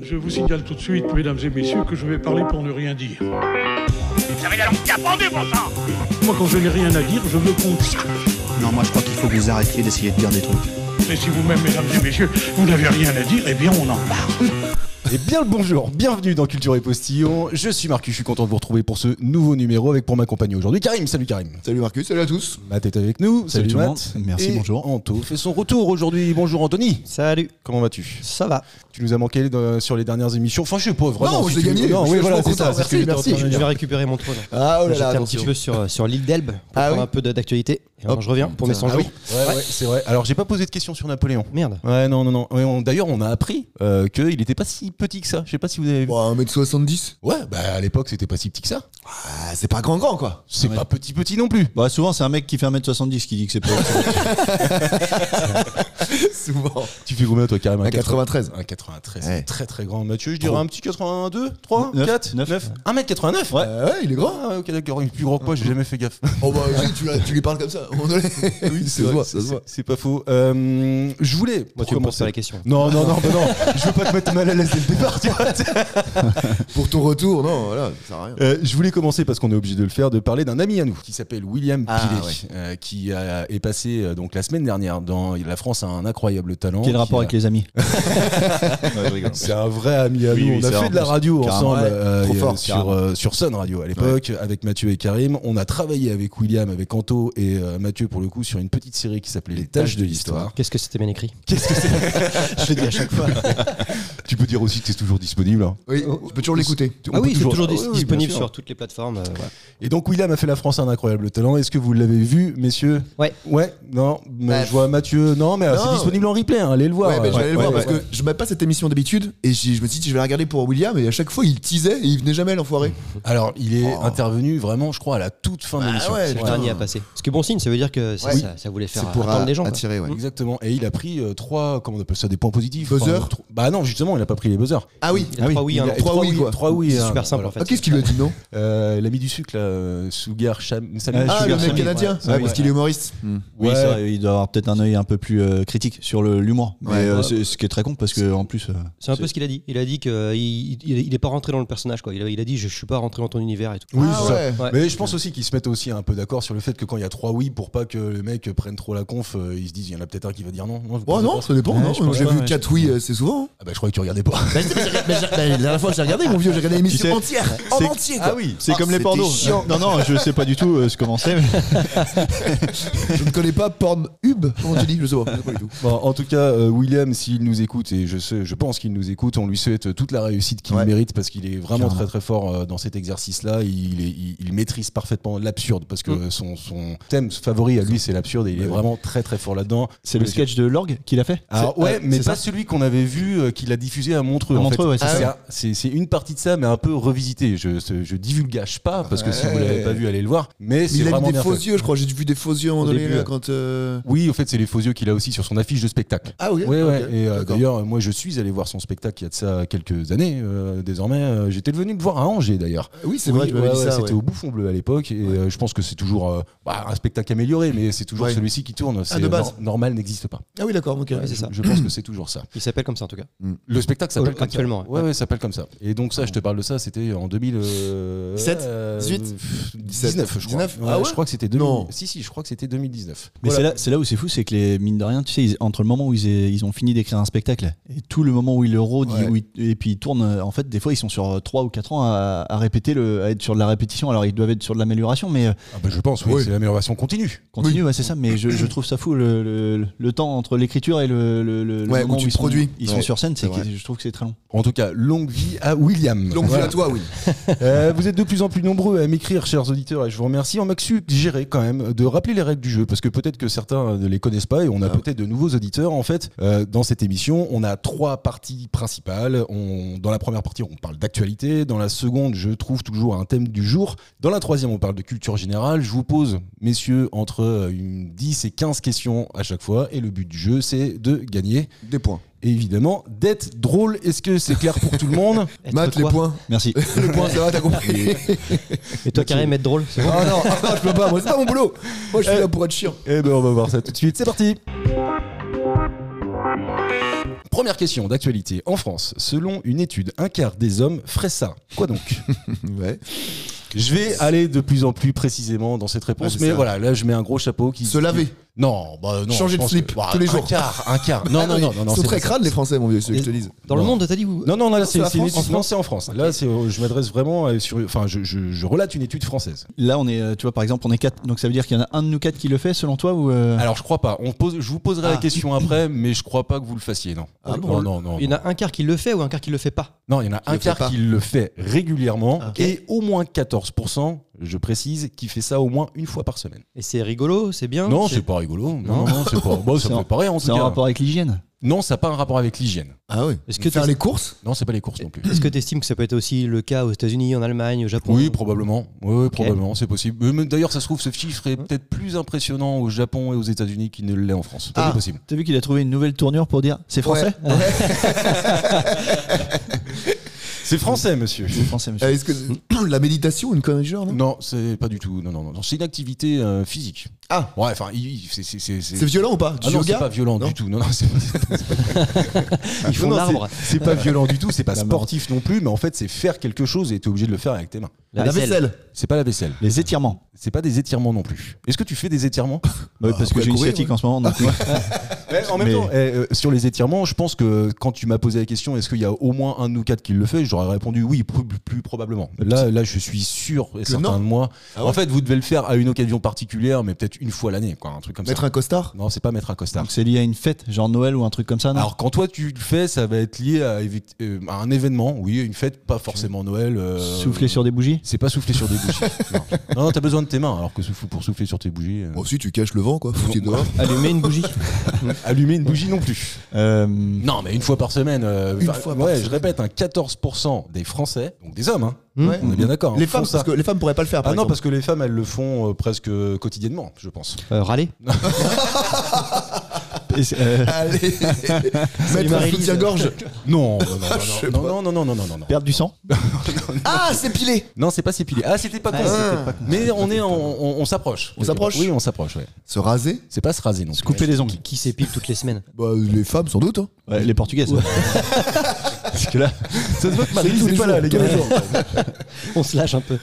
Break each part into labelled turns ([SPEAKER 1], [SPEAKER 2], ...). [SPEAKER 1] Je vous signale tout de suite, mesdames et messieurs, que je vais parler pour ne rien dire.
[SPEAKER 2] Vous avez la langue qui a pendu, bon sang
[SPEAKER 1] Moi, quand je n'ai rien à dire, je me confie.
[SPEAKER 3] Non, moi je crois qu'il faut que vous arrêtiez d'essayer de dire des trucs.
[SPEAKER 1] Mais si vous-même, mesdames et messieurs, vous n'avez rien à dire, eh bien, on en parle.
[SPEAKER 4] Et bien le bonjour, bienvenue dans Culture et Postillon. Je suis Marcus, je suis content de vous retrouver pour ce nouveau numéro avec pour m'accompagner aujourd'hui Karim. Salut Karim.
[SPEAKER 5] Salut Marcus, salut à tous.
[SPEAKER 4] Matt est avec nous.
[SPEAKER 3] Salut tout le
[SPEAKER 4] Matt.
[SPEAKER 3] monde. Merci,
[SPEAKER 4] Et
[SPEAKER 3] bonjour.
[SPEAKER 4] Anto fait son retour aujourd'hui. Bonjour Anthony.
[SPEAKER 6] Salut,
[SPEAKER 4] Comment vas-tu
[SPEAKER 6] ça va.
[SPEAKER 4] Tu nous as manqué dans- sur les dernières émissions. Enfin, je sais pas vraiment.
[SPEAKER 5] Non,
[SPEAKER 4] si
[SPEAKER 5] j'ai
[SPEAKER 4] tu-
[SPEAKER 5] gagné.
[SPEAKER 4] Non,
[SPEAKER 5] Je
[SPEAKER 4] oui,
[SPEAKER 5] suis
[SPEAKER 4] voilà,
[SPEAKER 5] content.
[SPEAKER 4] c'est ça. c'est ce
[SPEAKER 5] Merci,
[SPEAKER 4] que j'étais en train de
[SPEAKER 5] merci.
[SPEAKER 6] Je
[SPEAKER 4] dire.
[SPEAKER 6] vais récupérer mon trône.
[SPEAKER 5] Ah oh là
[SPEAKER 6] J'étais
[SPEAKER 5] là,
[SPEAKER 6] un petit
[SPEAKER 5] attention.
[SPEAKER 6] peu sur, sur l'île d'Elbe pour
[SPEAKER 5] Ah
[SPEAKER 6] prendre
[SPEAKER 5] oui
[SPEAKER 6] un peu de- d'actualité. Et alors, je reviens pour mes 100
[SPEAKER 5] Ah
[SPEAKER 6] jours.
[SPEAKER 5] oui.
[SPEAKER 4] Ouais, ouais, c'est vrai. Alors, j'ai pas posé de questions sur Napoléon.
[SPEAKER 6] Merde.
[SPEAKER 4] Ouais, non, non, non. Ouais, on- D'ailleurs, on a appris euh, qu'il n'était pas si petit que ça. Je sais pas si vous avez vu.
[SPEAKER 5] Bon, 1m70.
[SPEAKER 4] Ouais, bah à l'époque, c'était pas si petit que ça.
[SPEAKER 5] Ah, c'est pas grand grand quoi.
[SPEAKER 4] C'est pas petit petit non plus.
[SPEAKER 3] Bah, souvent, c'est un mec qui fait 1m70 qui dit que c'est pas.
[SPEAKER 5] Souvent.
[SPEAKER 4] Tu fais combien toi carrément
[SPEAKER 5] Un 93.
[SPEAKER 4] Un 93.
[SPEAKER 5] Ouais.
[SPEAKER 4] Très très grand Mathieu, je dirais
[SPEAKER 5] Trop.
[SPEAKER 4] un petit 82, 3,
[SPEAKER 3] Neuf,
[SPEAKER 4] 4,
[SPEAKER 3] neuf.
[SPEAKER 4] 9. 1m89
[SPEAKER 3] Ouais.
[SPEAKER 5] Euh, ouais, il est grand.
[SPEAKER 4] Ah ouais, ok d'accord, une plus grand que moi, j'ai jamais fait gaffe.
[SPEAKER 5] Oh bah oui, tu, tu lui parles comme ça. On oui,
[SPEAKER 4] C'est vrai, c'est- C'est pas faux. Euh, je voulais.
[SPEAKER 6] Moi, tu me poses pas la question.
[SPEAKER 4] Non, non, non, bah non, je veux pas te mettre mal à l'aise dès le départ, tu vois.
[SPEAKER 5] Pour ton retour, non, voilà, ça sert à rien.
[SPEAKER 4] Euh, je voulais commencer parce qu'on est obligé de le faire de parler d'un ami à nous qui s'appelle William
[SPEAKER 5] Ah,
[SPEAKER 4] Pillet, euh, qui a- est passé euh, donc la semaine dernière dans La France a un incroyable talent.
[SPEAKER 3] Quel
[SPEAKER 4] qui
[SPEAKER 3] rapport
[SPEAKER 4] a-
[SPEAKER 3] avec les
[SPEAKER 6] euh,
[SPEAKER 3] amis Ouais, je rigole.
[SPEAKER 4] C'est un vrai ami à
[SPEAKER 3] Oui,
[SPEAKER 4] nous.
[SPEAKER 3] oui,
[SPEAKER 4] on a
[SPEAKER 3] c'est
[SPEAKER 4] fait
[SPEAKER 3] un-
[SPEAKER 4] de la radio
[SPEAKER 3] carrément,
[SPEAKER 4] ensemble
[SPEAKER 3] ouais.
[SPEAKER 4] euh,
[SPEAKER 3] Trop
[SPEAKER 4] et, euh,
[SPEAKER 3] fort,
[SPEAKER 4] sur,
[SPEAKER 3] carrément.
[SPEAKER 4] euh, sur Sun Radio à l'époque avec Mathieu et Karim. On a travaillé avec William, avec Anto et euh, Mathieu pour le coup sur une petite série qui s'appelait Les Tâches de l'Histoire.
[SPEAKER 6] Qu'est-ce que c'était bien écrit
[SPEAKER 4] Je le dis à chaque fois. tu peux dire aussi que c'est toujours disponible. hein.
[SPEAKER 5] Oui, tu peux toujours l'écouter.
[SPEAKER 4] On
[SPEAKER 6] Ah
[SPEAKER 4] peut
[SPEAKER 6] oui, c'est toujours dis-
[SPEAKER 4] Ah oui, oui,
[SPEAKER 6] disponible
[SPEAKER 4] bien sûr.
[SPEAKER 6] sur toutes les plateformes. euh, voilà.
[SPEAKER 4] Et donc William a fait La France a un incroyable talent. Est-ce que vous l'avez vu, messieurs
[SPEAKER 6] Ouais.
[SPEAKER 4] Ouais. Non. Mais
[SPEAKER 5] Bah,
[SPEAKER 4] je vois Mathieu. Non, mais euh, c'est
[SPEAKER 5] non,
[SPEAKER 4] disponible en replay. hein, allez le voir.
[SPEAKER 5] Ouais, mais je vais aller le
[SPEAKER 4] Ouais,
[SPEAKER 5] voir
[SPEAKER 4] ouais,
[SPEAKER 5] parce
[SPEAKER 4] ouais.
[SPEAKER 5] que je mets pas cette émission d'habitude et j'ai- je me suis dit je vais la regarder pour William et à chaque fois il teasait et il venait jamais l'enfoiré.
[SPEAKER 4] Alors, il est
[SPEAKER 5] Oh.
[SPEAKER 4] intervenu vraiment, je crois, à la toute fin de
[SPEAKER 5] Bah
[SPEAKER 4] l'émission.
[SPEAKER 5] ouais,
[SPEAKER 6] C'est le
[SPEAKER 5] putain.
[SPEAKER 6] dernier à passer. Ce qui est bon signe, ça veut dire que ça,
[SPEAKER 5] Ouais.
[SPEAKER 6] ça- ça voulait faire attendre
[SPEAKER 5] a-
[SPEAKER 6] les gens. quoi.
[SPEAKER 5] attirer, ouais.
[SPEAKER 4] Exactement. Et il a pris euh, trois, comment on appelle ça, des points positifs.
[SPEAKER 5] Buzzers
[SPEAKER 4] Enfin, tro- Bah non, justement, il a pas pris les buzzers.
[SPEAKER 5] Ah oui.
[SPEAKER 6] Il y a trois oui,
[SPEAKER 4] Il
[SPEAKER 6] un
[SPEAKER 4] a-
[SPEAKER 6] non.
[SPEAKER 4] et trois
[SPEAKER 5] oui, quoi.
[SPEAKER 4] Trois oui.
[SPEAKER 6] C'est
[SPEAKER 4] et un
[SPEAKER 6] super
[SPEAKER 4] non,
[SPEAKER 6] simple
[SPEAKER 4] voilà.
[SPEAKER 6] en fait.
[SPEAKER 5] Ah, qu'est-ce qu'il lui a dit non
[SPEAKER 4] Euh, L'ami du sucre, là, euh, Sugar Sham. Sammy
[SPEAKER 3] Ah,
[SPEAKER 4] Sugar
[SPEAKER 5] Ah, le mec
[SPEAKER 4] Sammy.
[SPEAKER 5] canadien.
[SPEAKER 4] Ouais.
[SPEAKER 5] Ouais, parce qu'il est humoriste. Hmm.
[SPEAKER 3] Oui,
[SPEAKER 4] Ouais.
[SPEAKER 3] c'est vrai, il doit avoir peut-être un œil un peu plus euh, critique sur le- l'humour. Mais
[SPEAKER 5] Ouais.
[SPEAKER 3] euh,
[SPEAKER 5] Ouais.
[SPEAKER 3] c'est- ce qui est très con parce que, en plus. euh,
[SPEAKER 6] C'est un peu ce qu'il a dit. Il a dit qu'il il, il est pas rentré dans le personnage. Quoi. Il, a, il a dit Je suis pas rentré dans ton univers et tout.
[SPEAKER 4] Oui,
[SPEAKER 5] Ah
[SPEAKER 4] c'est ça.
[SPEAKER 5] ouais.
[SPEAKER 6] Ouais.
[SPEAKER 4] Mais je pense aussi qu'ils se mettent aussi un peu d'accord sur le fait que quand il y a trois oui, pour pas que le mec prenne trop la conf, euh, ils se disent il y en a peut-être un qui va dire non. non je
[SPEAKER 5] Oh
[SPEAKER 4] pense
[SPEAKER 5] non,
[SPEAKER 4] pas.
[SPEAKER 5] ça dépend.
[SPEAKER 3] Ouais,
[SPEAKER 5] non
[SPEAKER 3] je pense
[SPEAKER 5] J'ai
[SPEAKER 3] pas,
[SPEAKER 5] vu
[SPEAKER 3] ouais,
[SPEAKER 5] 4 oui euh, c'est souvent. hein.
[SPEAKER 4] Ah bah je croyais que tu regardais pas.
[SPEAKER 5] Bah, je sais, mais j'ai- mais j'ai- mais la dernière fois que j'ai regardé, mon vieux, j'ai regardé l'émission
[SPEAKER 3] Tu sais-
[SPEAKER 5] entière, en
[SPEAKER 3] c'est-
[SPEAKER 5] entier.
[SPEAKER 3] Ah
[SPEAKER 5] quoi.
[SPEAKER 3] oui, c'est
[SPEAKER 5] Ah,
[SPEAKER 3] comme les
[SPEAKER 5] c'était
[SPEAKER 3] pornos.
[SPEAKER 5] chiant.
[SPEAKER 3] Non, non, je sais pas du tout euh, ce comment c'est. mais-
[SPEAKER 5] Je ne connais pas Pornhub. Comment tu dis Je sais pas. Je sais pas du tout.
[SPEAKER 4] Bon, en tout cas, euh, William, s'il nous écoute, et je, sais, je pense qu'il nous écoute, on lui souhaite euh, toute la réussite qu'il
[SPEAKER 5] Ouais.
[SPEAKER 4] mérite parce qu'il est vraiment
[SPEAKER 3] Clairement.
[SPEAKER 4] très très fort euh, dans cet exercice-là. Il, est- il- il maîtrise parfaitement l'absurde parce que
[SPEAKER 3] Mm.
[SPEAKER 4] son, son thème favori à lui, c'est l'absurde et il est vraiment très très fort là-dedans.
[SPEAKER 3] C'est le sketch de l'orgue qu'il a fait
[SPEAKER 4] Alors,
[SPEAKER 3] C'est-
[SPEAKER 4] ouais,
[SPEAKER 3] ah,
[SPEAKER 4] mais
[SPEAKER 3] c'est
[SPEAKER 4] pas
[SPEAKER 3] ça
[SPEAKER 4] celui qu'on avait vu euh, qu'il a diffusé à Montreux.
[SPEAKER 3] À
[SPEAKER 4] en fait.
[SPEAKER 3] Montreux, ouais, c'est
[SPEAKER 4] C'est
[SPEAKER 3] ça.
[SPEAKER 4] un- c'est c'est une partie de ça, mais un peu revisité. Je, ce- je divulgage pas parce que si vous l'avez pas vu, allez le voir. Mais c'est
[SPEAKER 5] Il a
[SPEAKER 4] vraiment
[SPEAKER 5] mis des
[SPEAKER 4] bien
[SPEAKER 5] faux
[SPEAKER 4] fait.
[SPEAKER 5] yeux, je crois. J'ai vu des faux yeux en
[SPEAKER 4] début, ouais.
[SPEAKER 5] délire quand. euh,
[SPEAKER 4] Oui, en fait, c'est les faux yeux qu'il a aussi sur son affiche de spectacle.
[SPEAKER 5] Ah oui.
[SPEAKER 4] Ouais,
[SPEAKER 5] ok,
[SPEAKER 4] ouais. Et euh,
[SPEAKER 5] d'accord.
[SPEAKER 4] d'ailleurs, moi, je suis allé voir son spectacle il y a de ça quelques années. euh, désormais, Euh, j'étais venu le voir à Angers, d'ailleurs.
[SPEAKER 5] Ah Oui, c'est vrai.
[SPEAKER 4] Oui,
[SPEAKER 5] tu m'avais
[SPEAKER 4] ouais,
[SPEAKER 5] dit
[SPEAKER 4] ouais,
[SPEAKER 5] ça.
[SPEAKER 4] C'était
[SPEAKER 5] ouais.
[SPEAKER 4] au Bouffon Bleu à l'époque, et euh, je pense que c'est toujours euh, bah, un spectacle amélioré, mais c'est toujours
[SPEAKER 5] Ouais. Ah,
[SPEAKER 4] celui-ci qui tourne. C'est
[SPEAKER 5] de base.
[SPEAKER 4] nor- normal, n'existe pas.
[SPEAKER 5] Ah oui, d'accord. ok.
[SPEAKER 6] Ouais, c'est ça.
[SPEAKER 4] Je pense que c'est toujours ça.
[SPEAKER 6] Il s'appelle comme ça en tout cas.
[SPEAKER 4] Le spectacle s'appelle comme ça.
[SPEAKER 6] Actuellement, ouais.
[SPEAKER 4] Ouais, ouais, ça s'appelle comme ça. Et donc
[SPEAKER 5] Ah
[SPEAKER 4] ça, je te parle de ça, c'était en 2017,
[SPEAKER 5] 17, 18,
[SPEAKER 4] 19, euh, je crois.
[SPEAKER 5] 19,
[SPEAKER 4] Ouais,
[SPEAKER 5] ah ouais
[SPEAKER 4] je crois que c'était 2000.
[SPEAKER 5] Non.
[SPEAKER 4] Si, si, je crois que c'était 2019.
[SPEAKER 3] Mais
[SPEAKER 5] Voilà.
[SPEAKER 3] c'est là, c'est là où c'est fou, c'est que les mine de rien, tu sais, ils- entre le moment où ils, aient- ils ont fini d'écrire un spectacle et tout le moment où ils le rôdent
[SPEAKER 5] Ouais.
[SPEAKER 3] ils- où ils- et puis ils tournent, euh, en fait, des fois ils sont sur 3 ou 4 ans à, à répéter, le, à être sur de la répétition. Alors ils doivent être sur de l'amélioration, mais euh,
[SPEAKER 4] Ah bah, je pense, oui,
[SPEAKER 5] Oui.
[SPEAKER 4] c'est l'amélioration continue.
[SPEAKER 3] continue, ouais, c'est ça. Mais je, je trouve ça fou le, le- le temps entre l'écriture et le, le, le- le
[SPEAKER 5] Ouais,
[SPEAKER 3] moment
[SPEAKER 5] où tu
[SPEAKER 3] ils sont,
[SPEAKER 5] produis.
[SPEAKER 3] ils sont
[SPEAKER 5] Ouais,
[SPEAKER 3] sur scène.
[SPEAKER 5] c'est
[SPEAKER 3] C'est que-
[SPEAKER 5] vrai.
[SPEAKER 3] je trouve que c'est très long.
[SPEAKER 4] En tout cas, longue vie à William.
[SPEAKER 5] Donc, voilà
[SPEAKER 4] Voilà.
[SPEAKER 5] toi, oui.
[SPEAKER 4] Euh, vous êtes de plus en plus nombreux à m'écrire, chers auditeurs, et je vous remercie. On m'a suggéré quand même de rappeler les règles du jeu, parce que peut-être que certains ne les connaissent pas, et on a
[SPEAKER 5] Ah.
[SPEAKER 4] peut-être de nouveaux auditeurs. En fait, euh, dans cette émission, on a trois parties principales. On, dans la première partie, on parle d'actualité. Dans la seconde, je trouve toujours un thème du jour. Dans la troisième, on parle de culture générale. Je vous pose, messieurs, entre euh, une 10 et 15 questions à chaque fois, et le but du jeu, c'est de gagner.
[SPEAKER 5] Des points.
[SPEAKER 4] Et évidemment, d'être drôle, est-ce que c'est clair pour tout le monde
[SPEAKER 6] Être
[SPEAKER 5] Matt, les
[SPEAKER 6] quoi
[SPEAKER 5] points.
[SPEAKER 3] Merci.
[SPEAKER 5] Les points, ça va, t'as compris.
[SPEAKER 6] Et toi, Karim, être drôle, c'est bon
[SPEAKER 5] Ah non, ah non, je peux pas. Moi, c'est pas mon boulot. Moi, je suis là pour être chiant.
[SPEAKER 4] Eh ben on va voir ça tout de suite, c'est parti Première question d'actualité. En France, selon une étude, un quart des hommes ferait ça. Quoi donc
[SPEAKER 5] Ouais.
[SPEAKER 4] Je vais aller de plus en plus précisément dans cette réponse,
[SPEAKER 5] Ouais, c'est
[SPEAKER 4] mais
[SPEAKER 5] ça.
[SPEAKER 4] voilà, là je mets un gros chapeau qui.
[SPEAKER 5] Se laver.
[SPEAKER 4] Non, bah non.
[SPEAKER 5] Changer
[SPEAKER 4] je
[SPEAKER 5] de
[SPEAKER 4] pense
[SPEAKER 5] slip tous les
[SPEAKER 4] Un
[SPEAKER 5] jours.
[SPEAKER 4] quart, un quart. Ah
[SPEAKER 5] Ah,
[SPEAKER 4] Non, non, non, non, non.
[SPEAKER 5] C'est
[SPEAKER 4] c'est
[SPEAKER 5] très
[SPEAKER 4] pas ça.
[SPEAKER 5] crade les Français, mon vieux, c'est ce que je te dise.
[SPEAKER 6] Dans le
[SPEAKER 4] Non.
[SPEAKER 6] monde, t'as dit où
[SPEAKER 4] Non, non, là c'est
[SPEAKER 5] la
[SPEAKER 4] c'est une
[SPEAKER 5] France
[SPEAKER 4] étude- non, c'est en France. Là, c'est, euh, je m'adresse vraiment euh, sur. Enfin, je, je- je relate une étude française.
[SPEAKER 3] Là, on est, euh, tu vois, par exemple, on est quatre, donc ça veut dire qu'il y en a un de nous quatre qui le fait, selon toi ou
[SPEAKER 5] Ah,
[SPEAKER 3] euh,
[SPEAKER 4] Alors, je crois pas. On pose, je vous poserai la question après, mais je crois pas que vous le fassiez, non.
[SPEAKER 5] Ah
[SPEAKER 4] non,
[SPEAKER 5] bon
[SPEAKER 4] non, non, non.
[SPEAKER 6] Il y en a un quart qui le fait ou un quart qui le fait pas.
[SPEAKER 4] Non, il y en a un
[SPEAKER 5] le fait
[SPEAKER 4] quart
[SPEAKER 5] pas. Ah.
[SPEAKER 4] qui le fait régulièrement
[SPEAKER 6] Ok.
[SPEAKER 4] et au moins 14%, je précise, qui fait ça au moins une fois par semaine.
[SPEAKER 6] Et c'est rigolo, c'est bien.
[SPEAKER 4] Non, c'est pas rigolo. Non,
[SPEAKER 6] Non.
[SPEAKER 4] non, c'est pas. Bon, ça
[SPEAKER 3] C'est
[SPEAKER 4] me
[SPEAKER 3] en-
[SPEAKER 4] fait pas rire, en tout
[SPEAKER 3] C'est en
[SPEAKER 4] cas.
[SPEAKER 3] rapport avec l'hygiène
[SPEAKER 4] Non, ça n'a pas un rapport avec l'hygiène.
[SPEAKER 5] Ah oui.
[SPEAKER 6] Est-ce que
[SPEAKER 5] Faire
[SPEAKER 6] t'es-
[SPEAKER 5] les courses
[SPEAKER 4] Non, c'est pas les courses non plus.
[SPEAKER 6] Est-ce que tu estimes que ça peut être aussi le cas aux États-Unis, en Allemagne, au Japon
[SPEAKER 4] Oui, probablement. Oui, oui, probablement, c'est possible. Mais même- D'ailleurs, ça se trouve, ce chiffre
[SPEAKER 5] Hein
[SPEAKER 4] est peut-être plus impressionnant au Japon et aux États-Unis qu'il ne l'est en France. C'est
[SPEAKER 5] Ah.
[SPEAKER 4] possible.
[SPEAKER 3] T'as vu qu'il a trouvé une nouvelle tournure pour dire c'est français Ah,
[SPEAKER 4] C'est français, monsieur.
[SPEAKER 3] C'est français, monsieur.
[SPEAKER 5] Euh, Est-ce que la méditation, une connerie du genre, non
[SPEAKER 4] Non, c'est pas du tout. Non, non, non. C'est une activité euh, physique.
[SPEAKER 5] Ah.
[SPEAKER 4] Ouais, enfin, il- il- c'est- c'est- c'est. c'est-
[SPEAKER 5] C'est violent ou pas Du
[SPEAKER 4] Ah non, c'est
[SPEAKER 5] yoga
[SPEAKER 4] pas violent
[SPEAKER 5] Non.
[SPEAKER 4] du tout. Non, non, c'est
[SPEAKER 6] Ils font
[SPEAKER 4] Non, non,
[SPEAKER 6] l'arbre,
[SPEAKER 4] c'est- C'est pas violent du tout. C'est pas
[SPEAKER 3] La mort.
[SPEAKER 4] sportif non plus. Mais en fait, c'est faire quelque chose et t'es obligé de le faire avec tes mains.
[SPEAKER 6] la
[SPEAKER 5] La
[SPEAKER 6] vaisselle.
[SPEAKER 5] vaisselle.
[SPEAKER 4] C'est pas la vaisselle.
[SPEAKER 3] Les étirements.
[SPEAKER 4] C'est pas des étirements non plus. Est-ce que tu fais des étirements
[SPEAKER 3] Bah oui, parce que
[SPEAKER 5] après,
[SPEAKER 3] j'ai une
[SPEAKER 5] courir,
[SPEAKER 3] sciatique
[SPEAKER 5] ouais.
[SPEAKER 3] en ce moment.
[SPEAKER 4] Ah,
[SPEAKER 3] donc, ouais.
[SPEAKER 4] Mais en même
[SPEAKER 3] Mais-
[SPEAKER 4] temps, eh, euh, sur les étirements, je pense que quand tu m'as posé la question, est-ce qu'il y a au moins un de nous quatre qui le fait, j'aurais répondu oui, plus, plus probablement. Là, là, je suis sûr et certain
[SPEAKER 5] non.
[SPEAKER 4] de moi.
[SPEAKER 5] Ah
[SPEAKER 4] En
[SPEAKER 5] ouais
[SPEAKER 4] fait, vous devez le faire à une occasion particulière, mais peut-être une fois l'année, quoi, un truc comme
[SPEAKER 5] Mettre
[SPEAKER 4] ça.
[SPEAKER 5] un costard
[SPEAKER 4] Non, c'est pas mettre un costard.
[SPEAKER 3] Donc c'est lié à une fête, genre Noël ou un truc comme ça, non
[SPEAKER 4] Alors quand toi tu le fais, ça va être lié à, évi- euh, à un événement, oui, une fête, pas forcément Noël. euh,
[SPEAKER 3] Souffler sur des bougies
[SPEAKER 4] C'est pas souffler sur des bougies. non, non, non, t'as besoin de tes mains, alors que souffle- pour souffler sur tes bougies, euh,
[SPEAKER 5] Bon, si tu caches le vent, quoi. Foutu dehors.
[SPEAKER 6] Allumer une bougie.
[SPEAKER 4] allumer une bougie non plus.
[SPEAKER 3] Euh,
[SPEAKER 4] Non, mais une fois par semaine. euh,
[SPEAKER 5] Une
[SPEAKER 4] enfin,
[SPEAKER 5] fois
[SPEAKER 4] ouais,
[SPEAKER 5] par
[SPEAKER 4] je
[SPEAKER 5] semaine.
[SPEAKER 4] répète, un 14% des Français, donc des hommes, hein,
[SPEAKER 5] Ouais.
[SPEAKER 4] on est bien d'accord. hein,
[SPEAKER 5] Les
[SPEAKER 4] font
[SPEAKER 5] femmes,
[SPEAKER 4] ça.
[SPEAKER 5] parce que les femmes pourraient pas le faire.
[SPEAKER 4] Ah
[SPEAKER 5] par
[SPEAKER 4] non,
[SPEAKER 5] exemple.
[SPEAKER 4] parce que les femmes, elles le font euh, presque quotidiennement, je pense.
[SPEAKER 6] Euh, râler.
[SPEAKER 3] et c'est- euh,
[SPEAKER 5] Allez, mettre un
[SPEAKER 6] Marie-Lise.
[SPEAKER 5] soutien-gorge.
[SPEAKER 4] Non, non, non,
[SPEAKER 5] sais
[SPEAKER 4] non, non, non, non, non, non, non, non, non.
[SPEAKER 3] perdre du sang
[SPEAKER 5] Ah, c'est pilé.
[SPEAKER 4] Non, c'est pas s'épiler. Ah, c'était pas con. c'était pas con. Mais on est, en- on, on s'approche.
[SPEAKER 5] On s'approche
[SPEAKER 4] Oui, on s'approche. Ouais.
[SPEAKER 5] Se raser
[SPEAKER 4] C'est pas se raser non.
[SPEAKER 3] Se
[SPEAKER 4] plus.
[SPEAKER 3] couper les ongles.
[SPEAKER 6] Qui s'épile toutes les semaines
[SPEAKER 5] Bah, les femmes, sans doute. hein.
[SPEAKER 3] Ouais, les portugaises. ouais. Parce que là,
[SPEAKER 4] Ça se voit que Marie,
[SPEAKER 5] tous
[SPEAKER 4] c'est pas
[SPEAKER 5] jours,
[SPEAKER 4] là, les gars.
[SPEAKER 5] tous jours.
[SPEAKER 6] On se lâche un peu.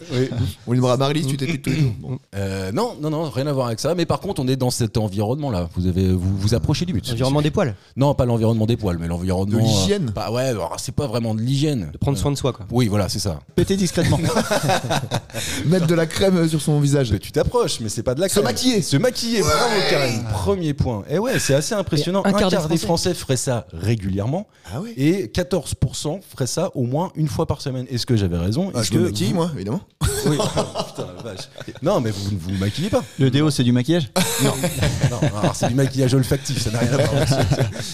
[SPEAKER 5] On lui dira, Marie-Lise, tu t'étais tous les jours. Bon.
[SPEAKER 4] Euh, non, non, non, rien à voir avec ça. Mais par contre, on est dans cet environnement-là. Vous avez, vous, vous approchez du but.
[SPEAKER 6] Environnement des poils.
[SPEAKER 4] Non, pas l'environnement des poils, mais l'environnement.
[SPEAKER 5] De l'hygiène.
[SPEAKER 4] euh, bah ouais, alors, c'est pas vraiment de l'hygiène.
[SPEAKER 6] De prendre soin de soi, quoi.
[SPEAKER 4] Oui, voilà, c'est ça.
[SPEAKER 3] péter discrètement.
[SPEAKER 5] Mettre de la crème euh, sur son visage.
[SPEAKER 4] Mais tu t'approches, mais c'est pas de la
[SPEAKER 5] Se
[SPEAKER 4] crème.
[SPEAKER 5] maquiller.
[SPEAKER 4] Se maquiller, bravo Karine. Premier point. Et ouais, c'est assez impressionnant.
[SPEAKER 6] Et
[SPEAKER 4] Un quart, des Français ferait ça régulièrement
[SPEAKER 5] Ah ouais.
[SPEAKER 4] et 14% ferait ça au moins une fois par semaine. Est-ce que j'avais raison
[SPEAKER 5] Ah,
[SPEAKER 4] Est-ce
[SPEAKER 5] je
[SPEAKER 4] que
[SPEAKER 5] me maquille, moi, évidemment.
[SPEAKER 4] Oui. Oh, Putain, la vache. Non, mais vous ne vous maquillez pas.
[SPEAKER 3] Le déo, c'est du maquillage
[SPEAKER 4] Non, non, alors, c'est du maquillage olfactif, ça n'a rien à voir. avec ça.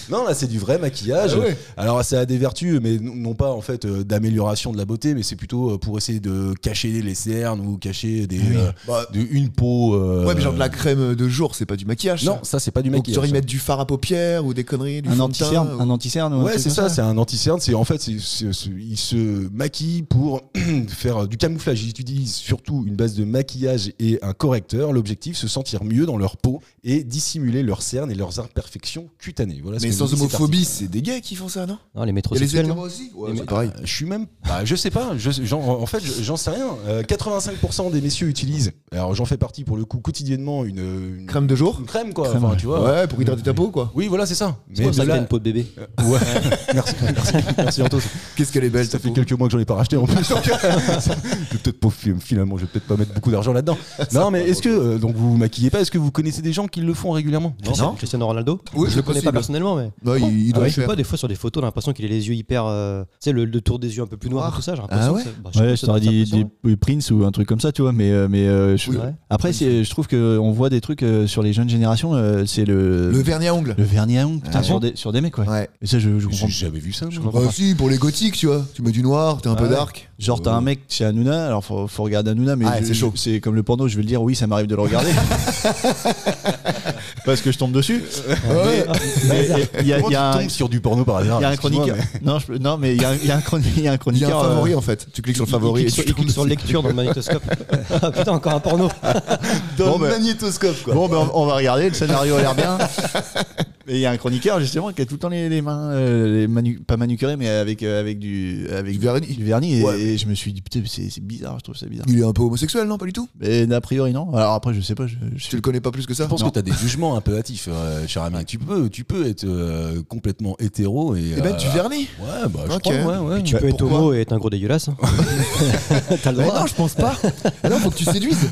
[SPEAKER 4] Non, là, c'est du vrai maquillage.
[SPEAKER 5] Ah ouais.
[SPEAKER 4] Alors, ça a des vertus, mais non non pas en fait euh, d'amélioration de la beauté, mais c'est plutôt euh, pour essayer de cacher les cernes ou cacher des, euh,
[SPEAKER 5] Bah,
[SPEAKER 4] de- une peau. euh,
[SPEAKER 5] Ouais, mais genre de la crème de jour, c'est pas du maquillage.
[SPEAKER 4] Non,
[SPEAKER 5] ça.
[SPEAKER 4] ça, c'est pas du
[SPEAKER 5] Ou que tu
[SPEAKER 4] maquillage.
[SPEAKER 5] aurais y mettre du fard à paupières ou des conneries, du
[SPEAKER 3] Un
[SPEAKER 5] fond de teint,
[SPEAKER 3] anti-cerne
[SPEAKER 5] ou-
[SPEAKER 3] Un anti-cerne ou un
[SPEAKER 4] Ouais,
[SPEAKER 3] truc
[SPEAKER 4] c'est
[SPEAKER 3] comme
[SPEAKER 4] ça, c'est un anti-cerne. C'est en fait, c'est- c'est- c'est- il se maquille pour faire euh, du camouflage. Ils utilisent surtout une base de maquillage et un correcteur. L'objectif, se sentir mieux dans leur peau et dissimuler leurs cernes et leurs imperfections cutanées. Voilà ce
[SPEAKER 5] Mais
[SPEAKER 4] que
[SPEAKER 5] sans
[SPEAKER 4] dit cet
[SPEAKER 5] homophobie,
[SPEAKER 4] article.
[SPEAKER 5] c'est des gays qui font ça, non Il y
[SPEAKER 6] Non, les
[SPEAKER 5] a les
[SPEAKER 6] métrosexuels.
[SPEAKER 5] hétéros
[SPEAKER 6] non
[SPEAKER 5] aussi Ouais,
[SPEAKER 6] Mais-
[SPEAKER 5] c'est pareil.
[SPEAKER 4] Je suis même. bah, je sais pas. Je, j'en- en fait, je- j'en sais rien. Euh, 85% des messieurs utilisent. Alors, j'en fais partie pour le coup quotidiennement une, une
[SPEAKER 5] Crème de jour
[SPEAKER 4] une crème, quoi.
[SPEAKER 3] Crème,
[SPEAKER 4] Enfin,
[SPEAKER 3] ouais.
[SPEAKER 4] tu vois.
[SPEAKER 5] Ouais, pour hydrater ta peau, quoi.
[SPEAKER 4] Oui, voilà, c'est ça.
[SPEAKER 6] C'est pour ça que
[SPEAKER 4] là-
[SPEAKER 6] t'as une peau de bébé.
[SPEAKER 4] Ouais. merci, merci, merci Anto.
[SPEAKER 5] Qu'est-ce qu'elle est belle,
[SPEAKER 4] Ça
[SPEAKER 5] ta
[SPEAKER 4] fait
[SPEAKER 5] peau.
[SPEAKER 4] quelques mois que j'en ai pas racheté en plus. donc,
[SPEAKER 5] euh,
[SPEAKER 4] je vais peut-être pas finalement, je vais peut-être pas mettre beaucoup d'argent là-dedans. Non, mais est-ce que euh, donc vous vous maquillez pas Est-ce que vous connaissez des gens qui le font régulièrement
[SPEAKER 6] Cristiano- Cristiano Ronaldo.
[SPEAKER 5] Oui,
[SPEAKER 6] je
[SPEAKER 5] c'est
[SPEAKER 6] le connais
[SPEAKER 5] possible.
[SPEAKER 6] pas personnellement, mais.
[SPEAKER 5] Non, il, il
[SPEAKER 6] Ah
[SPEAKER 5] doit le
[SPEAKER 6] ouais, je sais
[SPEAKER 5] faire.
[SPEAKER 6] pas, des fois sur des photos, on a l'impression qu'il a les yeux hyper. euh, tu sais, le, le tour des yeux un peu plus noir,
[SPEAKER 5] Noir.
[SPEAKER 6] tout ça, j'ai
[SPEAKER 5] Ah
[SPEAKER 6] l'impression.
[SPEAKER 5] ouais
[SPEAKER 6] que ça- bah, je sais
[SPEAKER 3] Ouais,
[SPEAKER 6] pas,
[SPEAKER 3] je
[SPEAKER 6] ça
[SPEAKER 3] t'aurais
[SPEAKER 6] doit être
[SPEAKER 3] dit des
[SPEAKER 6] impressionnant.
[SPEAKER 3] des Prince ou un truc comme ça, tu vois, mais, euh, mais euh, je-
[SPEAKER 5] Oui.
[SPEAKER 6] Ouais.
[SPEAKER 3] après, c'est- je trouve qu'on voit des trucs euh, sur les jeunes générations, euh, c'est le,
[SPEAKER 5] Le vernis à ongles.
[SPEAKER 3] le vernis à ongles, putain,
[SPEAKER 5] Ah
[SPEAKER 3] sur,
[SPEAKER 5] bon
[SPEAKER 3] des, sur des mecs, quoi.
[SPEAKER 5] Ouais.
[SPEAKER 3] Et ça, je, je comprends
[SPEAKER 4] J'ai jamais vu ça. moi.
[SPEAKER 3] comprends
[SPEAKER 5] Bah
[SPEAKER 3] pas.
[SPEAKER 5] si, pour les gothiques, tu vois. Tu mets du noir, t'es un peu dark.
[SPEAKER 3] Genre, t'as un mec chez Hanouna, alors faut, faut regarder Hanouna, mais
[SPEAKER 5] Ah,
[SPEAKER 3] je-
[SPEAKER 5] c'est chaud.
[SPEAKER 3] je- c'est comme le porno, je vais le dire, oui, ça m'arrive de le regarder. Parce que je tombe dessus.
[SPEAKER 5] Ouais.
[SPEAKER 3] Mais Il y a,
[SPEAKER 4] Comment
[SPEAKER 3] il y a
[SPEAKER 4] tu
[SPEAKER 3] un,
[SPEAKER 4] tombes sur du porno par hasard
[SPEAKER 3] il y a un
[SPEAKER 4] Excuse-moi,
[SPEAKER 3] chroniqueur. Non, je peux- non, mais il y a, il y a un chroni- il y a un
[SPEAKER 5] Il y
[SPEAKER 3] chroniqueur.
[SPEAKER 5] a un
[SPEAKER 3] euh,
[SPEAKER 5] favori, en fait. Tu cliques sur le favori
[SPEAKER 6] Il
[SPEAKER 5] et
[SPEAKER 6] clique sur,
[SPEAKER 5] tu
[SPEAKER 6] il clique sur
[SPEAKER 5] tombes
[SPEAKER 6] lecture dans le magnétoscope. ah putain, encore un porno. Ah
[SPEAKER 5] dans
[SPEAKER 3] Bon,
[SPEAKER 5] le
[SPEAKER 3] bah- euh,
[SPEAKER 5] magnétoscope, quoi.
[SPEAKER 3] Bon, ben on va regarder, le scénario a l'air bien. Mais il y a un chroniqueur justement qui a tout le temps les, les mains, euh, les manu- pas manucurées, mais avec, euh, avec du, avec
[SPEAKER 5] Du vernis.
[SPEAKER 3] du vernis. Mm. Et,
[SPEAKER 5] Ouais,
[SPEAKER 3] et je me suis dit, putain, c'est c'est bizarre, je trouve ça bizarre.
[SPEAKER 5] Il est un peu homosexuel, non Pas du tout
[SPEAKER 3] Mais a priori, non. Alors après, je sais pas. Je, je
[SPEAKER 5] Tu
[SPEAKER 3] suis...
[SPEAKER 5] le connais pas plus que ça
[SPEAKER 4] Je pense
[SPEAKER 5] Non.
[SPEAKER 4] que tu as des jugements un peu hâtifs, euh, cher ami. Tu peux, tu peux être euh, complètement hétéro et.
[SPEAKER 5] Eh ben,
[SPEAKER 4] euh,
[SPEAKER 5] du vernis
[SPEAKER 4] Ouais, bah, je
[SPEAKER 5] Ok.
[SPEAKER 4] crois, ouais, ouais.
[SPEAKER 6] Puis tu peux être
[SPEAKER 5] pourquoi
[SPEAKER 6] homo et être un gros dégueulasse. hein. T'as le
[SPEAKER 5] Mais
[SPEAKER 6] droit.
[SPEAKER 5] non, je pense pas. Ah non, faut que tu séduises.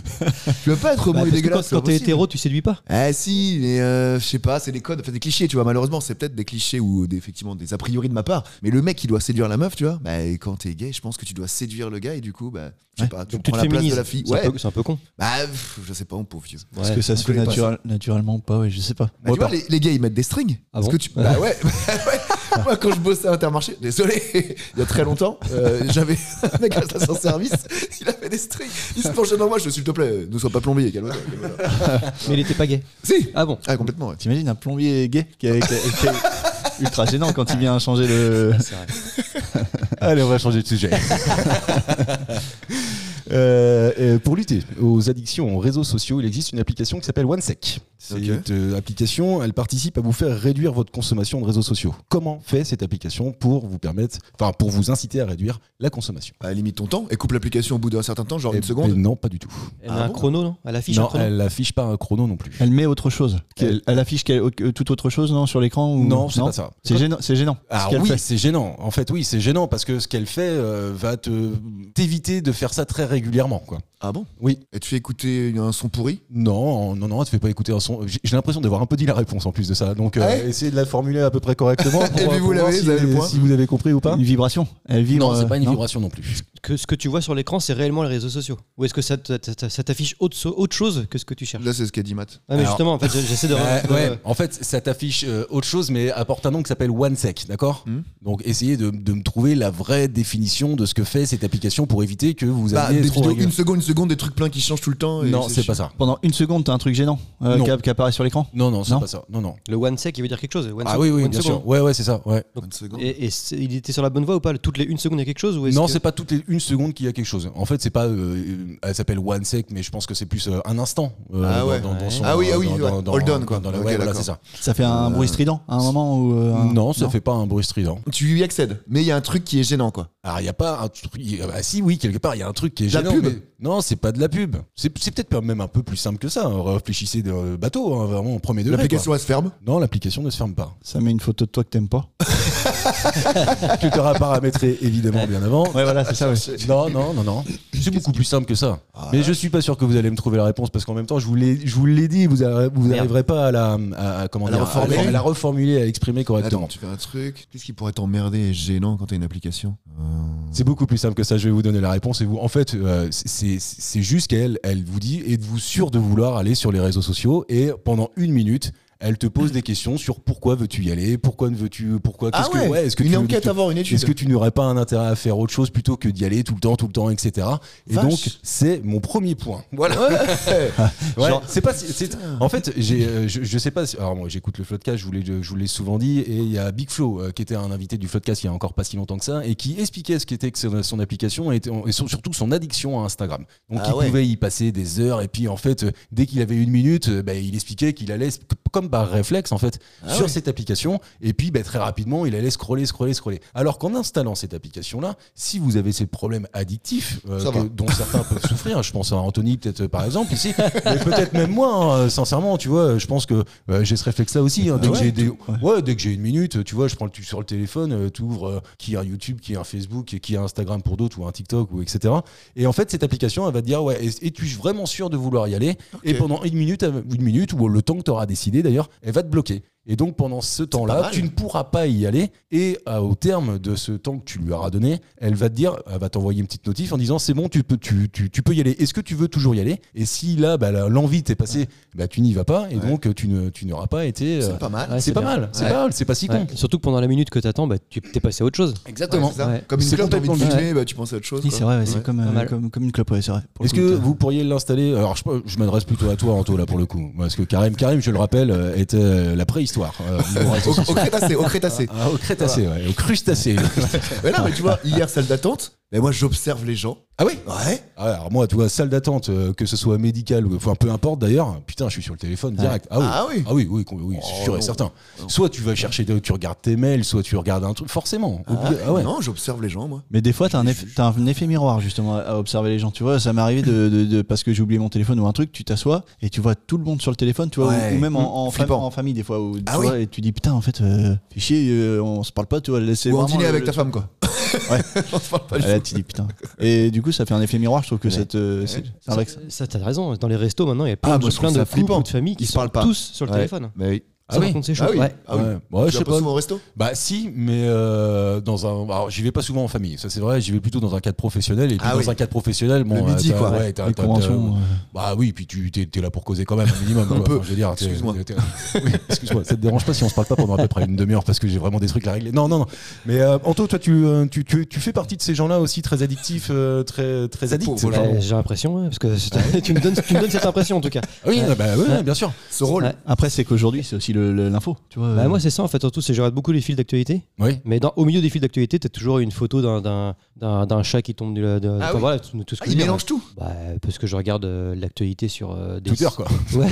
[SPEAKER 5] Tu veux pas être
[SPEAKER 6] Bah,
[SPEAKER 5] homo et
[SPEAKER 6] parce que
[SPEAKER 5] dégueulasse.
[SPEAKER 6] quand
[SPEAKER 5] c'est pas
[SPEAKER 6] quand t'es
[SPEAKER 5] possible.
[SPEAKER 6] hétéro, tu séduis pas.
[SPEAKER 5] Ah si, mais euh, je sais pas, c'est des codes, enfin des clichés, tu vois. Malheureusement, c'est peut-être des clichés ou des- effectivement des a priori de ma part. Mais le mec qui doit séduire la meuf, tu vois. Bah et quand t'es gay, je pense que tu dois séduire le gars et du coup, bah, je sais pas, tu
[SPEAKER 6] Donc tu
[SPEAKER 5] prends
[SPEAKER 6] te
[SPEAKER 5] la place de
[SPEAKER 6] féminises.
[SPEAKER 5] la fille.
[SPEAKER 6] C'est un
[SPEAKER 5] Ouais.
[SPEAKER 6] peu- c'est un peu con.
[SPEAKER 5] Bah pff, je sais pas, mon pauvre vieux.
[SPEAKER 3] Est-ce que ça se
[SPEAKER 5] on
[SPEAKER 3] fait
[SPEAKER 5] connaît pas
[SPEAKER 3] naturel- naturellement ou pas Ouais, je sais pas.
[SPEAKER 5] Bah,
[SPEAKER 3] Moi,
[SPEAKER 5] tu vois,
[SPEAKER 3] par-
[SPEAKER 5] les, les gars ils mettent des strings.
[SPEAKER 6] Ah
[SPEAKER 5] Est-ce
[SPEAKER 6] bon
[SPEAKER 5] que tu... Bah ouais, ouais. Moi quand je bossais à Intermarché, désolé, il y a très longtemps, euh, j'avais un mec à la station service, il avait des strings. Il se penchait dans moi, je fais, s'il te plaît, ne sois pas plombier, calme-toi. calme-toi.
[SPEAKER 6] Mais il était pas gay.
[SPEAKER 5] Si
[SPEAKER 6] Ah bon
[SPEAKER 5] Ah complètement, ouais.
[SPEAKER 3] T'imagines un plombier gay qui est, qui est- qui est ultra gênant quand il vient changer le. Allez, on va changer de sujet.
[SPEAKER 4] Euh, euh, pour lutter aux addictions aux réseaux sociaux, il existe une application qui s'appelle OneSec. Cette
[SPEAKER 5] Ok.
[SPEAKER 4] euh, application, elle participe à vous faire réduire votre consommation de réseaux sociaux. Comment fait cette application pour vous permettre, enfin pour vous inciter à réduire la consommation
[SPEAKER 5] Bah, limite ton temps et coupe l'application au bout d'un certain temps, genre une
[SPEAKER 4] Eh
[SPEAKER 5] seconde.
[SPEAKER 4] ben Non, pas du tout.
[SPEAKER 6] Elle
[SPEAKER 5] Ah
[SPEAKER 6] a un
[SPEAKER 5] bon
[SPEAKER 6] chrono, non Elle affiche un
[SPEAKER 4] non,
[SPEAKER 6] chrono.
[SPEAKER 4] elle affiche pas un chrono non plus.
[SPEAKER 3] Elle met autre chose. Elle, elle affiche qu'elle- euh, toute autre chose non, sur l'écran ou...
[SPEAKER 4] Non, c'est pas ça.
[SPEAKER 3] C'est gênant. C'est gênant.
[SPEAKER 4] Ah
[SPEAKER 3] ce qu'elle
[SPEAKER 4] oui,
[SPEAKER 3] fait.
[SPEAKER 4] c'est gênant. En fait, oui, c'est gênant parce que ce qu'elle fait euh, va te t'éviter de faire ça très régulièrement, quoi.
[SPEAKER 5] Ah bon
[SPEAKER 4] Oui.
[SPEAKER 5] Et tu fais écouter euh, un son pourri
[SPEAKER 4] Non, non, non, tu fais pas écouter un son. J'ai j'ai l'impression d'avoir un peu dit la réponse en plus de ça. Donc, euh,
[SPEAKER 5] Ah ouais
[SPEAKER 4] essayez de la formuler à peu près correctement.
[SPEAKER 5] Et puis vous l'avez,
[SPEAKER 4] si,
[SPEAKER 5] vous avez le point.
[SPEAKER 4] si vous avez compris ou pas.
[SPEAKER 3] Une vibration. Elle vibre.
[SPEAKER 4] non, c'est pas une
[SPEAKER 3] euh,
[SPEAKER 4] vibration non plus.
[SPEAKER 6] Que ce que tu vois sur l'écran, c'est réellement les réseaux sociaux. Ou est-ce que ça t- t- t- ça t'affiche autre, so- autre chose que ce que tu cherches
[SPEAKER 5] Là, c'est ce qu'a dit Matt.
[SPEAKER 6] Ah, mais
[SPEAKER 4] Alors-
[SPEAKER 6] justement, en fait, j'essaie de.
[SPEAKER 4] Euh,
[SPEAKER 6] de-
[SPEAKER 4] ouais. En fait, ça t'affiche euh, autre chose, mais apporte un nom qui s'appelle OneSec, d'accord
[SPEAKER 5] Hmm.
[SPEAKER 4] Donc, essayez de, de me trouver la vraie définition de ce que fait cette application pour éviter que vous
[SPEAKER 5] Bah,
[SPEAKER 4] ayez
[SPEAKER 5] des
[SPEAKER 4] trop
[SPEAKER 5] vidéos,
[SPEAKER 4] régul-
[SPEAKER 5] une seconde, une seconde, des trucs pleins qui changent tout le temps. et
[SPEAKER 4] Non, c'est pas
[SPEAKER 5] chiant.
[SPEAKER 4] ça.
[SPEAKER 3] Pendant une seconde, t'as un truc gênant euh,
[SPEAKER 4] Non.
[SPEAKER 3] qui app- qui apparaît sur l'écran.
[SPEAKER 4] Non, non, c'est
[SPEAKER 3] Non.
[SPEAKER 4] pas ça. Non, non.
[SPEAKER 6] Le one sec, il veut dire quelque chose. one
[SPEAKER 4] Ah
[SPEAKER 6] sec-
[SPEAKER 4] oui, oui,
[SPEAKER 6] one
[SPEAKER 4] bien
[SPEAKER 6] second.
[SPEAKER 4] sûr. Ouais, ouais, c'est ça. Ouais.
[SPEAKER 5] Une seconde.
[SPEAKER 6] Et, et c'est- il était sur la bonne voie ou pas Toutes les une seconde, il y a quelque chose ou est-ce
[SPEAKER 4] Non,
[SPEAKER 6] que-
[SPEAKER 4] c'est pas toutes les une seconde qu'il y a quelque chose. En fait, c'est pas. euh, elle s'appelle One Sec, mais je pense que c'est plus euh, un instant. euh,
[SPEAKER 5] Ah ouais.
[SPEAKER 4] dans- dans- dans son-
[SPEAKER 5] Ah oui, ah oui,
[SPEAKER 4] dans- dans-
[SPEAKER 5] ouais.
[SPEAKER 4] dans-
[SPEAKER 5] Hold on, quoi.
[SPEAKER 4] dans la-
[SPEAKER 5] Ok,
[SPEAKER 4] ouais, voilà,
[SPEAKER 5] d'accord. Ah,
[SPEAKER 4] c'est ça.
[SPEAKER 3] Ça fait un
[SPEAKER 5] Euh,
[SPEAKER 3] bruit strident à un moment ou euh, un-
[SPEAKER 4] Non, ça fait pas un bruit strident.
[SPEAKER 5] Tu y accèdes, mais il y a un truc qui est gênant, quoi.
[SPEAKER 4] Alors, il n'y a pas un truc. y a- bah, si, oui, quelque part, il y a un truc qui est
[SPEAKER 5] La
[SPEAKER 4] gênant.
[SPEAKER 5] pub
[SPEAKER 4] mais- Non, c'est pas de la pub. C'est c'est peut-être pas- même un peu plus simple que ça. Réfléchissez de euh, bateau, hein, vraiment, en premier degré.
[SPEAKER 5] L'application, elle se ferme.
[SPEAKER 4] quoi. Non, l'application ne se ferme pas.
[SPEAKER 3] Ça met une photo de toi que t'aimes pas.
[SPEAKER 4] tu t'auras paramétré, évidemment, bien avant.
[SPEAKER 3] Ouais, Ah voilà, c'est ça.
[SPEAKER 4] Non, non, non, non. C'est beaucoup plus simple que ça. Mais je suis pas sûr que vous allez me trouver la réponse parce qu'en même temps, je vous l'ai, je vous l'ai dit, vous arri- vous n'arriverez pas à la, à- à- comment
[SPEAKER 5] À la
[SPEAKER 4] dire,
[SPEAKER 5] reformuler.
[SPEAKER 4] à la reformuler, à exprimer
[SPEAKER 5] Attends, Ah,
[SPEAKER 4] correctement.
[SPEAKER 3] Ah
[SPEAKER 5] tu fais un truc. Qu'est-ce qui pourrait t'emmerder et gênant quand t'as une application Euh,
[SPEAKER 4] C'est beaucoup plus simple que ça. Je vais vous donner la réponse et vous, en fait, euh, c'est, c'est- c'est juste qu'elle, elle vous dit et vous sûr de vouloir aller sur les réseaux sociaux et pendant une minute. Elle te pose des questions sur pourquoi veux-tu y aller, pourquoi ne veux-tu, pourquoi,
[SPEAKER 3] Ah
[SPEAKER 4] qu'est-ce que, ouais, est-ce que
[SPEAKER 5] Ah Une
[SPEAKER 4] tu-
[SPEAKER 5] enquête
[SPEAKER 4] tu-
[SPEAKER 5] avant, une étude.
[SPEAKER 4] Est-ce que tu n'aurais pas un intérêt à faire autre chose plutôt que d'y aller tout le temps, tout le temps, etc. Et
[SPEAKER 5] Vache.
[SPEAKER 4] donc, c'est mon premier point.
[SPEAKER 5] Voilà.
[SPEAKER 4] Ouais,
[SPEAKER 5] Genre-
[SPEAKER 4] c'est pas. si- c'est- en fait, j'ai, euh, je, je sais pas. si- Alors moi, j'écoute le Floodcast. Je vous l'ai, je vous l'ai souvent dit. Et il y a Big Flo euh, qui était un invité du Floodcast il y a encore pas si longtemps que ça et qui expliquait ce qu'était que son, son application et, était- et son- surtout son addiction à Instagram. Donc
[SPEAKER 5] Ah
[SPEAKER 4] il
[SPEAKER 5] ouais.
[SPEAKER 4] pouvait y passer des heures et puis en fait, euh, dès qu'il avait une minute, euh, bah, il expliquait qu'il allait sp- comme par réflexe en fait
[SPEAKER 5] Ah
[SPEAKER 4] sur
[SPEAKER 5] ouais.
[SPEAKER 4] cette application et puis bah, très rapidement, il allait scroller, scroller, scroller. Alors qu'en installant cette application là, si vous avez ces problèmes addictifs euh,
[SPEAKER 5] Ça
[SPEAKER 4] que-
[SPEAKER 5] va.
[SPEAKER 4] dont certains peuvent souffrir, je pense à Anthony peut-être euh, par exemple ici, mais peut-être même moi, hein, euh, sincèrement, tu vois, je pense que euh, j'ai ce réflexe-là aussi. hein, dès,
[SPEAKER 3] Ah
[SPEAKER 4] que
[SPEAKER 3] ouais,
[SPEAKER 4] j'ai des-
[SPEAKER 3] tout- ouais.
[SPEAKER 4] ouais, dès que j'ai une minute, euh, tu vois, je prends le tu sur le téléphone, euh, tu ouvres qui a un YouTube, qui a un Facebook, qui a un Instagram pour d'autres ou un TikTok ou etc. Et en fait, cette application, elle va te dire, ouais, es- es-tu vraiment sûr de vouloir y aller Et pendant une minute, euh, une minute ou le temps que tu auras décidé d'ailleurs, elle va te bloquer. Et donc pendant ce
[SPEAKER 5] pas
[SPEAKER 4] temps-là,
[SPEAKER 5] mal.
[SPEAKER 4] tu ne pourras pas y aller. Et euh, au terme de ce temps que tu lui auras donné, elle va te dire, elle va t'envoyer une petite notif en disant c'est bon, tu peux, tu, tu, tu peux y aller. Est-ce que tu veux toujours y aller Et si là, bah, la- l'envie t'est passée, bah, tu n'y vas pas. Et
[SPEAKER 5] Ouais.
[SPEAKER 4] donc euh, tu ne- tu n'auras pas été. euh,
[SPEAKER 5] C'est pas mal.
[SPEAKER 6] Ouais,
[SPEAKER 4] c'est pas
[SPEAKER 6] bien.
[SPEAKER 4] mal. C'est
[SPEAKER 5] Ouais.
[SPEAKER 4] pas mal. C'est pas si
[SPEAKER 6] Ouais.
[SPEAKER 4] con.
[SPEAKER 6] Surtout que pendant la minute que t'attends, bah, tu t'es passé à autre chose.
[SPEAKER 5] Exactement.
[SPEAKER 6] Ouais.
[SPEAKER 5] Comme une
[SPEAKER 4] C'est
[SPEAKER 5] clope, t'avais envie de
[SPEAKER 4] complètement-
[SPEAKER 5] fumer, bah, tu penses à autre chose.
[SPEAKER 3] Oui,
[SPEAKER 5] quoi.
[SPEAKER 3] c'est vrai, ouais,
[SPEAKER 5] Ouais.
[SPEAKER 3] c'est comme, euh,
[SPEAKER 6] Pas mal.
[SPEAKER 3] comme, comme une clope, ouais, c'est vrai. Pour le
[SPEAKER 4] Est-ce
[SPEAKER 3] coup,
[SPEAKER 4] que
[SPEAKER 3] t'as-
[SPEAKER 4] vous pourriez l'installer Alors je, je m'adresse plutôt à toi, Anto, là pour le coup, parce que Karim, Karim, je le rappelle, euh, était euh, la préhistoire. euh, au niveau réseau
[SPEAKER 5] Au,
[SPEAKER 4] social.
[SPEAKER 5] au Crétacé, au Crétacé.
[SPEAKER 4] Ah, au Crétacé, ouais, au Crustacé.
[SPEAKER 5] mais non, mais tu vois, hier, salle d'attente, Mais moi, j'observe les gens.
[SPEAKER 4] Ah oui
[SPEAKER 5] Ouais.
[SPEAKER 4] Ah ouais, alors moi, tu vois, salle d'attente, euh, que ce soit médicale ou enfin peu importe d'ailleurs, putain, je suis sur le téléphone direct. Ah oui,
[SPEAKER 5] Ah oui. Oh.
[SPEAKER 4] ah oui, oui, con- oui, c'est sûr et certain. Soit tu vas chercher, tu regardes tes mails, soit tu regardes un truc, forcément. Au bout de- ah ouais.
[SPEAKER 5] Non, j'observe les gens, moi.
[SPEAKER 3] Mais des fois, t'as un, eff- t'as un effet miroir justement à- à observer les gens. Tu vois, ça m'est arrivé de, de- de- parce que j'ai oublié mon téléphone ou un truc, tu t'assois et tu vois tout le monde sur le téléphone, tu vois, ou-
[SPEAKER 5] Ouais. Mmh,
[SPEAKER 3] ou, même en, en, fam-
[SPEAKER 5] Flippant.
[SPEAKER 3] en famille des fois, où, tu
[SPEAKER 5] Ah
[SPEAKER 3] vois, et tu dis putain, en fait, euh, fais chier, euh, on se parle pas, tu vois, laissez
[SPEAKER 5] Ou en
[SPEAKER 3] vraiment
[SPEAKER 5] dîner
[SPEAKER 3] le-
[SPEAKER 5] avec
[SPEAKER 3] le
[SPEAKER 5] ta
[SPEAKER 3] truc.
[SPEAKER 5] femme, quoi.
[SPEAKER 3] Ouais.
[SPEAKER 5] On se parle pas
[SPEAKER 3] Ah,
[SPEAKER 5] du
[SPEAKER 3] Là,
[SPEAKER 5] tout.
[SPEAKER 3] tu dis putain. Et du coup, ça fait un effet miroir, je trouve que cette, euh, c'est c'est un vrai que ça-
[SPEAKER 6] Ça, t'as raison. Dans les restos, maintenant, il y a plein
[SPEAKER 5] Ah,
[SPEAKER 6] de,
[SPEAKER 5] moi, je
[SPEAKER 6] plein
[SPEAKER 5] trouve
[SPEAKER 6] de
[SPEAKER 5] ça
[SPEAKER 6] couples
[SPEAKER 5] flippant.
[SPEAKER 6] ou de familles qui
[SPEAKER 5] Ils se
[SPEAKER 6] sont
[SPEAKER 5] parlent pas.
[SPEAKER 6] tous sur le
[SPEAKER 5] Ouais.
[SPEAKER 6] téléphone.
[SPEAKER 5] Mais Bah oui.
[SPEAKER 6] Ça, par contre, c'est chaud.
[SPEAKER 5] Ah oui.
[SPEAKER 6] Ouais.
[SPEAKER 5] Ah oui.
[SPEAKER 4] Ouais, ouais,
[SPEAKER 5] Tu
[SPEAKER 4] je
[SPEAKER 5] vas
[SPEAKER 4] sais
[SPEAKER 5] pas
[SPEAKER 4] pas.
[SPEAKER 5] souvent au resto
[SPEAKER 4] Bah si, mais euh, dans un, alors j'y vais pas souvent en famille, ça c'est vrai. J'y vais plutôt dans un cadre professionnel et puis
[SPEAKER 5] Ah
[SPEAKER 4] dans
[SPEAKER 5] oui.
[SPEAKER 4] un cadre professionnel, bon,
[SPEAKER 5] Le midi,
[SPEAKER 4] euh, t'as-
[SPEAKER 5] quoi.
[SPEAKER 4] ouais, t'as-
[SPEAKER 3] les
[SPEAKER 4] t'as-
[SPEAKER 3] conventions.
[SPEAKER 4] t'as-
[SPEAKER 3] euh,
[SPEAKER 4] Bah oui, puis tu t'es t'es là pour causer quand même un minimum. quoi.
[SPEAKER 5] peu.
[SPEAKER 4] Enfin, je veux dire, t'es-
[SPEAKER 5] Excuse-moi.
[SPEAKER 4] t'es- t'es- oui, excuse-moi. Ça te dérange pas si on se parle pas pendant à peu près une demi-heure parce que j'ai vraiment des trucs à régler. Non, non, non. Mais euh, Anto, toi, tu, euh, tu, tu, tu fais partie de ces gens-là aussi très addictifs, euh, très très addicts.
[SPEAKER 5] pauvres
[SPEAKER 4] genre.
[SPEAKER 6] Ouais, Bah, J'ai l'impression, ouais, parce que c'est- tu, me donnes, tu me donnes cette impression en tout cas.
[SPEAKER 4] Ah oui, bah ouais, bien sûr.
[SPEAKER 5] Ce rôle.
[SPEAKER 6] Ouais.
[SPEAKER 3] Après, c'est qu'aujourd'hui, c'est aussi le- le- l'info. Tu vois,
[SPEAKER 6] Bah,
[SPEAKER 3] euh,
[SPEAKER 6] moi, c'est ça en fait, surtout, c'est que je regarde beaucoup les fils d'actualité.
[SPEAKER 4] Oui.
[SPEAKER 6] Mais dans, au milieu des fils d'actualité, t'as toujours une photo d'un- d'un- d'un d'un chat qui tombe de la. de- enfin,
[SPEAKER 5] oui.
[SPEAKER 6] voilà, tout, tout ce
[SPEAKER 5] Ah,
[SPEAKER 6] que je
[SPEAKER 5] il
[SPEAKER 6] veux dire.
[SPEAKER 5] mélange tout.
[SPEAKER 6] Bah, parce que je regarde euh, l'actualité sur euh, des.
[SPEAKER 4] Twitter quoi.
[SPEAKER 6] Ouais.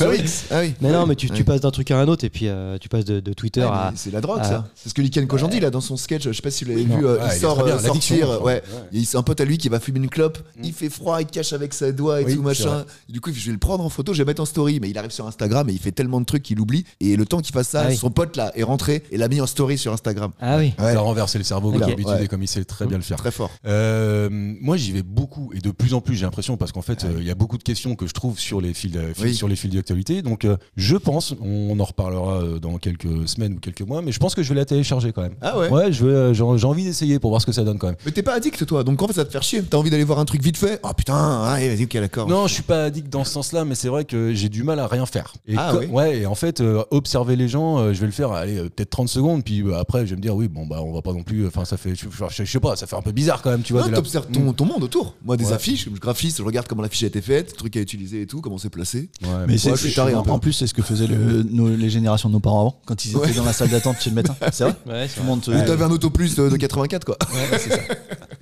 [SPEAKER 5] Ah oui. Ah oui.
[SPEAKER 6] Mais non, mais tu, tu
[SPEAKER 5] Ouais.
[SPEAKER 6] passes d'un truc à un autre et puis euh, tu passes de, de Twitter
[SPEAKER 5] Ah,
[SPEAKER 6] à.
[SPEAKER 5] mais C'est la drogue,
[SPEAKER 6] à-
[SPEAKER 5] ça. C'est ce que Liken Kojandi, là, dans son sketch, je sais pas si vous l'avez vu,
[SPEAKER 4] Non.
[SPEAKER 5] euh,
[SPEAKER 4] Ouais, il est
[SPEAKER 5] il sort
[SPEAKER 4] très bien,
[SPEAKER 5] euh,
[SPEAKER 4] l'addiction,
[SPEAKER 5] sortir,
[SPEAKER 4] je crois.
[SPEAKER 5] ouais. Et C'est un pote à lui qui va fumer une clope, il fait froid, il cache avec sa doigt et
[SPEAKER 4] Oui,
[SPEAKER 5] tout,
[SPEAKER 4] c'est vrai.
[SPEAKER 5] machin. Et du coup, je vais le prendre en photo, je vais le mettre en story, mais il arrive sur Instagram et il fait tellement de trucs qu'il oublie. Et le temps qu'il fasse ça,
[SPEAKER 6] Ah oui.
[SPEAKER 5] son pote, là, est rentré et l'a mis en story sur Instagram.
[SPEAKER 6] Ah oui.
[SPEAKER 5] Ouais.
[SPEAKER 4] Ça a renversé le cerveau comme
[SPEAKER 5] Ok.
[SPEAKER 4] d'habitude
[SPEAKER 5] Ouais.
[SPEAKER 4] et comme il sait très bien le faire.
[SPEAKER 5] Très fort.
[SPEAKER 4] Euh, moi, j'y vais beaucoup et de plus en plus, j'ai l'impression, parce qu'en fait, euh, il y a beaucoup de questions que je trouve sur les fils, euh, fils-
[SPEAKER 5] Ah Oui.
[SPEAKER 4] sur les fils d'actualité. Donc, euh, je pense, on en reparlera euh, dans quelques semaines ou quelques mois, mais je pense que je vais la télécharger quand même.
[SPEAKER 5] Ah ouais.
[SPEAKER 4] Ouais, je vais, euh, j'ai j'ai envie d'essayer pour voir ce que ça donne quand même.
[SPEAKER 5] Mais t'es pas addict, toi, donc en fait, ça va te faire chier. T'as envie d'aller voir un truc vite fait Ah putain, ouais, vas-y, ok, d'accord.
[SPEAKER 4] Non, je suis pas addict dans ce sens-là, mais c'est vrai que j'ai du mal à rien faire. Et
[SPEAKER 5] Ah
[SPEAKER 4] co-
[SPEAKER 5] oui.
[SPEAKER 4] ouais, et en fait, euh, observer les gens, euh, je vais le faire, allez, euh, peut-être 30 secondes, puis euh, après, je vais me dire, oui, bon, bah, on va pas non plus, enfin, ça fait, je, je- je sais pas, ça fait un peu bizarre quand même, tu vois.
[SPEAKER 5] Non,
[SPEAKER 4] de la-
[SPEAKER 5] t'observes ton, ton monde autour. Moi, des
[SPEAKER 4] Mm. Ouais.
[SPEAKER 5] affiches, comme je graphiste, je regarde comment l'affiche a été faite, le truc à utiliser et tout, comment c'est placé.
[SPEAKER 4] Ouais,
[SPEAKER 3] Mais c'est
[SPEAKER 5] je suis taré un
[SPEAKER 3] en,
[SPEAKER 5] peu.
[SPEAKER 3] en plus, c'est ce que faisaient le- nos- les générations de nos parents avant, quand ils étaient dans la salle d'attente chez le médecin. C'est vrai
[SPEAKER 6] Ouais, c'est
[SPEAKER 3] Tout le monde se-
[SPEAKER 5] Ou t'avais un auto plus euh, de 84, quoi.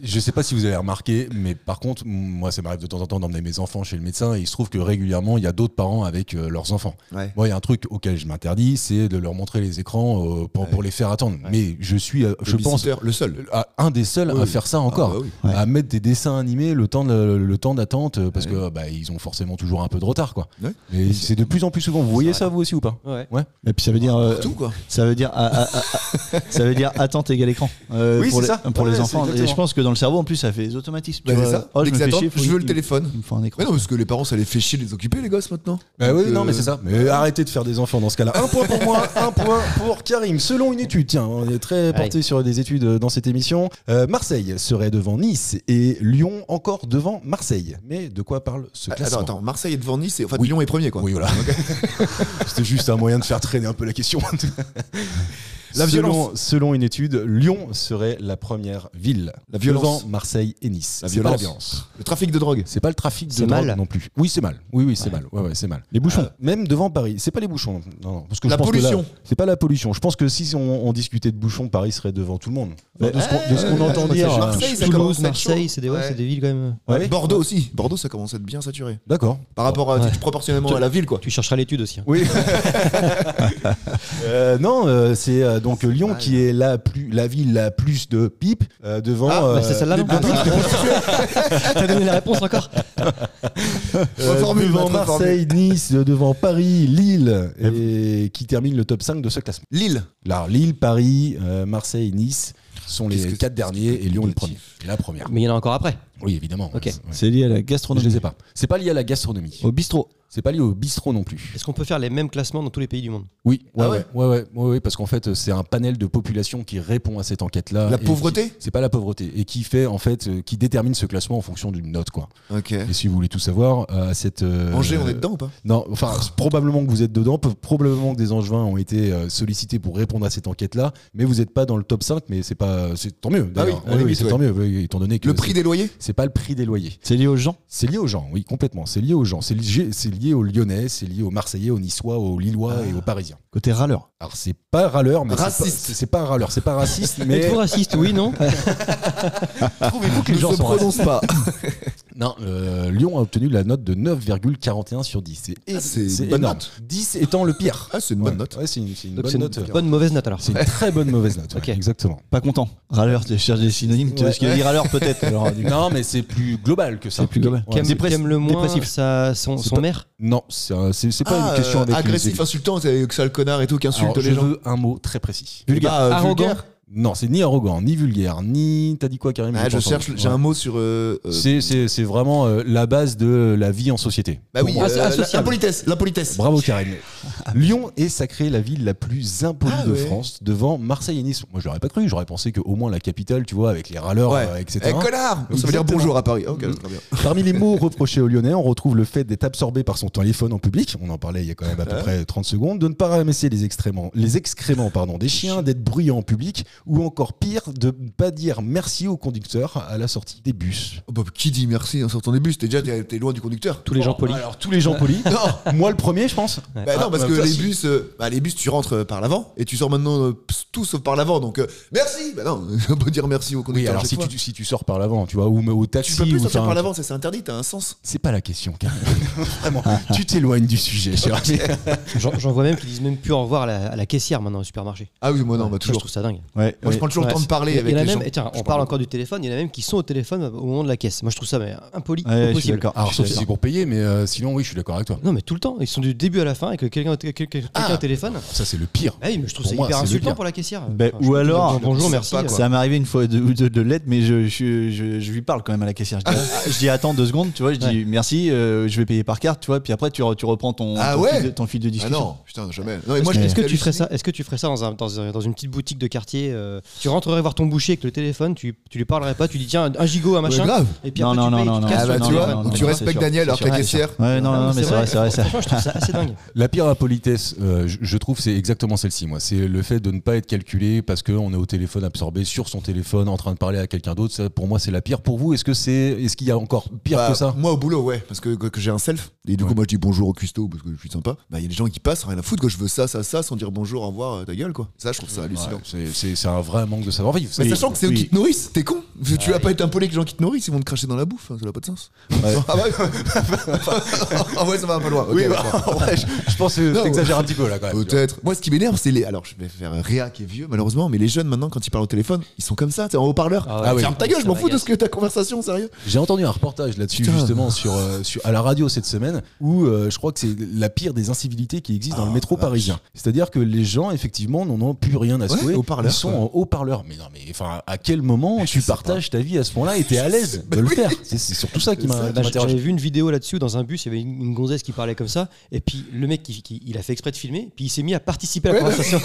[SPEAKER 4] Je sais pas si vous avez remarqué, mais par contre, moi, ça m'arrive de temps en temps d'emmener mes enfants chez le médecin et il se trouve que régulièrement, il y a d'autres parents avec euh, leurs enfants.
[SPEAKER 5] Ouais.
[SPEAKER 4] Moi, il y a un truc auquel je m'interdis, c'est de leur montrer les écrans euh, pour, pour les faire attendre. Mais je suis, euh, je
[SPEAKER 5] Le
[SPEAKER 4] pense,
[SPEAKER 5] visiteur, le seul.
[SPEAKER 4] à un des seuls à
[SPEAKER 5] Oui.
[SPEAKER 4] faire ça encore.
[SPEAKER 5] Ah bah oui.
[SPEAKER 3] Ouais.
[SPEAKER 4] À mettre des dessins animés le temps, de- le temps d'attente euh, parce que bah, ils ont forcément toujours un peu de retard. quoi.
[SPEAKER 5] Ouais.
[SPEAKER 4] Mais c'est de plus en plus souvent. Vous voyez ça, vous aussi, ou pas
[SPEAKER 6] Ouais.
[SPEAKER 3] Et puis ça veut dire, euh,
[SPEAKER 5] Tout, quoi.
[SPEAKER 3] ça veut dire, ah, ah, ah, ah, ça veut dire attente égale écran euh,
[SPEAKER 4] Oui,
[SPEAKER 3] pour,
[SPEAKER 4] c'est
[SPEAKER 3] les,
[SPEAKER 4] ça.
[SPEAKER 3] pour
[SPEAKER 4] Ouais,
[SPEAKER 3] les
[SPEAKER 4] c'est
[SPEAKER 3] enfants. Et je
[SPEAKER 4] exactement.
[SPEAKER 3] pense que dans le cerveau, en plus, ça fait des automatismes. tu
[SPEAKER 5] Bah,
[SPEAKER 3] vois.
[SPEAKER 5] c'est ça.
[SPEAKER 3] Oh, je
[SPEAKER 5] Dès
[SPEAKER 3] me
[SPEAKER 5] que
[SPEAKER 3] fais
[SPEAKER 5] j'attends,
[SPEAKER 3] chier, faut-
[SPEAKER 5] je veux le
[SPEAKER 3] il-
[SPEAKER 5] téléphone.
[SPEAKER 3] Il me faut un écran.
[SPEAKER 5] Mais non, parce que les parents, ça les fait chier de les occuper, les gosses, maintenant.
[SPEAKER 4] Bah oui,
[SPEAKER 5] Donc,
[SPEAKER 4] non, mais
[SPEAKER 5] euh,
[SPEAKER 4] c'est ça. Mais arrêtez de faire des enfants dans ce cas-là. Un point pour moi, un point pour Karim. Selon une étude, tiens, on est très porté sur des études euh, dans cette émission. euh, Marseille serait devant Nice et Lyon encore devant Marseille. Mais de quoi parle ce
[SPEAKER 5] Ah,
[SPEAKER 4] classement
[SPEAKER 5] Attends, attends, Marseille est devant Nice, et enfin,
[SPEAKER 4] Oui.
[SPEAKER 5] Lyon est premier, quoi.
[SPEAKER 4] Oui, voilà. C'était juste un moyen de faire traîner un peu la question.
[SPEAKER 5] La violence.
[SPEAKER 4] Selon, selon une étude, Lyon serait la première ville
[SPEAKER 5] La violence.
[SPEAKER 4] devant Marseille et Nice.
[SPEAKER 5] La
[SPEAKER 4] C'est
[SPEAKER 5] violence.
[SPEAKER 4] pas la violence.
[SPEAKER 5] Le trafic de drogue.
[SPEAKER 4] C'est pas le trafic de
[SPEAKER 6] C'est
[SPEAKER 4] drogue
[SPEAKER 6] mal.
[SPEAKER 4] non plus. Oui, c'est mal. Oui, oui, c'est mal. Ouais, ouais, c'est mal.
[SPEAKER 3] Les bouchons.
[SPEAKER 4] Ah, même devant Paris, c'est pas les bouchons. Non, non, parce que
[SPEAKER 5] La
[SPEAKER 4] je pense que là,
[SPEAKER 5] pollution.
[SPEAKER 4] c'est pas la pollution. Je pense que si on, on discutait de bouchons, Paris serait devant tout le monde. Enfin, de ce qu'on, de ce qu'on
[SPEAKER 5] ouais,
[SPEAKER 4] entend
[SPEAKER 5] ouais,
[SPEAKER 4] dire.
[SPEAKER 5] ouais,
[SPEAKER 4] euh,
[SPEAKER 5] Marseille, ça
[SPEAKER 6] Toulouse,
[SPEAKER 5] commence à être chaud.
[SPEAKER 6] Marseille, c'est des, ouais,
[SPEAKER 5] Ouais.
[SPEAKER 6] c'est des villes quand même.
[SPEAKER 4] ouais, ouais.
[SPEAKER 5] Bordeaux aussi. Bordeaux, ça commence à être bien saturé.
[SPEAKER 4] D'accord.
[SPEAKER 5] Par rapport à
[SPEAKER 6] Ouais.
[SPEAKER 5] proportionnellement à la ville, quoi.
[SPEAKER 6] Tu chercheras l'étude aussi. hein.
[SPEAKER 4] Oui. Euh, non, euh, c'est euh, donc Lyon qui est la plus, la ville la plus de pipes euh, devant.
[SPEAKER 5] Ah,
[SPEAKER 4] euh,
[SPEAKER 6] Bah, c'est celle-là, non
[SPEAKER 4] devant-
[SPEAKER 6] T'as donné la réponse encore
[SPEAKER 4] euh,
[SPEAKER 5] Reformule,
[SPEAKER 4] devant
[SPEAKER 5] votre formule.
[SPEAKER 4] Marseille, Nice, euh, devant Paris, Lille, et qui termine le top 5 de ce classement.
[SPEAKER 5] Lille.
[SPEAKER 4] Alors, Lille, Paris, euh, Marseille, Nice sont
[SPEAKER 5] Qu'est-ce
[SPEAKER 4] les
[SPEAKER 5] que-
[SPEAKER 4] quatre derniers et Lyon est le premier.
[SPEAKER 5] Positif.
[SPEAKER 4] La première.
[SPEAKER 6] Mais il y en a encore après.
[SPEAKER 4] Oui, évidemment.
[SPEAKER 6] Ok.
[SPEAKER 4] Ouais.
[SPEAKER 3] C'est lié à la
[SPEAKER 4] Je les
[SPEAKER 3] gastronomie. Oh.
[SPEAKER 4] ai pas. C'est pas lié à la gastronomie.
[SPEAKER 3] Au bistrot.
[SPEAKER 4] C'est pas lié au bistrot non plus.
[SPEAKER 6] Est-ce qu'on peut faire les mêmes classements dans tous les pays du monde
[SPEAKER 4] Oui, ouais,
[SPEAKER 5] Ah
[SPEAKER 4] ouais. Ouais, ouais, ouais, ouais, parce qu'en fait, c'est un panel de population qui répond à cette enquête-là.
[SPEAKER 5] La
[SPEAKER 4] et
[SPEAKER 5] pauvreté
[SPEAKER 4] qui- C'est pas la pauvreté. Et qui fait, en fait, euh, qui détermine ce classement en fonction d'une note, quoi.
[SPEAKER 5] Ok.
[SPEAKER 4] Et si vous voulez tout savoir, euh, cette. euh,
[SPEAKER 5] Angers, on est dedans ou pas
[SPEAKER 4] Non, enfin,
[SPEAKER 5] Oh.
[SPEAKER 4] c'est probablement que vous êtes dedans, peu- probablement que des Angevins ont été euh, sollicités pour répondre à cette enquête-là, mais vous n'êtes pas dans le top 5, mais c'est pas. C'est tant
[SPEAKER 5] Ah
[SPEAKER 4] mieux,
[SPEAKER 5] oui,
[SPEAKER 4] d'ailleurs.
[SPEAKER 5] à la
[SPEAKER 4] Ouais, oui,
[SPEAKER 5] limite,
[SPEAKER 4] c'est
[SPEAKER 5] ouais.
[SPEAKER 4] tant mieux, oui, étant donné que.
[SPEAKER 5] Le prix des loyers
[SPEAKER 4] c'est pas le prix des loyers.
[SPEAKER 3] C'est lié aux gens
[SPEAKER 4] C'est lié aux gens, oui, complètement. C'est lié aux gens. C'est lié, c'est lié aux Lyonnais, c'est lié aux Marseillais, aux Niçois, aux Lillois
[SPEAKER 5] Ah.
[SPEAKER 4] et aux Parisiens.
[SPEAKER 3] Côté râleur.
[SPEAKER 4] Alors c'est pas râleur, mais c'est pas-
[SPEAKER 5] Raciste.
[SPEAKER 4] c'est c'est pas râleur, c'est pas raciste, mais
[SPEAKER 6] Êtes-vous raciste, oui, non
[SPEAKER 5] Trouvez-vous que
[SPEAKER 6] les gens
[SPEAKER 5] ne se
[SPEAKER 6] sont
[SPEAKER 5] prononce pas
[SPEAKER 4] non, euh, Lyon a obtenu la note de 9,41 sur 10. C'est é-
[SPEAKER 5] Ah, c'est une
[SPEAKER 4] C'est
[SPEAKER 5] bonne
[SPEAKER 4] énorme.
[SPEAKER 5] note.
[SPEAKER 4] 10 étant le pire.
[SPEAKER 5] Ah, c'est une
[SPEAKER 4] Ouais.
[SPEAKER 5] bonne note.
[SPEAKER 4] Ouais, c'est une, c'est une
[SPEAKER 6] Donc
[SPEAKER 4] bonne
[SPEAKER 6] c'est une
[SPEAKER 4] note.
[SPEAKER 6] bonne mauvaise note alors.
[SPEAKER 4] C'est une très bonne mauvaise note. ouais,
[SPEAKER 6] Ok.
[SPEAKER 4] Exactement.
[SPEAKER 3] Pas content. Râleur, tu cherches des synonymes. Tu vois
[SPEAKER 4] Ouais,
[SPEAKER 3] ce qu'il
[SPEAKER 4] ouais.
[SPEAKER 3] dit râleur peut-être. alors, du coup.
[SPEAKER 4] Non, mais c'est plus global que ça.
[SPEAKER 3] C'est plus global.
[SPEAKER 4] Ouais.
[SPEAKER 6] Qu'aime
[SPEAKER 3] Dépres-
[SPEAKER 6] qu'aime le moins
[SPEAKER 3] dépressif.
[SPEAKER 6] sa, son,
[SPEAKER 4] C'est
[SPEAKER 6] son
[SPEAKER 4] pas-
[SPEAKER 6] maire
[SPEAKER 4] Non, c'est un- c'est c'est pas
[SPEAKER 5] Ah,
[SPEAKER 4] une question
[SPEAKER 5] euh,
[SPEAKER 4] avec les
[SPEAKER 5] agressif,
[SPEAKER 4] élus.
[SPEAKER 5] insultant, c'est que ça le connard et tout, qui insulte
[SPEAKER 4] Alors,
[SPEAKER 5] les
[SPEAKER 4] je
[SPEAKER 5] gens.
[SPEAKER 4] veux un mot très précis.
[SPEAKER 5] Vulgaire. Ah,
[SPEAKER 6] Arrogant.
[SPEAKER 5] vulgaire.
[SPEAKER 4] Non, c'est ni arrogant, ni vulgaire, ni. T'as dit quoi, Karim
[SPEAKER 5] Ah, je
[SPEAKER 4] pense en-
[SPEAKER 5] cherche, j'ai
[SPEAKER 4] Ouais.
[SPEAKER 5] un mot sur. euh, euh,
[SPEAKER 4] C'est- C'est c'est vraiment euh, la base de la vie en société.
[SPEAKER 5] bah oui,
[SPEAKER 6] Ah,
[SPEAKER 5] euh,
[SPEAKER 6] c'est
[SPEAKER 5] la,
[SPEAKER 6] associable.
[SPEAKER 5] la politesse, la politesse.
[SPEAKER 4] Bravo Karim. Lyon est sacrée la ville la plus impolie
[SPEAKER 5] Ah
[SPEAKER 4] de
[SPEAKER 5] ouais.
[SPEAKER 4] France devant Marseille et Nice. Moi je l'aurais pas cru, j'aurais pensé que au moins la capitale, tu vois, avec les râleurs,
[SPEAKER 5] Ouais.
[SPEAKER 4] euh, etc.
[SPEAKER 5] Eh, connard Ça veut dire
[SPEAKER 4] Exactement.
[SPEAKER 5] bonjour à Paris. Ok, très bien.
[SPEAKER 4] Parmi les mots reprochés aux Lyonnais, on retrouve le fait d'être absorbé par son téléphone en public, on en parlait il y a quand même à peu près 30 secondes, de ne pas ramasser les excréments, les excréments pardon, des chiens, d'être bruyant en public, ou encore pire, de ne pas dire merci au conducteur à la sortie des bus.
[SPEAKER 5] Oh, bah, qui dit merci en sortant des bus T'es déjà t'es- t'es loin du conducteur. Oh.
[SPEAKER 6] Tous les gens polis.
[SPEAKER 4] Alors tous les gens
[SPEAKER 5] Non
[SPEAKER 4] polis, moi le premier je pense.
[SPEAKER 5] Bah non, parce
[SPEAKER 4] bah,
[SPEAKER 5] que les
[SPEAKER 4] facile.
[SPEAKER 5] bus, euh, bah, les bus, tu rentres euh, par l'avant et tu sors maintenant euh, pss, tout sauf par l'avant. Donc euh, merci. Bah non, on peut dire merci au
[SPEAKER 4] Oui,
[SPEAKER 5] conducteur. à
[SPEAKER 4] alors
[SPEAKER 5] chaque
[SPEAKER 4] si
[SPEAKER 5] fois. Bah,
[SPEAKER 4] tu, si tu sors par l'avant, tu vois, ou au taxi,
[SPEAKER 5] Tu peux plus
[SPEAKER 4] ou
[SPEAKER 5] sortir
[SPEAKER 4] enfin,
[SPEAKER 5] par l'avant, ça c'est interdit. T'as un sens.
[SPEAKER 4] C'est pas la question, Karim. Vraiment, tu t'éloignes du sujet, cher ami.
[SPEAKER 6] J'en j'en vois même qui disent même plus au revoir à la, à la caissière maintenant au supermarché.
[SPEAKER 5] Ah oui, moi non, bah
[SPEAKER 6] Ça, Je
[SPEAKER 5] toujours.
[SPEAKER 6] trouve ça dingue.
[SPEAKER 3] Ouais,
[SPEAKER 5] Moi je
[SPEAKER 3] ouais.
[SPEAKER 5] prends toujours le
[SPEAKER 6] Ouais,
[SPEAKER 5] temps de
[SPEAKER 6] c'est-
[SPEAKER 5] parler
[SPEAKER 6] il y
[SPEAKER 5] avec
[SPEAKER 6] en a
[SPEAKER 5] les gens.
[SPEAKER 6] même- et tiens,
[SPEAKER 5] Je
[SPEAKER 6] on parle encore du téléphone. Il y en a même qui sont au téléphone au moment de la caisse. Moi, je trouve ça mais, impoli,
[SPEAKER 3] Ouais,
[SPEAKER 6] au
[SPEAKER 3] je suis
[SPEAKER 6] possible.
[SPEAKER 5] Ah,
[SPEAKER 3] d'accord.
[SPEAKER 4] Alors,
[SPEAKER 3] Je suis
[SPEAKER 4] sauf si c'est
[SPEAKER 3] d'accord.
[SPEAKER 4] pour payer, mais euh, sinon, oui, je suis d'accord avec toi.
[SPEAKER 6] Non, mais tout le temps. Ils sont du début à la fin avec quelqu'un au quelqu'un- quelqu'un au téléphone.
[SPEAKER 4] Ça, c'est le pire.
[SPEAKER 6] Ah oui, mais je trouve
[SPEAKER 4] Pour
[SPEAKER 6] ça
[SPEAKER 4] moi,
[SPEAKER 6] hyper
[SPEAKER 4] c'est le
[SPEAKER 6] insultant
[SPEAKER 4] pire.
[SPEAKER 6] pour la caissière.
[SPEAKER 3] Ben,
[SPEAKER 6] Enfin, je
[SPEAKER 3] ou
[SPEAKER 6] trouve que-
[SPEAKER 3] alors,
[SPEAKER 6] Bonjour,
[SPEAKER 5] c'est
[SPEAKER 6] merci.
[SPEAKER 5] sympa, quoi.
[SPEAKER 3] ça m'est arrivé une fois de, de, de l'aide, mais je, je, je, je lui parle quand même à la caissière. Je dis, je dis, attends deux secondes, tu vois, je dis merci, euh, je vais payer par carte, tu vois, puis après tu, re- tu reprends ton,
[SPEAKER 5] Ah
[SPEAKER 3] ton,
[SPEAKER 5] ouais
[SPEAKER 3] fil de, ton fil de
[SPEAKER 5] Ah
[SPEAKER 3] discussion.
[SPEAKER 5] non, putain, jamais. Non, et moi,
[SPEAKER 6] Est-ce
[SPEAKER 5] je-
[SPEAKER 6] que- est-ce que tu
[SPEAKER 5] halluciné.
[SPEAKER 6] ferais ça Est-ce que tu ferais ça dans, un- dans un- dans une petite boutique de quartier euh, Tu rentrerais voir ton boucher avec le téléphone, tu, tu lui parlerais pas, tu lui dis tiens un gigot un machin.
[SPEAKER 5] Ouais, grave.
[SPEAKER 6] Et puis
[SPEAKER 3] Non,
[SPEAKER 6] après,
[SPEAKER 3] non,
[SPEAKER 6] tu
[SPEAKER 3] non,
[SPEAKER 6] payes,
[SPEAKER 3] non,
[SPEAKER 6] tu
[SPEAKER 3] non,
[SPEAKER 6] casses
[SPEAKER 5] Ah bah
[SPEAKER 6] sur
[SPEAKER 3] non,
[SPEAKER 5] tu
[SPEAKER 6] le
[SPEAKER 3] non,
[SPEAKER 5] vois,
[SPEAKER 6] téléphone.
[SPEAKER 5] ou tu
[SPEAKER 3] non, c'est
[SPEAKER 5] respectes
[SPEAKER 3] sûr,
[SPEAKER 5] Daniel alors que
[SPEAKER 6] c'est
[SPEAKER 5] la
[SPEAKER 6] sûr.
[SPEAKER 5] caissière.
[SPEAKER 3] Ouais, non,
[SPEAKER 6] Ah,
[SPEAKER 3] non,
[SPEAKER 6] mais
[SPEAKER 3] mais c'est vrai, c'est vrai, c'est Ah vrai.
[SPEAKER 6] Franchement, je trouve ça assez dingue.
[SPEAKER 4] La pire à politesse, euh, je, je trouve, c'est exactement celle-ci, moi. C'est le fait de ne pas être calculé parce qu'on est au téléphone absorbé, sur son téléphone, en train de parler à quelqu'un d'autre. Ça, pour moi, c'est la pire. Pour vous, est-ce que c'est, est-ce qu'il y a encore pire
[SPEAKER 5] Bah,
[SPEAKER 4] que ça
[SPEAKER 5] Moi au boulot, ouais, parce que, que- que j'ai un self. Et du coup,
[SPEAKER 4] Ouais.
[SPEAKER 5] moi je dis bonjour au custo parce que je suis sympa. Bah, il y a des gens qui passent, rien à foutre que je veux ça, ça, ça, sans dire bonjour, au revoir, euh, ta gueule quoi. Ça, je trouve ça hallucinant.
[SPEAKER 4] Ouais, c'est, c'est- c'est un vrai manque de savoir-vivre.
[SPEAKER 5] Mais
[SPEAKER 4] Oui.
[SPEAKER 5] sachant que c'est eux
[SPEAKER 3] oui.
[SPEAKER 5] qui te nourrissent, t'es con. Tu vas pas être impoli avec les gens qui te nourrissent, ils vont te cracher dans la bouffe, hein, ça n'a pas de sens. Ah ouais Ah ouais, ça va un peu loin. ok,
[SPEAKER 4] Oui, bah,
[SPEAKER 5] d'accord.
[SPEAKER 4] en vrai, je, je pense que
[SPEAKER 5] Non,
[SPEAKER 4] t'exagères un petit peu, là, quand même. tu vois.
[SPEAKER 5] Peut-être. Moi, ce qui m'énerve, c'est les. Alors, je vais faire Réa qui est vieux, malheureusement, mais les jeunes maintenant, quand ils parlent au téléphone, ils sont comme ça, t'es en haut-parleur.
[SPEAKER 6] Ah ouais. Ah ouais.
[SPEAKER 5] Ferme ta gueule, je m'en
[SPEAKER 6] Ça
[SPEAKER 5] fous de
[SPEAKER 6] m'agace.
[SPEAKER 5] ce que ta conversation, sérieux.
[SPEAKER 4] J'ai entendu un reportage là-dessus
[SPEAKER 5] Putain.
[SPEAKER 4] justement sur, euh, sur- à la radio cette semaine où euh, je crois que c'est la pire des incivilités qui existe
[SPEAKER 5] Ah,
[SPEAKER 4] dans le métro parisien. C'est-à-dire que les gens effectivement n'en ont plus rien à
[SPEAKER 5] Ouais,
[SPEAKER 4] secouer.
[SPEAKER 5] haut-parleur,
[SPEAKER 4] Ils sont
[SPEAKER 5] quoi.
[SPEAKER 4] en haut-parleur. Mais non, mais enfin, à quel moment tu partages ta vie à ce point-là et t'es à l'aise de le faire C'est c'est surtout ça qui m'a- qui
[SPEAKER 6] Bah, J'avais
[SPEAKER 4] m'interroge.
[SPEAKER 6] vu une vidéo là-dessus où dans un bus, il y avait une, une gonzesse qui parlait comme ça, et puis le mec qui, qui- il a fait exprès de filmer, puis il s'est mis à participer à la conversation.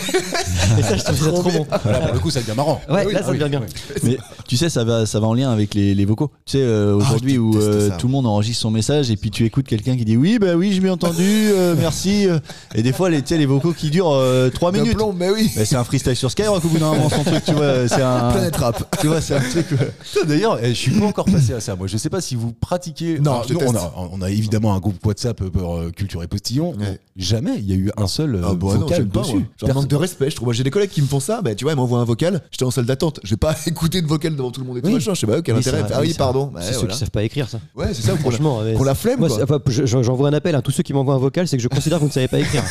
[SPEAKER 6] et ça, je trouve ça trop bon.
[SPEAKER 4] Voilà, pour le coup, ça devient marrant.
[SPEAKER 6] Ouais, là, ça
[SPEAKER 4] Ah oui.
[SPEAKER 6] devient bien.
[SPEAKER 3] Mais tu sais, ça va, ça va en lien avec les, les vocaux. Tu sais, euh, aujourd'hui
[SPEAKER 5] Ah, je
[SPEAKER 3] où
[SPEAKER 5] déteste
[SPEAKER 3] euh,
[SPEAKER 5] ça.
[SPEAKER 3] tout le monde enregistre son message et puis tu écoutes quelqu'un qui dit oui, bah oui, je m'ai entendu, euh, merci. euh. Et des fois, les, tu sais, les vocaux qui durent 3
[SPEAKER 5] D'un
[SPEAKER 3] minutes.
[SPEAKER 5] plomb, mais oui.
[SPEAKER 3] Bah, c'est un freestyle sur Skyrock au bout d'un moment, son truc, tu vois. C'est un.
[SPEAKER 5] Planète rap.
[SPEAKER 3] Tu vois, c'est un truc. euh,
[SPEAKER 4] Putain, D'ailleurs, eh, je suis pas encore passé à ça. Moi, je sais pas si vous pratiquez. Ah,
[SPEAKER 5] Non, je
[SPEAKER 4] nous, on,
[SPEAKER 5] déteste.
[SPEAKER 4] a, on a évidemment un groupe WhatsApp pour euh, Culture et Postillon.
[SPEAKER 5] Ouais.
[SPEAKER 4] Jamais il y a eu un seul euh,
[SPEAKER 5] Ah bah non,
[SPEAKER 4] vocal
[SPEAKER 5] j'aime pas,
[SPEAKER 4] dessus.
[SPEAKER 5] moi. J'ai un manque de respect, je trouve. Moi, j'ai des collègues qui me font ça, bah tu vois, ils m'envoient un vocal, j'étais en salle d'attente, j'ai pas écouté de vocal devant tout le monde et tout
[SPEAKER 6] Oui.
[SPEAKER 5] machin, je sais pas, quel
[SPEAKER 6] Oui,
[SPEAKER 5] intérêt.
[SPEAKER 6] c'est vrai,
[SPEAKER 5] Ah oui,
[SPEAKER 6] c'est
[SPEAKER 5] pardon.
[SPEAKER 6] vrai.
[SPEAKER 5] Bah,
[SPEAKER 6] c'est ceux
[SPEAKER 5] voilà.
[SPEAKER 6] qui savent pas écrire ça.
[SPEAKER 5] Ouais, c'est ça, qu'on la-
[SPEAKER 6] Franchement, ouais,
[SPEAKER 5] qu'on la
[SPEAKER 6] c'est-
[SPEAKER 5] flemme,
[SPEAKER 6] Moi,
[SPEAKER 5] quoi.
[SPEAKER 6] c'est- enfin, je- je- J'envoie un appel à tous ceux qui m'envoient un vocal, c'est que je considère que vous ne savez pas écrire.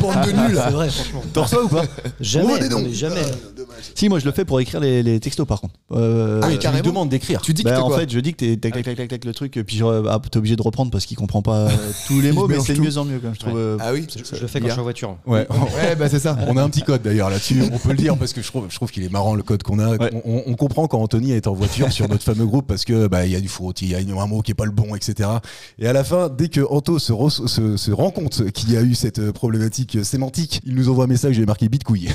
[SPEAKER 5] Bande de nuls.
[SPEAKER 6] C'est vrai, franchement.
[SPEAKER 3] T'en reçois ou pas
[SPEAKER 5] Revenez
[SPEAKER 6] Jamais, non,
[SPEAKER 5] donc.
[SPEAKER 6] mais jamais.
[SPEAKER 4] Euh,
[SPEAKER 3] Si, moi je le fais pour écrire les, les textos par contre. Euh,
[SPEAKER 5] Ah, mais
[SPEAKER 4] Oui, tu lui
[SPEAKER 5] carrément.
[SPEAKER 4] demandes d'écrire.
[SPEAKER 5] Tu dis que
[SPEAKER 3] bah,
[SPEAKER 5] t'es
[SPEAKER 3] en
[SPEAKER 5] quoi
[SPEAKER 3] fait, je dis que t'es tac, tac, tac, tac, tac, le truc, puis euh, ah, t'es obligé de reprendre parce qu'il comprend pas euh, tous les mots, mais
[SPEAKER 5] mélange
[SPEAKER 3] c'est de
[SPEAKER 5] tout.
[SPEAKER 3] mieux en mieux quand même, je trouve. euh,
[SPEAKER 5] Ah oui.
[SPEAKER 6] Je, je le fais quand je suis en voiture.
[SPEAKER 4] Ouais.
[SPEAKER 5] Ouais, bah c'est ça.
[SPEAKER 4] On a un petit code d'ailleurs là-dessus, on peut le dire parce que je trouve, je trouve qu'il est marrant le code qu'on a.
[SPEAKER 3] Ouais.
[SPEAKER 4] On, on comprend quand Anthony est en voiture sur notre fameux groupe parce que bah il y a du fourrotier, il y a une- un mot qui est pas le bon, etc. Et à la fin, dès que Anto se, re- se- se rend compte qu'il y a eu cette euh, problématique euh, sémantique, il nous envoie un message, j'ai marqué bite couille.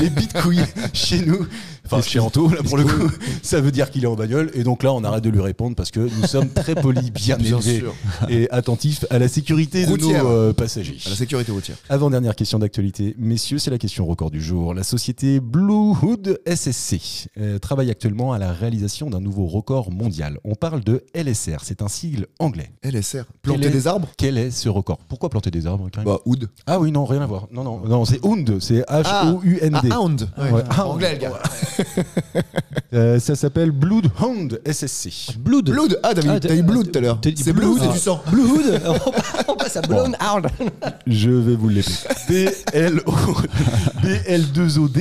[SPEAKER 4] Et bite couille chez nous, Enfin, chez Anto, là, pour le coup, ça veut dire qu'il est en bagnole. Et donc là, on arrête de lui répondre parce que nous sommes très polis, bien
[SPEAKER 5] Bien
[SPEAKER 4] élevés
[SPEAKER 5] sûr.
[SPEAKER 4] et attentifs à la sécurité de
[SPEAKER 5] Routière.
[SPEAKER 4] nos euh, passagers.
[SPEAKER 5] À la sécurité routière.
[SPEAKER 4] Avant-dernière question d'actualité, messieurs, c'est la question record du jour. La société Blue Hood SSC euh, travaille actuellement à la réalisation d'un nouveau record mondial. On parle de LSR, c'est un sigle anglais.
[SPEAKER 5] LSR. Planter
[SPEAKER 4] Quel est-
[SPEAKER 5] des arbres
[SPEAKER 4] Quel est ce record Pourquoi planter des arbres Karim
[SPEAKER 5] Bah, Oud.
[SPEAKER 4] Ah oui, non, rien à voir. Non, non, non c'est Hound, c'est H-O-U-N-D.
[SPEAKER 5] Ah, Hound. Ouais.
[SPEAKER 4] Ouais.
[SPEAKER 5] En anglais, le gars.
[SPEAKER 4] Euh, ça s'appelle Blood Hound SSC.
[SPEAKER 6] Blood.
[SPEAKER 5] Blood. Ah, t'as
[SPEAKER 6] Ah,
[SPEAKER 5] dit-
[SPEAKER 6] t'as-
[SPEAKER 5] t'as dit Blood tout à l'heure.
[SPEAKER 6] t'as dit
[SPEAKER 5] C'est
[SPEAKER 6] Blood.
[SPEAKER 5] Blood, c'est
[SPEAKER 6] Ah.
[SPEAKER 5] du sang.
[SPEAKER 6] Blue Hood. On passe à Blown Hound.
[SPEAKER 4] Je vais vous l'épeler.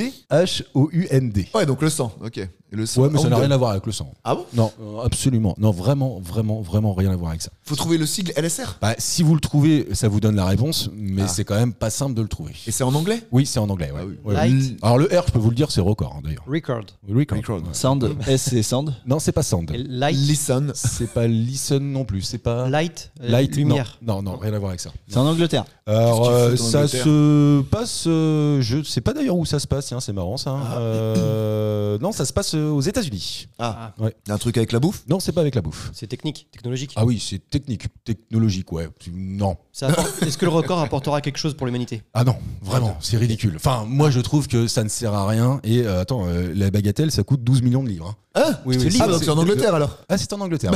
[SPEAKER 4] B-L-O-B-L-2-O-D-H-O-U-N-D.
[SPEAKER 5] Ouais, donc le sang. Ok. Et Le sang.
[SPEAKER 4] Ouais, mais ça n'a
[SPEAKER 5] Hound.
[SPEAKER 4] rien à voir avec le sang.
[SPEAKER 5] Ah bon
[SPEAKER 4] Non, euh, absolument. Non, vraiment, vraiment, vraiment rien à voir avec ça.
[SPEAKER 5] Faut trouver le sigle LSR.
[SPEAKER 4] Bah, si vous le trouvez, ça vous donne la réponse, mais c'est quand même pas simple de le trouver.
[SPEAKER 5] Et c'est en anglais
[SPEAKER 4] Oui, Ah. c'est en anglais. ouais.
[SPEAKER 5] Ah oui.
[SPEAKER 4] Ouais,
[SPEAKER 6] Light.
[SPEAKER 4] oui. Alors le R, je peux vous le dire, c'est record hein, d'ailleurs.
[SPEAKER 6] Record.
[SPEAKER 4] Record.
[SPEAKER 5] Record.
[SPEAKER 3] Sound, S c'est Sound.
[SPEAKER 4] Non, c'est pas sound.
[SPEAKER 6] Light.
[SPEAKER 5] Listen.
[SPEAKER 4] C'est pas listen non plus. C'est pas
[SPEAKER 6] Light. euh,
[SPEAKER 4] light. non.
[SPEAKER 6] Lumière.
[SPEAKER 4] Non, non, rien à voir avec ça.
[SPEAKER 3] C'est en Angleterre.
[SPEAKER 4] Alors, euh,
[SPEAKER 5] Qu'est-ce qu'il fout en
[SPEAKER 4] ça
[SPEAKER 5] Angleterre
[SPEAKER 4] se passe. euh, je sais pas d'ailleurs où ça se passe. tiens, c'est marrant ça. hein.
[SPEAKER 6] Ah.
[SPEAKER 4] Euh, non, ça se passe euh, aux États-Unis.
[SPEAKER 5] Ah.
[SPEAKER 4] Ouais.
[SPEAKER 5] Il y a un truc avec la bouffe
[SPEAKER 4] Non, c'est pas avec la bouffe.
[SPEAKER 6] C'est technique, technologique.
[SPEAKER 4] Ah oui, c'est technique, technologique, ouais. Non.
[SPEAKER 6] Ça apporte- Est-ce que le record apportera quelque chose pour l'humanité
[SPEAKER 4] Ah non, vraiment, c'est ridicule. Enfin, moi je trouve que ça ne sert à rien. Et euh, attends, euh, la bagatelle, ça coûte 12 millions de livres. hein.
[SPEAKER 5] Hein
[SPEAKER 4] Oui, oui,
[SPEAKER 5] Ah,
[SPEAKER 4] c'est-
[SPEAKER 5] donc c'est en Angleterre alors
[SPEAKER 4] Ah, c'est en Angleterre.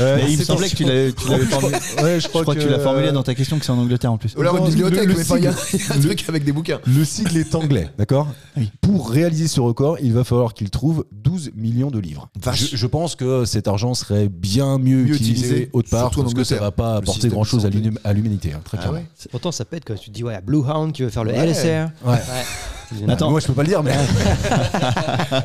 [SPEAKER 4] Euh,
[SPEAKER 3] Mais il me
[SPEAKER 4] c'est
[SPEAKER 3] semblait
[SPEAKER 4] en-
[SPEAKER 3] que tu l'avais tu l'avais formulé.
[SPEAKER 4] Ouais, je
[SPEAKER 3] Ah, Je
[SPEAKER 4] crois,
[SPEAKER 3] crois que tu l'as formulé dans ta question que c'est en Angleterre en plus.
[SPEAKER 5] Ou alors
[SPEAKER 4] Non,
[SPEAKER 5] une bibliothèque,
[SPEAKER 4] le- le
[SPEAKER 5] mais enfin, il y a
[SPEAKER 4] sigle.
[SPEAKER 5] il y a un truc avec des bouquins.
[SPEAKER 4] euh, Le sigle est anglais, d'accord Pour réaliser ce record, il va falloir qu'il trouve 12 millions de livres.
[SPEAKER 5] Vache.
[SPEAKER 4] Je, je pense que cet argent serait bien mieux, utilisé,
[SPEAKER 5] utilisé,
[SPEAKER 4] autre part,
[SPEAKER 5] surtout en
[SPEAKER 4] parce que ça
[SPEAKER 5] Angleterre.
[SPEAKER 4] va pas
[SPEAKER 5] Le
[SPEAKER 4] apporter
[SPEAKER 5] système de
[SPEAKER 4] grand-chose à
[SPEAKER 5] santé.
[SPEAKER 4] l'hum- à l'humanité, hein, très
[SPEAKER 5] Ah
[SPEAKER 4] clairement.
[SPEAKER 5] ouais.
[SPEAKER 6] Pourtant, ça pète quand tu dis, ouais, Blue Hound qui veut faire le
[SPEAKER 5] Ouais.
[SPEAKER 6] LSR.
[SPEAKER 4] Ouais.
[SPEAKER 6] Tu dis,
[SPEAKER 4] Bah,
[SPEAKER 6] non.
[SPEAKER 3] Attends.
[SPEAKER 4] Moi, je peux pas le dire, mais,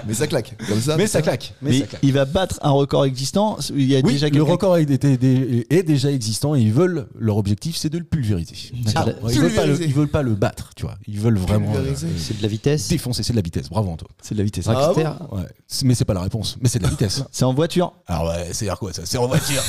[SPEAKER 5] Mais ça claque. Comme ça.
[SPEAKER 4] mais ça claque. Mais,
[SPEAKER 3] Mais
[SPEAKER 4] ça claque.
[SPEAKER 3] il va battre un record existant. Il y a
[SPEAKER 4] Oui,
[SPEAKER 3] déjà
[SPEAKER 4] le
[SPEAKER 3] quelqu'un-
[SPEAKER 4] record est, est- est- est déjà existant et ils veulent, leur objectif, c'est de le pulvériser.
[SPEAKER 6] Ah,
[SPEAKER 4] Ouais, ils, veulent pas le,
[SPEAKER 5] pulvériser.
[SPEAKER 4] ils veulent pas le battre, tu vois. Ils veulent vraiment euh,
[SPEAKER 5] Pulvériser.
[SPEAKER 6] C'est de la vitesse.
[SPEAKER 4] défoncer. C'est de la vitesse. Bravo, Anto.
[SPEAKER 3] C'est de la vitesse.
[SPEAKER 5] Ah
[SPEAKER 6] Rockstar.
[SPEAKER 4] Ouais. C'est- Mais c'est pas la réponse. Mais c'est de la vitesse.
[SPEAKER 3] C'est en voiture.
[SPEAKER 4] Alors, ouais, c'est à dire quoi ça C'est en voiture.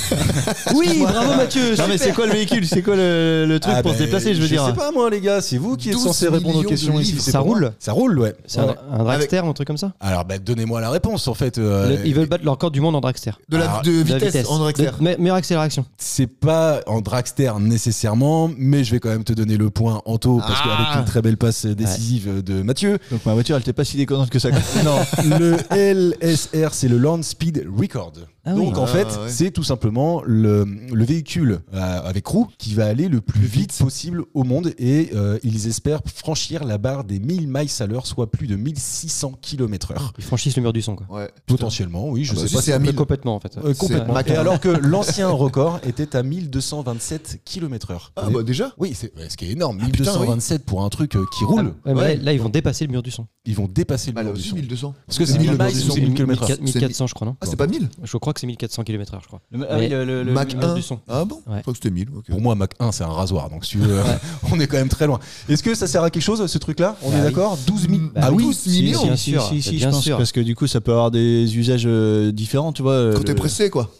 [SPEAKER 6] oui, bravo Mathieu.
[SPEAKER 3] Non mais c'est quoi le véhicule C'est quoi le, le truc
[SPEAKER 4] Ah,
[SPEAKER 3] pour
[SPEAKER 4] ben,
[SPEAKER 3] se déplacer Je veux dire.
[SPEAKER 4] sais pas, moi, les gars. C'est vous qui êtes
[SPEAKER 5] 12
[SPEAKER 4] censé répondre aux
[SPEAKER 5] millions de
[SPEAKER 4] questions ici.
[SPEAKER 5] livres.
[SPEAKER 4] c'est
[SPEAKER 6] Ça
[SPEAKER 4] pas moi.
[SPEAKER 6] roule
[SPEAKER 4] Ça roule, ouais.
[SPEAKER 6] C'est un,
[SPEAKER 4] Ouais.
[SPEAKER 6] un dragster ou un truc comme ça
[SPEAKER 4] Alors, bah, donnez-moi la réponse, en fait. euh,
[SPEAKER 6] Le- Ils veulent battre le record du monde en dragster.
[SPEAKER 5] De la
[SPEAKER 4] Alors,
[SPEAKER 5] de
[SPEAKER 6] De la
[SPEAKER 5] vitesse en dragster.
[SPEAKER 6] De- me- meilleure accélération.
[SPEAKER 4] C'est pas en dragster nécessairement, mais je vais quand même te donner le point, Anto, parce qu'avec une très belle passe décisive euh, de Mathieu,
[SPEAKER 3] Donc ma voiture, elle était pas si déconnante que ça.
[SPEAKER 4] Non, le LSR, c'est le Land Speed Record.
[SPEAKER 6] Ah oui.
[SPEAKER 4] Donc en fait,
[SPEAKER 5] Ah ouais.
[SPEAKER 4] c'est tout simplement le, le véhicule euh, avec roue qui va aller le plus vite possible au monde et euh, ils espèrent franchir la barre des 1000 miles à l'heure, soit plus de 1600 km/h.
[SPEAKER 6] Ils franchissent le mur du son quoi.
[SPEAKER 5] Ouais.
[SPEAKER 4] Potentiellement, oui, je
[SPEAKER 5] Ah bah,
[SPEAKER 4] sais pas.
[SPEAKER 5] si c'est à 1000.
[SPEAKER 6] Complètement en fait.
[SPEAKER 4] Euh, complètement.
[SPEAKER 5] c'est
[SPEAKER 4] Et alors que l'ancien record était à 1227 km/h.
[SPEAKER 5] Ah bah déjà
[SPEAKER 4] oui, c'est ouais, ce qui est énorme.
[SPEAKER 5] Ah, putain,
[SPEAKER 4] 1227 pour un truc euh, qui roule.
[SPEAKER 6] Ouais, mais là-
[SPEAKER 5] Ouais.
[SPEAKER 6] là, ils vont dépasser le mur du son. bah,
[SPEAKER 4] Ils vont dépasser Ah, le
[SPEAKER 5] Bah là
[SPEAKER 4] mur du
[SPEAKER 5] aussi
[SPEAKER 4] son.
[SPEAKER 5] 1200.
[SPEAKER 4] Parce que c'est
[SPEAKER 5] Ah,
[SPEAKER 4] 1000
[SPEAKER 5] le mile,
[SPEAKER 4] miles, donc
[SPEAKER 5] c'est
[SPEAKER 4] c'est 1000 km/h.
[SPEAKER 6] 1400 je crois non
[SPEAKER 5] Ah c'est pas 1000
[SPEAKER 6] Je crois que c'est 1400 km/h je crois.
[SPEAKER 3] Ah oui, le, le- le-
[SPEAKER 5] Mac
[SPEAKER 6] le mur
[SPEAKER 5] 1
[SPEAKER 6] du son.
[SPEAKER 5] Ah bon
[SPEAKER 6] Ouais.
[SPEAKER 5] Je crois que c'était 1000. ok.
[SPEAKER 4] Pour moi, Mac 1, c'est un rasoir. Donc, si tu veux, on est quand même très loin. Est-ce que ça sert à quelque chose, ce truc-là On
[SPEAKER 6] Bah
[SPEAKER 4] est
[SPEAKER 6] oui.
[SPEAKER 4] d'accord 12 000.
[SPEAKER 6] Bah
[SPEAKER 4] ah
[SPEAKER 6] oui.
[SPEAKER 4] oui
[SPEAKER 6] Si, millions. bien sûr,
[SPEAKER 3] Si, si, si,
[SPEAKER 6] bien
[SPEAKER 3] je pense,
[SPEAKER 6] sûr.
[SPEAKER 3] parce que du coup, ça peut avoir des usages euh, différents, tu vois. euh,
[SPEAKER 5] Quand t'es
[SPEAKER 3] le-
[SPEAKER 5] pressé quoi.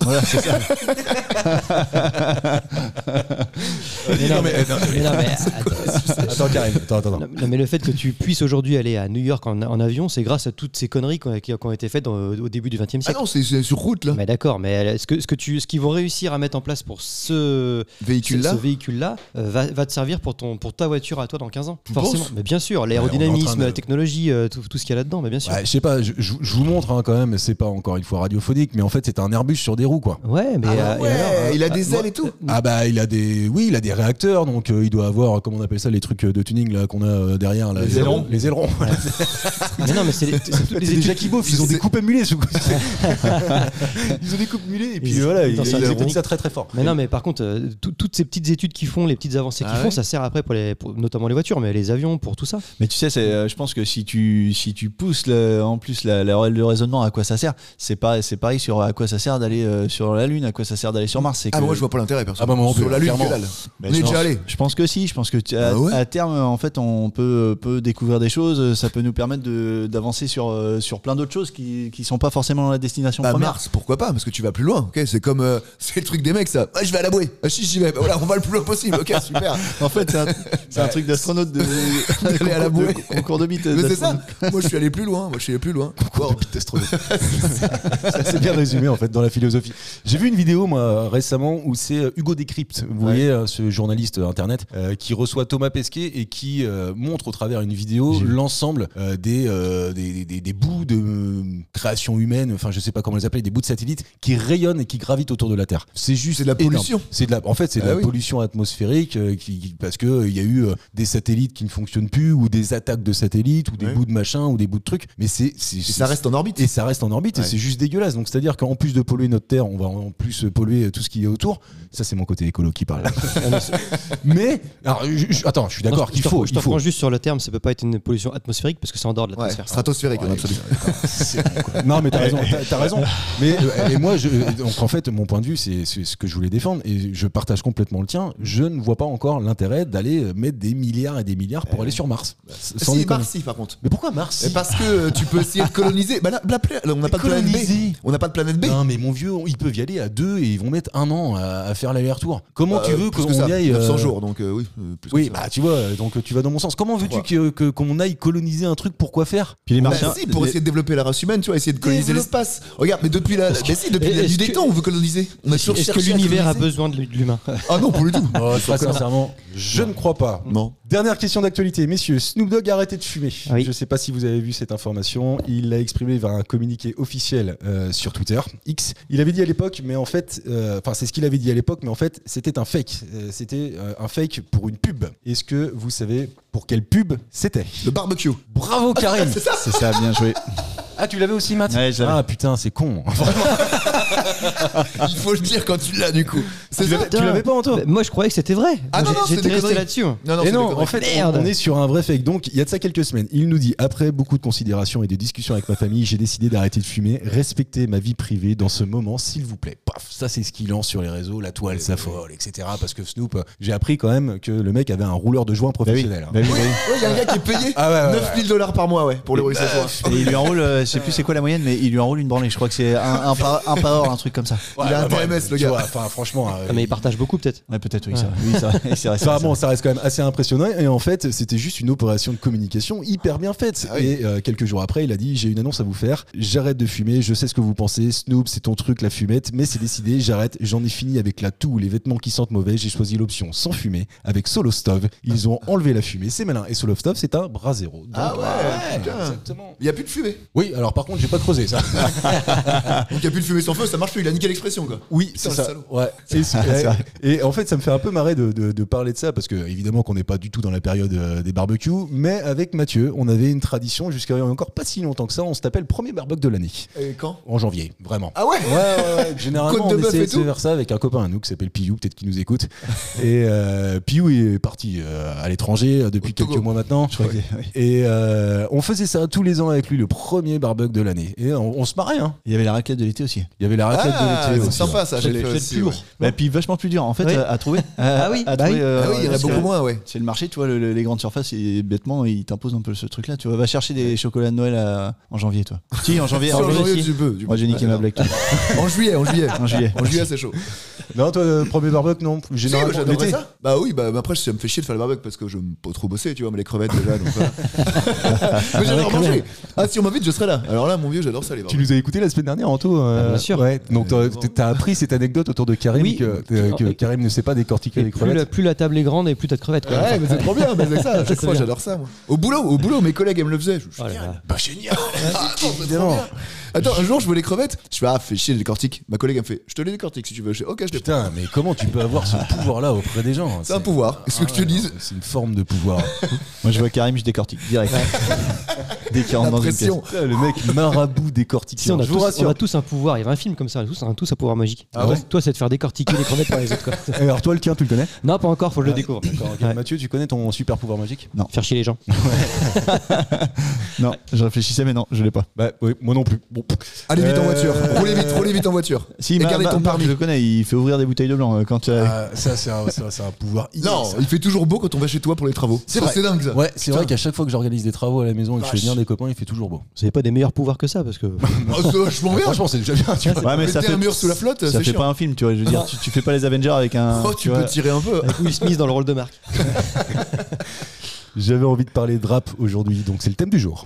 [SPEAKER 5] Euh,
[SPEAKER 6] Mais non, mais,
[SPEAKER 4] euh,
[SPEAKER 6] mais non, mais attends.
[SPEAKER 4] Attends, Karim. Attends, attends. attends.
[SPEAKER 6] Non, non, mais le fait que tu puisses aujourd'hui aller à New York en, en avion, c'est grâce à toutes ces conneries qu'on- qui, qui ont été faites dans- au début du XXe
[SPEAKER 5] Ah
[SPEAKER 6] siècle.
[SPEAKER 5] non, c'est c'est sur route là.
[SPEAKER 6] mais d'accord, mais ce que, ce que tu, ce qu'ils vont réussir à mettre en place pour ce,
[SPEAKER 5] Véhicule
[SPEAKER 6] ce-
[SPEAKER 5] là.
[SPEAKER 6] ce véhicule-là euh, va, va te servir pour ton, pour ta voiture à toi dans 15 ans.
[SPEAKER 5] Tu
[SPEAKER 6] Forcément.
[SPEAKER 5] penses
[SPEAKER 6] Mais bien sûr,
[SPEAKER 4] Ouais, on est en
[SPEAKER 6] l'aérodynamisme,
[SPEAKER 4] train de-
[SPEAKER 6] la technologie, euh, tout, tout ce qu'il y a là-dedans, mais bien sûr.
[SPEAKER 4] Ouais, je sais pas, je, je- je vous montre hein, quand même, c'est pas encore une fois radiophonique, mais en fait, c'est un Airbus sur des roues, quoi.
[SPEAKER 6] Ouais, mais euh,
[SPEAKER 5] Ah
[SPEAKER 6] et alors, euh,
[SPEAKER 5] ouais, il a des
[SPEAKER 6] moi-
[SPEAKER 5] ailes et tout.
[SPEAKER 4] Ah bah il a des oui il a des réacteurs donc euh, il doit avoir comment on appelle ça les trucs de tuning là qu'on a euh, derrière là,
[SPEAKER 5] Les ailerons.
[SPEAKER 4] les ailerons voilà.
[SPEAKER 6] mais non, mais c'est les- c'est toutes
[SPEAKER 4] C'est
[SPEAKER 6] les
[SPEAKER 4] des
[SPEAKER 6] études.
[SPEAKER 4] Jackie Beauf, ils ont des coupes émulées ce coup. ils ont des coupes émulées et puis
[SPEAKER 6] Ils-
[SPEAKER 4] voilà
[SPEAKER 6] ils
[SPEAKER 4] ils,
[SPEAKER 6] ont
[SPEAKER 4] ils
[SPEAKER 6] ça des
[SPEAKER 4] écoutent
[SPEAKER 6] ailerons.
[SPEAKER 4] ça très très fort
[SPEAKER 6] Mais non, mais par contre, euh, tout- toutes ces petites études qu'ils font, les petites avancées qu'ils
[SPEAKER 5] Ah
[SPEAKER 6] font,
[SPEAKER 5] ouais
[SPEAKER 6] ça sert après pour les, pour- notamment les voitures, mais les avions, pour tout ça.
[SPEAKER 3] Mais tu sais, c'est, euh, je pense que si tu, si tu pousses le- en plus la, la- le raisonnement à quoi ça sert, c'est pas, c'est pareil sur à quoi ça sert d'aller euh, sur la Lune, à quoi ça sert d'aller sur Mars. c'est
[SPEAKER 5] Ah
[SPEAKER 3] que-
[SPEAKER 5] moi je vois pas l'intérêt perso.
[SPEAKER 4] Ah bah, moi, non plus,
[SPEAKER 5] Sur la lune que
[SPEAKER 4] clairement.
[SPEAKER 5] dalle.
[SPEAKER 3] Mais
[SPEAKER 5] On
[SPEAKER 3] je
[SPEAKER 5] est
[SPEAKER 3] pense-
[SPEAKER 5] déjà allé.
[SPEAKER 3] Je pense que si, je pense que tu- à,
[SPEAKER 5] Ah ouais
[SPEAKER 3] à terme, en fait, on peut, peut découvrir des choses, ça peut nous permettre de- d'avancer sur, euh, sur plein d'autres choses qui, qui sont pas forcément dans la destination
[SPEAKER 5] Bah
[SPEAKER 3] première.
[SPEAKER 5] Mars, pourquoi pas parce que tu vas plus loin. Ok, c'est comme euh, c'est le truc des mecs ça. Ah, je vais à la bouée. Ah, si j'y vais. Bah, voilà, on va le plus loin possible. Ok, super.
[SPEAKER 3] En fait, c'est un, c'est un truc d'astronaute de,
[SPEAKER 5] D'aller à la
[SPEAKER 3] concours de-
[SPEAKER 5] bouée.
[SPEAKER 3] concours de bite.
[SPEAKER 5] Mais c'est
[SPEAKER 3] d'astronaute.
[SPEAKER 5] ça. Moi, je suis allé plus loin. Moi, je suis allé plus loin. Wow.
[SPEAKER 4] C'est bien résumé en fait dans la philosophie. J'ai vu une vidéo moi récemment où c'est euh, Hugo Décrypte, vous voyez euh, ce journaliste euh, internet euh, qui reçoit Thomas Pesquet et qui euh, montre au travers une vidéo l'ensemble euh, des, euh, des, des- des- des bouts de euh, création humaine, enfin je sais pas comment les appeler, des bouts de satellites qui rayonnent et qui gravitent autour de la Terre. C'est juste
[SPEAKER 5] C'est de la
[SPEAKER 4] énorme.
[SPEAKER 5] pollution.
[SPEAKER 4] C'est de la, en fait c'est de
[SPEAKER 5] Ah
[SPEAKER 4] la
[SPEAKER 5] oui.
[SPEAKER 4] pollution atmosphérique euh, qui, qui- parce que euh, il y a eu euh, des satellites qui ne fonctionnent plus ou des attaques de satellites ou des
[SPEAKER 5] Ouais.
[SPEAKER 4] bouts de machin ou des bouts de trucs. Mais c'est c'est-
[SPEAKER 5] Et ça reste en orbite.
[SPEAKER 4] et ça reste en orbite et
[SPEAKER 5] Ouais.
[SPEAKER 4] c'est juste dégueulasse. Donc c'est-à-dire qu'en plus de polluer notre Terre, on va en plus polluer tout ce qui est autour. Ça c'est mon côté écolo qui parle. Mais alors, je- je- attends, je suis
[SPEAKER 6] Non,
[SPEAKER 4] d'accord
[SPEAKER 6] je-
[SPEAKER 4] qu'il
[SPEAKER 6] je te-
[SPEAKER 4] faut,
[SPEAKER 6] Je
[SPEAKER 4] il
[SPEAKER 6] te
[SPEAKER 4] faut.
[SPEAKER 6] reprends juste sur le terme, ça peut pas être une pollution atmosphérique parce que c'est en dehors de
[SPEAKER 5] Ouais,
[SPEAKER 4] hein.
[SPEAKER 6] l'atmosphère.
[SPEAKER 5] stratosphérique, en absolu.
[SPEAKER 4] Non mais t'as raison, t'as- t'as raison. Mais euh, et moi, je, donc en fait, mon point de vue, c'est c'est ce que je voulais défendre et je partage complètement le tien. Je ne vois pas encore l'intérêt d'aller euh, mettre des milliards et des milliards pour aller sur Mars. Sans
[SPEAKER 5] Si,
[SPEAKER 4] déconner.
[SPEAKER 5] Eh. Mars, si, par contre.
[SPEAKER 4] Mais pourquoi Mars
[SPEAKER 5] Et parce que euh, tu peux essayer de coloniser. Bah là, là, là, on n'a pas de planète B.
[SPEAKER 4] Coloniser.
[SPEAKER 5] On n'a pas de planète B.
[SPEAKER 4] Non mais mon vieux, ils peuvent y aller à deux et ils vont mettre un an à, à faire l'aller-retour. Comment tu
[SPEAKER 5] Euh,
[SPEAKER 4] veux
[SPEAKER 5] plus
[SPEAKER 4] qu'on
[SPEAKER 5] que ça,
[SPEAKER 4] y aille
[SPEAKER 5] 900
[SPEAKER 4] euh,
[SPEAKER 5] jours, donc euh, oui. euh, plus que
[SPEAKER 4] Oui,
[SPEAKER 5] ça.
[SPEAKER 4] bah tu vois, donc tu vas dans mon sens. Comment veux-tu que- que- qu'on aille coloniser un truc Pourquoi faire
[SPEAKER 3] Puis les
[SPEAKER 5] Bah
[SPEAKER 3] martiens.
[SPEAKER 5] si, pour essayer de développer la race humaine, tu vois, essayer de coloniser
[SPEAKER 4] Développe-
[SPEAKER 5] l'espace. Regarde, mais depuis la, mais si, depuis
[SPEAKER 6] Et
[SPEAKER 5] la nuit
[SPEAKER 6] est-ce
[SPEAKER 5] des
[SPEAKER 6] que-
[SPEAKER 5] temps, on veut coloniser. On a toujours
[SPEAKER 6] Est-ce que
[SPEAKER 5] cherché à
[SPEAKER 6] l'univers a
[SPEAKER 5] coloniser.
[SPEAKER 6] besoin de l'humain
[SPEAKER 5] Ah non, pour le tout.
[SPEAKER 4] Oh, Très sincèrement, je ne crois pas.
[SPEAKER 5] Non.
[SPEAKER 4] Dernière question d'actualité, messieurs. Snoop Dogg a arrêté de fumer.
[SPEAKER 6] Ah oui.
[SPEAKER 4] Je ne sais pas si vous avez vu cette information. Il l'a exprimé vers un communiqué officiel euh, sur Twitter, X. Il avait dit à l'époque, mais en fait, euh, enfin, c'est ce qu'il avait dit à l'époque, mais en fait, c'était un fake. Euh, c'était euh, un fake pour une pub. Est-ce que vous savez pour quelle pub c'était
[SPEAKER 5] Le barbecue.
[SPEAKER 4] Bravo, Karim
[SPEAKER 3] C'est ça, bien joué.
[SPEAKER 4] Ah, tu l'avais aussi, Matt
[SPEAKER 3] Ouais, je l'avais.
[SPEAKER 4] Ah, putain, c'est con.
[SPEAKER 5] Il faut le dire quand tu l'as, du coup. C'est ça.
[SPEAKER 4] Ah, tu l'avais pas, Antoine
[SPEAKER 6] Bah, Moi, je croyais que c'était vrai.
[SPEAKER 5] Ah
[SPEAKER 6] Moi,
[SPEAKER 5] non, non,
[SPEAKER 6] j'ai-
[SPEAKER 5] c'est des
[SPEAKER 6] J'étais resté
[SPEAKER 5] conneries.
[SPEAKER 6] là-dessus.
[SPEAKER 5] Ah Non, non,
[SPEAKER 4] Et
[SPEAKER 5] c'est
[SPEAKER 4] non,
[SPEAKER 5] des
[SPEAKER 4] en
[SPEAKER 5] conneries.
[SPEAKER 4] fait, on,
[SPEAKER 6] Merde.
[SPEAKER 4] on est sur un vrai fake. Donc, il y a de ça quelques semaines, il nous dit après beaucoup de considérations et de discussions avec ma famille, j'ai décidé d'arrêter de fumer. Respectez ma vie privée dans ce moment, s'il vous plaît. Paf, ça c'est ce qu'il lance sur les réseaux, la
[SPEAKER 5] Eh
[SPEAKER 4] toile s'affole, etc. Parce que Snoop, euh, j'ai appris quand même que le mec avait un rouleur de joint
[SPEAKER 3] Bah oui.
[SPEAKER 4] professionnel. hein.
[SPEAKER 3] Bah oui, bah oui.
[SPEAKER 5] Ouais, il y a un gars qui est payé
[SPEAKER 4] Ah ouais, ouais, ouais.
[SPEAKER 5] 9000 dollars par mois, ouais, pour le rouler sa fois.
[SPEAKER 3] Bah, Et il lui enroule, euh, je sais plus c'est quoi la moyenne, mais il lui enroule une branlée. Je crois que c'est un, un, par, un par heure, un truc comme ça.
[SPEAKER 5] Il a un TMS, le
[SPEAKER 4] Ah, Tu vois,
[SPEAKER 5] gars.
[SPEAKER 4] Enfin, franchement. euh,
[SPEAKER 6] Ah, mais ils partagent beaucoup, peut-être.
[SPEAKER 3] Ouais, peut-être, oui, ça. Oui, ça. et c'est vrai, c'est
[SPEAKER 4] Enfin,
[SPEAKER 3] vrai,
[SPEAKER 4] bon, ça reste quand même assez impressionnant. Et en fait, c'était juste une opération de communication hyper bien faite.
[SPEAKER 5] Ah oui.
[SPEAKER 4] Et euh, quelques jours après, il a dit J'ai une annonce à vous faire. J'arrête de fumer. Je sais ce que vous pensez. Snoop, c'est ton truc, la fumette. Mais c'est décidé. J'arrête. J'en ai fini avec la toux, les vêtements qui sentent mauvais. J'ai choisi l'option sans fumer avec Solo Stove. Ils ont enlevé la fumée. C'est malin. Et Solo Stove, c'est un bras zéro. Donc,
[SPEAKER 5] Ah ouais, putain.
[SPEAKER 4] exactement.
[SPEAKER 5] Il n'y a plus de fumée.
[SPEAKER 4] Oui, alors par contre, j'ai pas creusé ça.
[SPEAKER 5] Donc il n'y a plus de fumée sans feu, ça marche plus. Il a niqué l'expression, quoi.
[SPEAKER 4] Oui,
[SPEAKER 5] Putain,
[SPEAKER 4] c'est
[SPEAKER 5] le
[SPEAKER 4] ça.
[SPEAKER 5] salaud.
[SPEAKER 4] Ouais. Et, c'est-
[SPEAKER 3] C'est vrai.
[SPEAKER 4] et en fait, ça me fait un peu marrer de, de- de parler de ça parce que évidemment qu'on n'est pas du tout dans la période euh, des barbecues, mais avec Mathieu, on avait une tradition jusqu'à il y a encore pas si longtemps que ça. On se tapait le premier barbecue de l'année
[SPEAKER 5] Et quand
[SPEAKER 4] en janvier, vraiment.
[SPEAKER 5] Ah ouais
[SPEAKER 4] Ouais, ouais, ouais. Généralement,
[SPEAKER 5] Côte de
[SPEAKER 4] on
[SPEAKER 5] bœuf
[SPEAKER 4] essaie
[SPEAKER 5] et
[SPEAKER 4] de se
[SPEAKER 5] tout.
[SPEAKER 4] faire ça avec un copain à nous qui s'appelle Piou, peut-être qu'il nous écoute. Et euh, Piou est parti euh, à l'étranger euh, depuis
[SPEAKER 5] Au Togo.
[SPEAKER 4] quelques mois maintenant.
[SPEAKER 3] Je crois que- oui.
[SPEAKER 4] Et euh, on faisait ça tous les ans avec lui, le premier barbecue de l'année. Et on, on se marrait, hein.
[SPEAKER 3] Il y avait la raclette de l'été aussi.
[SPEAKER 4] Il y avait la raclette
[SPEAKER 5] Ah,
[SPEAKER 4] de l'été.
[SPEAKER 5] c'est
[SPEAKER 4] aussi. hein.
[SPEAKER 5] sympa ça, j'ai
[SPEAKER 6] Peut-être
[SPEAKER 5] le
[SPEAKER 6] plus
[SPEAKER 5] aussi,
[SPEAKER 6] lourd.
[SPEAKER 5] ouais.
[SPEAKER 3] Et puis vachement plus dur en fait
[SPEAKER 6] Oui.
[SPEAKER 3] à, à trouver. À-
[SPEAKER 6] Ah oui.
[SPEAKER 3] à
[SPEAKER 6] Bah
[SPEAKER 3] trouver,
[SPEAKER 6] oui.
[SPEAKER 3] euh,
[SPEAKER 5] Ah oui, il y en a
[SPEAKER 3] parce que
[SPEAKER 5] beaucoup moins, ouais.
[SPEAKER 3] C'est le marché, tu vois, le- le- les grandes surfaces, et bêtement, ils t'imposent un peu ce truc-là. Tu vois, va chercher des chocolats de Noël à- en janvier, toi. Si, en janvier.
[SPEAKER 5] Sur
[SPEAKER 3] en
[SPEAKER 5] le
[SPEAKER 3] janvier,
[SPEAKER 5] janvier,
[SPEAKER 3] si.
[SPEAKER 5] tu peux, tu
[SPEAKER 3] Moi, j'ai
[SPEAKER 5] peux.
[SPEAKER 3] niqué ma blague. toi.
[SPEAKER 5] En juillet, en juillet.
[SPEAKER 3] En juillet.
[SPEAKER 5] En juillet, c'est chaud.
[SPEAKER 4] Non, toi, euh, premier barbecue, non.
[SPEAKER 5] Si, moi,
[SPEAKER 4] Généralement,
[SPEAKER 5] j'adorais
[SPEAKER 4] l'été.
[SPEAKER 5] ça. Bah oui, bah mais après, ça me fait chier de faire le barbecue parce que je me pas trop bosser, tu vois, mais les crevettes déjà. Donc, voilà. mais j'adore manger. Ah, si on m'invite, je serai là. Alors là, mon vieux, j'adore ça, les
[SPEAKER 4] Tu
[SPEAKER 5] barbecues.
[SPEAKER 4] nous as écouté la semaine dernière, Anto euh,
[SPEAKER 6] Ah, bien sûr.
[SPEAKER 4] Ouais. Donc, t'as- t'as appris cette anecdote autour de Karim
[SPEAKER 6] Oui.
[SPEAKER 4] que, euh, que
[SPEAKER 6] Et-
[SPEAKER 4] Karim ne sait pas décortiquer
[SPEAKER 6] Et
[SPEAKER 4] les
[SPEAKER 6] plus, la,
[SPEAKER 4] crevettes.
[SPEAKER 6] plus la table est grande et plus t'as de crevettes. quoi.
[SPEAKER 5] Ouais, mais c'est trop bien, mais c'est ça. à chaque
[SPEAKER 6] c'est
[SPEAKER 5] fois,
[SPEAKER 6] bien.
[SPEAKER 5] j'adore ça, moi. Au boulot, au boulot, mes collègues, elles me le faisaient. Je me suis
[SPEAKER 6] Oh
[SPEAKER 5] dit,
[SPEAKER 6] là là.
[SPEAKER 5] bah génial. Ah, attends, c'est trop bien. Attends, un jour, je veux les crevettes. Je fais, ah, fais chier, les décortique. Ma collègue, elle me fait, je te les décortique si tu veux. Je fais, ok, je les prends.
[SPEAKER 4] Putain, mais comment tu peux avoir ce pouvoir-là auprès des gens
[SPEAKER 5] C'est un pouvoir. Qu'est-ce que je te dis
[SPEAKER 4] C'est une forme de pouvoir.
[SPEAKER 3] Moi, je vois Karim, je décortique direct. Dès qu'il rentre
[SPEAKER 5] La
[SPEAKER 3] dans une pièce.
[SPEAKER 5] pression.
[SPEAKER 4] Putain, le mec marabout décortiqué.
[SPEAKER 6] Si, on, a
[SPEAKER 4] je vous
[SPEAKER 6] tous, on
[SPEAKER 4] rassure.
[SPEAKER 6] a tous un pouvoir, il y avait un film comme ça, tous, on a tous un pouvoir magique.
[SPEAKER 4] Ah ouais
[SPEAKER 6] Toi, c'est de faire décortiquer les crevettes par les autres. Quoi.
[SPEAKER 4] Eh, Alors, toi, le tien, tu le connais
[SPEAKER 6] Non, pas encore, faut que je le découvre. Ouais.
[SPEAKER 4] Mathieu, tu connais ton super pouvoir magique
[SPEAKER 6] Faire chier les gens.
[SPEAKER 3] Non, je réfléchissais, mais non, je l'ai pas.
[SPEAKER 4] Bah, oui, moi non plus. bon. pff.
[SPEAKER 5] Allez vite en
[SPEAKER 4] Euh,
[SPEAKER 5] voiture. Roulez vite, roulez vite en voiture.
[SPEAKER 3] Si,
[SPEAKER 5] Et
[SPEAKER 3] Mar-
[SPEAKER 5] gardez
[SPEAKER 3] Mar-
[SPEAKER 5] ton
[SPEAKER 3] Marc,
[SPEAKER 5] permis.
[SPEAKER 3] je le connais, il fait ouvrir des bouteilles de blanc euh, quand. euh,
[SPEAKER 4] Ah, ça, c'est un, ça, c'est un pouvoir
[SPEAKER 5] Non,
[SPEAKER 4] immense.
[SPEAKER 5] il fait toujours beau quand on va chez toi pour les travaux.
[SPEAKER 4] C'est
[SPEAKER 5] Ça,
[SPEAKER 4] vrai.
[SPEAKER 5] C'est dingue ça.
[SPEAKER 4] Ouais, c'est
[SPEAKER 5] Putain.
[SPEAKER 4] vrai qu'à chaque fois que j'organise des travaux à la maison et que je fais
[SPEAKER 5] Vache.
[SPEAKER 4] venir des copains, il fait toujours beau.
[SPEAKER 6] Vous n'avez pas des meilleurs pouvoirs que ça parce que.
[SPEAKER 5] Oh, c'est vachement bien.
[SPEAKER 4] Franchement, c'est déjà bien. tu vois.
[SPEAKER 3] Ouais, mais
[SPEAKER 5] Mettez
[SPEAKER 3] ça fait
[SPEAKER 5] un mur sous la flotte,
[SPEAKER 3] Ça
[SPEAKER 5] c'est
[SPEAKER 3] fait
[SPEAKER 5] chiant.
[SPEAKER 3] pas un film, tu vois. Je veux dire, tu, tu fais pas les Avengers avec un.
[SPEAKER 5] Oh, tu peux
[SPEAKER 3] vois.
[SPEAKER 5] tirer un peu.
[SPEAKER 6] Avec Will Smith dans le rôle de Marc.
[SPEAKER 4] J'avais envie de parler de rap aujourd'hui, donc c'est le thème du jour.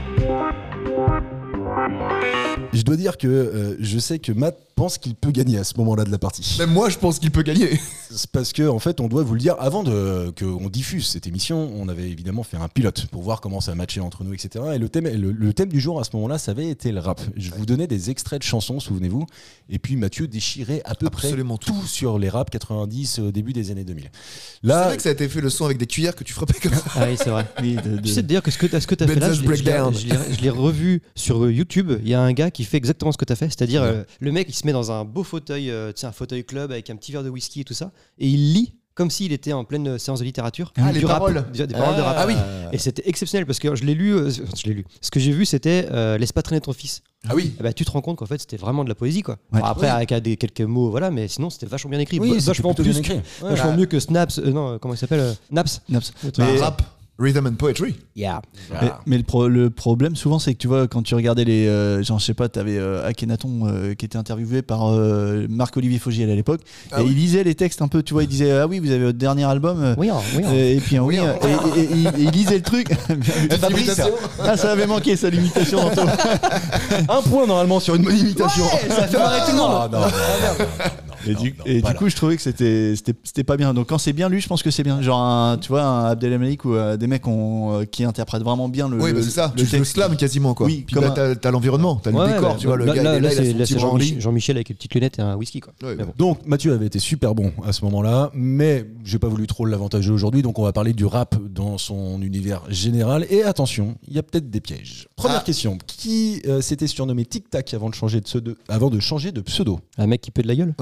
[SPEAKER 4] Je dois dire que euh, je sais que Matt pense qu'il peut gagner à ce moment-là de la partie.
[SPEAKER 5] Même moi, je pense qu'il peut gagner.
[SPEAKER 4] C'est parce que en fait, on doit vous le dire avant de qu'on diffuse cette émission, on avait évidemment fait un pilote pour voir comment ça matchait entre nous, etc. Et le thème, le, le thème du jour à ce moment-là, ça avait été le rap. Je vous donnais des extraits de chansons, souvenez-vous. Et puis Mathieu déchirait à peu
[SPEAKER 5] Absolument
[SPEAKER 4] près tout. sur les rap 90 au début des années 2000.
[SPEAKER 5] C'est
[SPEAKER 4] Là,
[SPEAKER 5] vrai que ça a été fait le son avec des cuillères que tu frappais comme ça.
[SPEAKER 6] Ah oui, c'est vrai.
[SPEAKER 3] Oui, de- de-
[SPEAKER 6] Tu sais d'ailleurs que ce que tu as, fait là,
[SPEAKER 5] Benzo's
[SPEAKER 6] je l'ai- je l'ai-
[SPEAKER 5] Breakdown.
[SPEAKER 6] je l'ai- je l'ai revu sur euh, YouTube. Il y a un gars qui fait exactement ce que tu as fait, c'est-à-dire euh, le mec, il se met dans un beau fauteuil, euh, tu sais, un fauteuil club avec un petit verre de whisky et tout ça, et il lit comme s'il était en pleine euh, séance de littérature.
[SPEAKER 5] Ah,
[SPEAKER 6] du
[SPEAKER 5] les
[SPEAKER 6] rap,
[SPEAKER 5] paroles.
[SPEAKER 6] du- des paroles de rap.
[SPEAKER 5] Ah oui.
[SPEAKER 6] Et c'était exceptionnel parce que je l'ai lu, euh, je l'ai lu. Ce que j'ai vu, c'était euh, Laisse pas traîner ton fils.
[SPEAKER 5] Ah oui.
[SPEAKER 6] Eh ben, tu te rends compte qu'en fait, c'était vraiment de la poésie, quoi.
[SPEAKER 3] Ouais.
[SPEAKER 6] Enfin, après, avec euh, des, quelques mots, voilà, mais sinon, c'était vachement bien écrit.
[SPEAKER 4] Oui,
[SPEAKER 6] Va-
[SPEAKER 4] c'était
[SPEAKER 6] vachement
[SPEAKER 4] plutôt bien
[SPEAKER 6] plus
[SPEAKER 4] écrit.
[SPEAKER 6] que- vachement mieux que Snaps. euh, non, euh, comment il s'appelle euh, Naps.
[SPEAKER 3] Naps.
[SPEAKER 5] Un
[SPEAKER 3] Mais-
[SPEAKER 5] rap, rhythm and poetry.
[SPEAKER 6] Yeah.
[SPEAKER 3] Mais, mais le, pro- le problème souvent c'est que tu vois quand tu regardais les euh, genre je sais pas t'avais euh, Akhenaton euh, qui était interviewé par euh, Marc-Olivier Fogiel à l'époque
[SPEAKER 5] Ah
[SPEAKER 3] et
[SPEAKER 5] oui.
[SPEAKER 3] il lisait les textes un peu tu vois il disait ah oui vous avez votre dernier album euh,
[SPEAKER 6] Oui, hein, oui. hein.
[SPEAKER 3] euh, et puis un oui,
[SPEAKER 5] Oui,
[SPEAKER 3] hein, et, et- et- et- et il lisait le truc Fabrice
[SPEAKER 5] Imitation.
[SPEAKER 3] ah ça avait manqué sa limitation dans ton-
[SPEAKER 4] un point normalement sur une bonne imitation.
[SPEAKER 6] ça fait marrer tout le monde.
[SPEAKER 4] non, non, non,
[SPEAKER 3] et du, et du coup je trouvais que c'était c'était c'était pas bien donc quand c'est bien lu je pense que c'est bien genre un- tu vois un Abdelhamalik ou euh, des mecs ont, euh, qui interprètent vraiment bien le
[SPEAKER 5] Oui,
[SPEAKER 3] le-
[SPEAKER 5] bah, c'est ça.
[SPEAKER 3] le
[SPEAKER 5] Tu fais le
[SPEAKER 3] texte.
[SPEAKER 5] slam quasiment quoi.
[SPEAKER 3] Oui,
[SPEAKER 5] Puis
[SPEAKER 3] comme
[SPEAKER 5] là,
[SPEAKER 3] un-
[SPEAKER 5] t'as- t'as l'environnement, t'as Bah, le
[SPEAKER 6] Ouais,
[SPEAKER 5] décor,
[SPEAKER 6] ouais,
[SPEAKER 5] tu vois. Le
[SPEAKER 6] là,
[SPEAKER 5] gars, il
[SPEAKER 6] là,
[SPEAKER 5] est
[SPEAKER 6] là,
[SPEAKER 5] là, il a
[SPEAKER 6] c'est
[SPEAKER 5] son
[SPEAKER 6] là,
[SPEAKER 5] petit
[SPEAKER 6] c'est Jean-Mich-
[SPEAKER 5] Jean-Michel.
[SPEAKER 6] Jean-Michel avec une petite lunette et un whisky. Quoi.
[SPEAKER 5] Ouais,
[SPEAKER 6] Mais bon.
[SPEAKER 4] Donc Mathieu avait été super bon à ce moment-là, mais j'ai pas voulu trop l'avantager aujourd'hui, donc on va parler du rap dans son univers général. Et attention, il y a peut-être des pièges. Première
[SPEAKER 5] Ah.
[SPEAKER 4] question qui euh, s'était surnommé Tic Tac avant de changer de pseudo, avant de changer de pseudo
[SPEAKER 6] Un mec qui peut de la gueule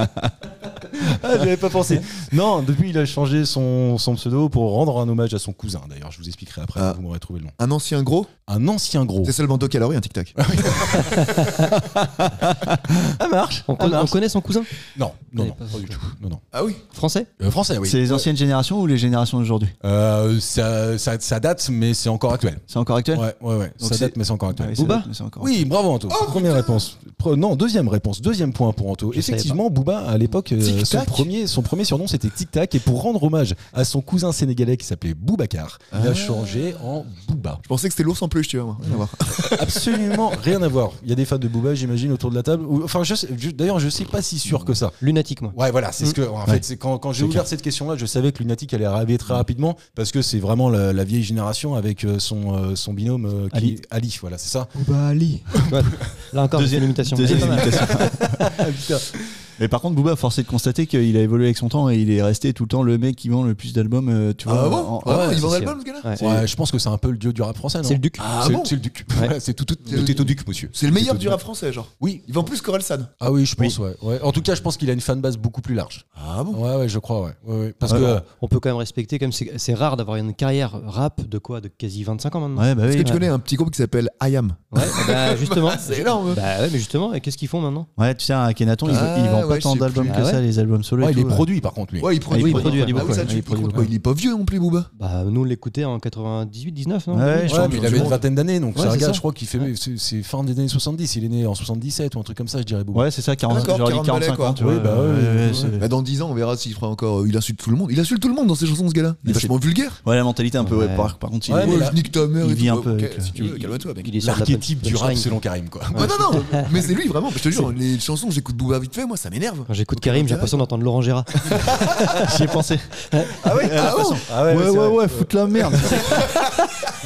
[SPEAKER 4] Ah, j'avais pas pensé. non, depuis il a changé son, son pseudo pour rendre un hommage à son cousin. D'ailleurs, je vous expliquerai après.
[SPEAKER 5] Ah.
[SPEAKER 4] Vous m'aurez trouvé le nom.
[SPEAKER 5] Un ancien gros,
[SPEAKER 4] Un ancien gros.
[SPEAKER 5] c'est seulement 2 calories, un tic-tac.
[SPEAKER 4] Ça marche.
[SPEAKER 6] on, con- on connaît son cousin
[SPEAKER 4] Non, non,
[SPEAKER 6] Vous
[SPEAKER 4] non,
[SPEAKER 6] avez
[SPEAKER 4] pas du tout. Non, non.
[SPEAKER 5] Ah oui
[SPEAKER 6] Français
[SPEAKER 4] Euh, français, oui.
[SPEAKER 3] c'est les anciennes générations ou les générations d'aujourd'hui
[SPEAKER 4] Euh, ça, ça- ça date, mais c'est encore actuel.
[SPEAKER 3] c'est encore actuel
[SPEAKER 4] Ouais, ouais, ouais.
[SPEAKER 3] Donc
[SPEAKER 4] ça
[SPEAKER 3] c'est-
[SPEAKER 4] date, mais c'est encore actuel.
[SPEAKER 3] Ouais, c'est-
[SPEAKER 6] Booba
[SPEAKER 3] c'est encore
[SPEAKER 4] Oui, bravo Anto. Première réponse. Pre- non, deuxième réponse. Deuxième point pour Anto.
[SPEAKER 6] savais
[SPEAKER 4] Effectivement, Booba, à l'époque, euh,
[SPEAKER 5] Tic
[SPEAKER 4] son
[SPEAKER 5] Tac
[SPEAKER 4] premier, son premier surnom, c'était Tic Tac. Et pour rendre hommage à son cousin sénégalais qui s'appelait Boubacar, il a changé en Booba.
[SPEAKER 5] Je pensais que c'était l'ours en peluche, tu vois. moi. Rien à voir.
[SPEAKER 4] Absolument rien à voir. Il y a des fans de Booba, j'imagine, autour de la table. Ou- Enfin, je sais- je- d'ailleurs, je sais pas si sûr que ça. Mm.
[SPEAKER 6] Lunatique, moi.
[SPEAKER 4] Ouais, voilà, c'est ce que. En fait,
[SPEAKER 3] Ouais.
[SPEAKER 4] c'est quand, quand j'ai ouvert cette question-là, je savais que Lunatic allait arriver très rapidement parce que c'est vraiment la, la vieille génération avec euh, son, euh, son binôme euh, qui-
[SPEAKER 3] Ali.
[SPEAKER 4] Ali, voilà, c'est ça.
[SPEAKER 6] Ouais. Là encore,
[SPEAKER 3] Deuxième-
[SPEAKER 6] c'est une imitation.
[SPEAKER 3] deuxième
[SPEAKER 6] Elle est pas mal.
[SPEAKER 3] Mais par contre, Booba, forcé de constater qu'il a évolué avec son temps et il est resté tout le temps le mec qui vend le plus d'albums, euh, tu vois.
[SPEAKER 5] Ah
[SPEAKER 3] en-
[SPEAKER 5] bon
[SPEAKER 3] en-
[SPEAKER 5] Vraiment,
[SPEAKER 6] ouais,
[SPEAKER 5] Il vend
[SPEAKER 6] c'est
[SPEAKER 5] l'album, ce gars-là
[SPEAKER 6] Ouais.
[SPEAKER 3] C'est-
[SPEAKER 4] Ouais, je pense que c'est un peu le dieu du rap français, non
[SPEAKER 6] C'est le duc.
[SPEAKER 5] Ah
[SPEAKER 4] c'est,
[SPEAKER 5] bon
[SPEAKER 4] c'est le duc.
[SPEAKER 6] Ouais.
[SPEAKER 4] Ouais, c'est tout, tout,
[SPEAKER 5] C'est le-
[SPEAKER 4] tout est au duc, monsieur.
[SPEAKER 5] C'est le meilleur
[SPEAKER 4] Tout est
[SPEAKER 5] du
[SPEAKER 4] au
[SPEAKER 5] rap
[SPEAKER 4] duc.
[SPEAKER 5] français, genre.
[SPEAKER 4] Oui.
[SPEAKER 5] Il vend plus qu'Orelsan.
[SPEAKER 4] Ah oui, je pense, ouais. ouais. En tout cas, je pense qu'il a une fanbase beaucoup plus large.
[SPEAKER 5] Ah bon
[SPEAKER 4] Ouais, ouais, je crois, ouais. ouais, ouais. Parce
[SPEAKER 3] Ouais.
[SPEAKER 4] que.
[SPEAKER 3] Ouais.
[SPEAKER 6] On peut quand même respecter, comme c'est c'est rare d'avoir une carrière rap de quoi De quasi 25 ans maintenant.
[SPEAKER 3] Ouais, bah
[SPEAKER 5] Est-ce
[SPEAKER 3] oui.
[SPEAKER 5] que tu connais un petit groupe qui s'appelle I Am
[SPEAKER 6] Ouais, bah justement.
[SPEAKER 5] C'est énorme. hein.
[SPEAKER 6] Bah ouais, mais justement, et qu'est-ce qu'ils font maintenant
[SPEAKER 3] Ouais, tu sais, à Kenaton, ils,
[SPEAKER 5] Ah,
[SPEAKER 3] ils vendent pas
[SPEAKER 5] ouais,
[SPEAKER 3] tant
[SPEAKER 5] je sais
[SPEAKER 3] d'albums
[SPEAKER 5] plus.
[SPEAKER 3] que
[SPEAKER 6] Ah ouais
[SPEAKER 3] ça, les albums solo.
[SPEAKER 4] Ouais,
[SPEAKER 3] et
[SPEAKER 4] il est
[SPEAKER 3] tout, ouais.
[SPEAKER 4] produit, par contre, lui.
[SPEAKER 5] Ouais, il produit.
[SPEAKER 3] Ah, il
[SPEAKER 5] Ah,
[SPEAKER 3] produit,
[SPEAKER 5] oui,
[SPEAKER 3] il produit,
[SPEAKER 5] ça, tu-
[SPEAKER 3] ouais, il
[SPEAKER 5] il
[SPEAKER 3] produit
[SPEAKER 5] compte
[SPEAKER 3] beaucoup.
[SPEAKER 5] pas. Il est pas vieux non plus, Booba.
[SPEAKER 6] Bah nous, on l'écoutait en 98, 19, non
[SPEAKER 3] Ouais, je
[SPEAKER 4] Ouais,
[SPEAKER 3] pense
[SPEAKER 4] mais il
[SPEAKER 3] que
[SPEAKER 4] avait
[SPEAKER 3] tu
[SPEAKER 4] une
[SPEAKER 3] vois.
[SPEAKER 4] vingtaine d'années, donc
[SPEAKER 6] Ouais,
[SPEAKER 4] c'est un
[SPEAKER 6] c'est
[SPEAKER 4] gars,
[SPEAKER 6] ça.
[SPEAKER 4] je crois qu'il fait. C'est, c'est fin des années 70, il est né en 77 ou un truc comme ça, je dirais. Bobo.
[SPEAKER 3] Ouais, c'est ça, 40,
[SPEAKER 5] D'accord,
[SPEAKER 3] genre
[SPEAKER 5] 40
[SPEAKER 3] 45
[SPEAKER 5] balais,
[SPEAKER 3] ans, tu vois.
[SPEAKER 4] quoi. Oui, bah ouais, ouais,
[SPEAKER 3] c'est-
[SPEAKER 5] Bah, dans 10 ans, on verra s'il fera encore. euh, Il insulte tout le monde. Il insulte tout le monde dans ses chansons, ce gars-là. Il est
[SPEAKER 3] Mais c'est-
[SPEAKER 5] vachement vulgaire.
[SPEAKER 3] Ouais, la mentalité un peu, ouais.
[SPEAKER 6] Ouais.
[SPEAKER 3] Par, par contre, il
[SPEAKER 4] Ouais,
[SPEAKER 3] est-
[SPEAKER 4] mais
[SPEAKER 5] Ouais,
[SPEAKER 4] là-
[SPEAKER 5] je nique ta mère.
[SPEAKER 3] il
[SPEAKER 5] et
[SPEAKER 3] vit
[SPEAKER 5] tout.
[SPEAKER 3] un peu
[SPEAKER 5] Ok,
[SPEAKER 3] avec, euh,
[SPEAKER 5] Si tu veux, calme-toi, mec.
[SPEAKER 6] Il est sur la
[SPEAKER 4] L'archétype
[SPEAKER 6] punch-
[SPEAKER 4] du rap
[SPEAKER 6] punchline.
[SPEAKER 4] selon Karim, quoi.
[SPEAKER 5] Bah, non, non, mais c'est lui vraiment. Je te jure, les chansons, j'écoute Booba vite fait, moi, ça m'énerve.
[SPEAKER 6] Quand j'écoute Karim, j'ai l'impression d'entendre Laurent Gérard.
[SPEAKER 3] j'y ai pensé.
[SPEAKER 5] Ah ouais, ah bon
[SPEAKER 4] Ah
[SPEAKER 3] Ouais, ouais, ouais, foutre la merde.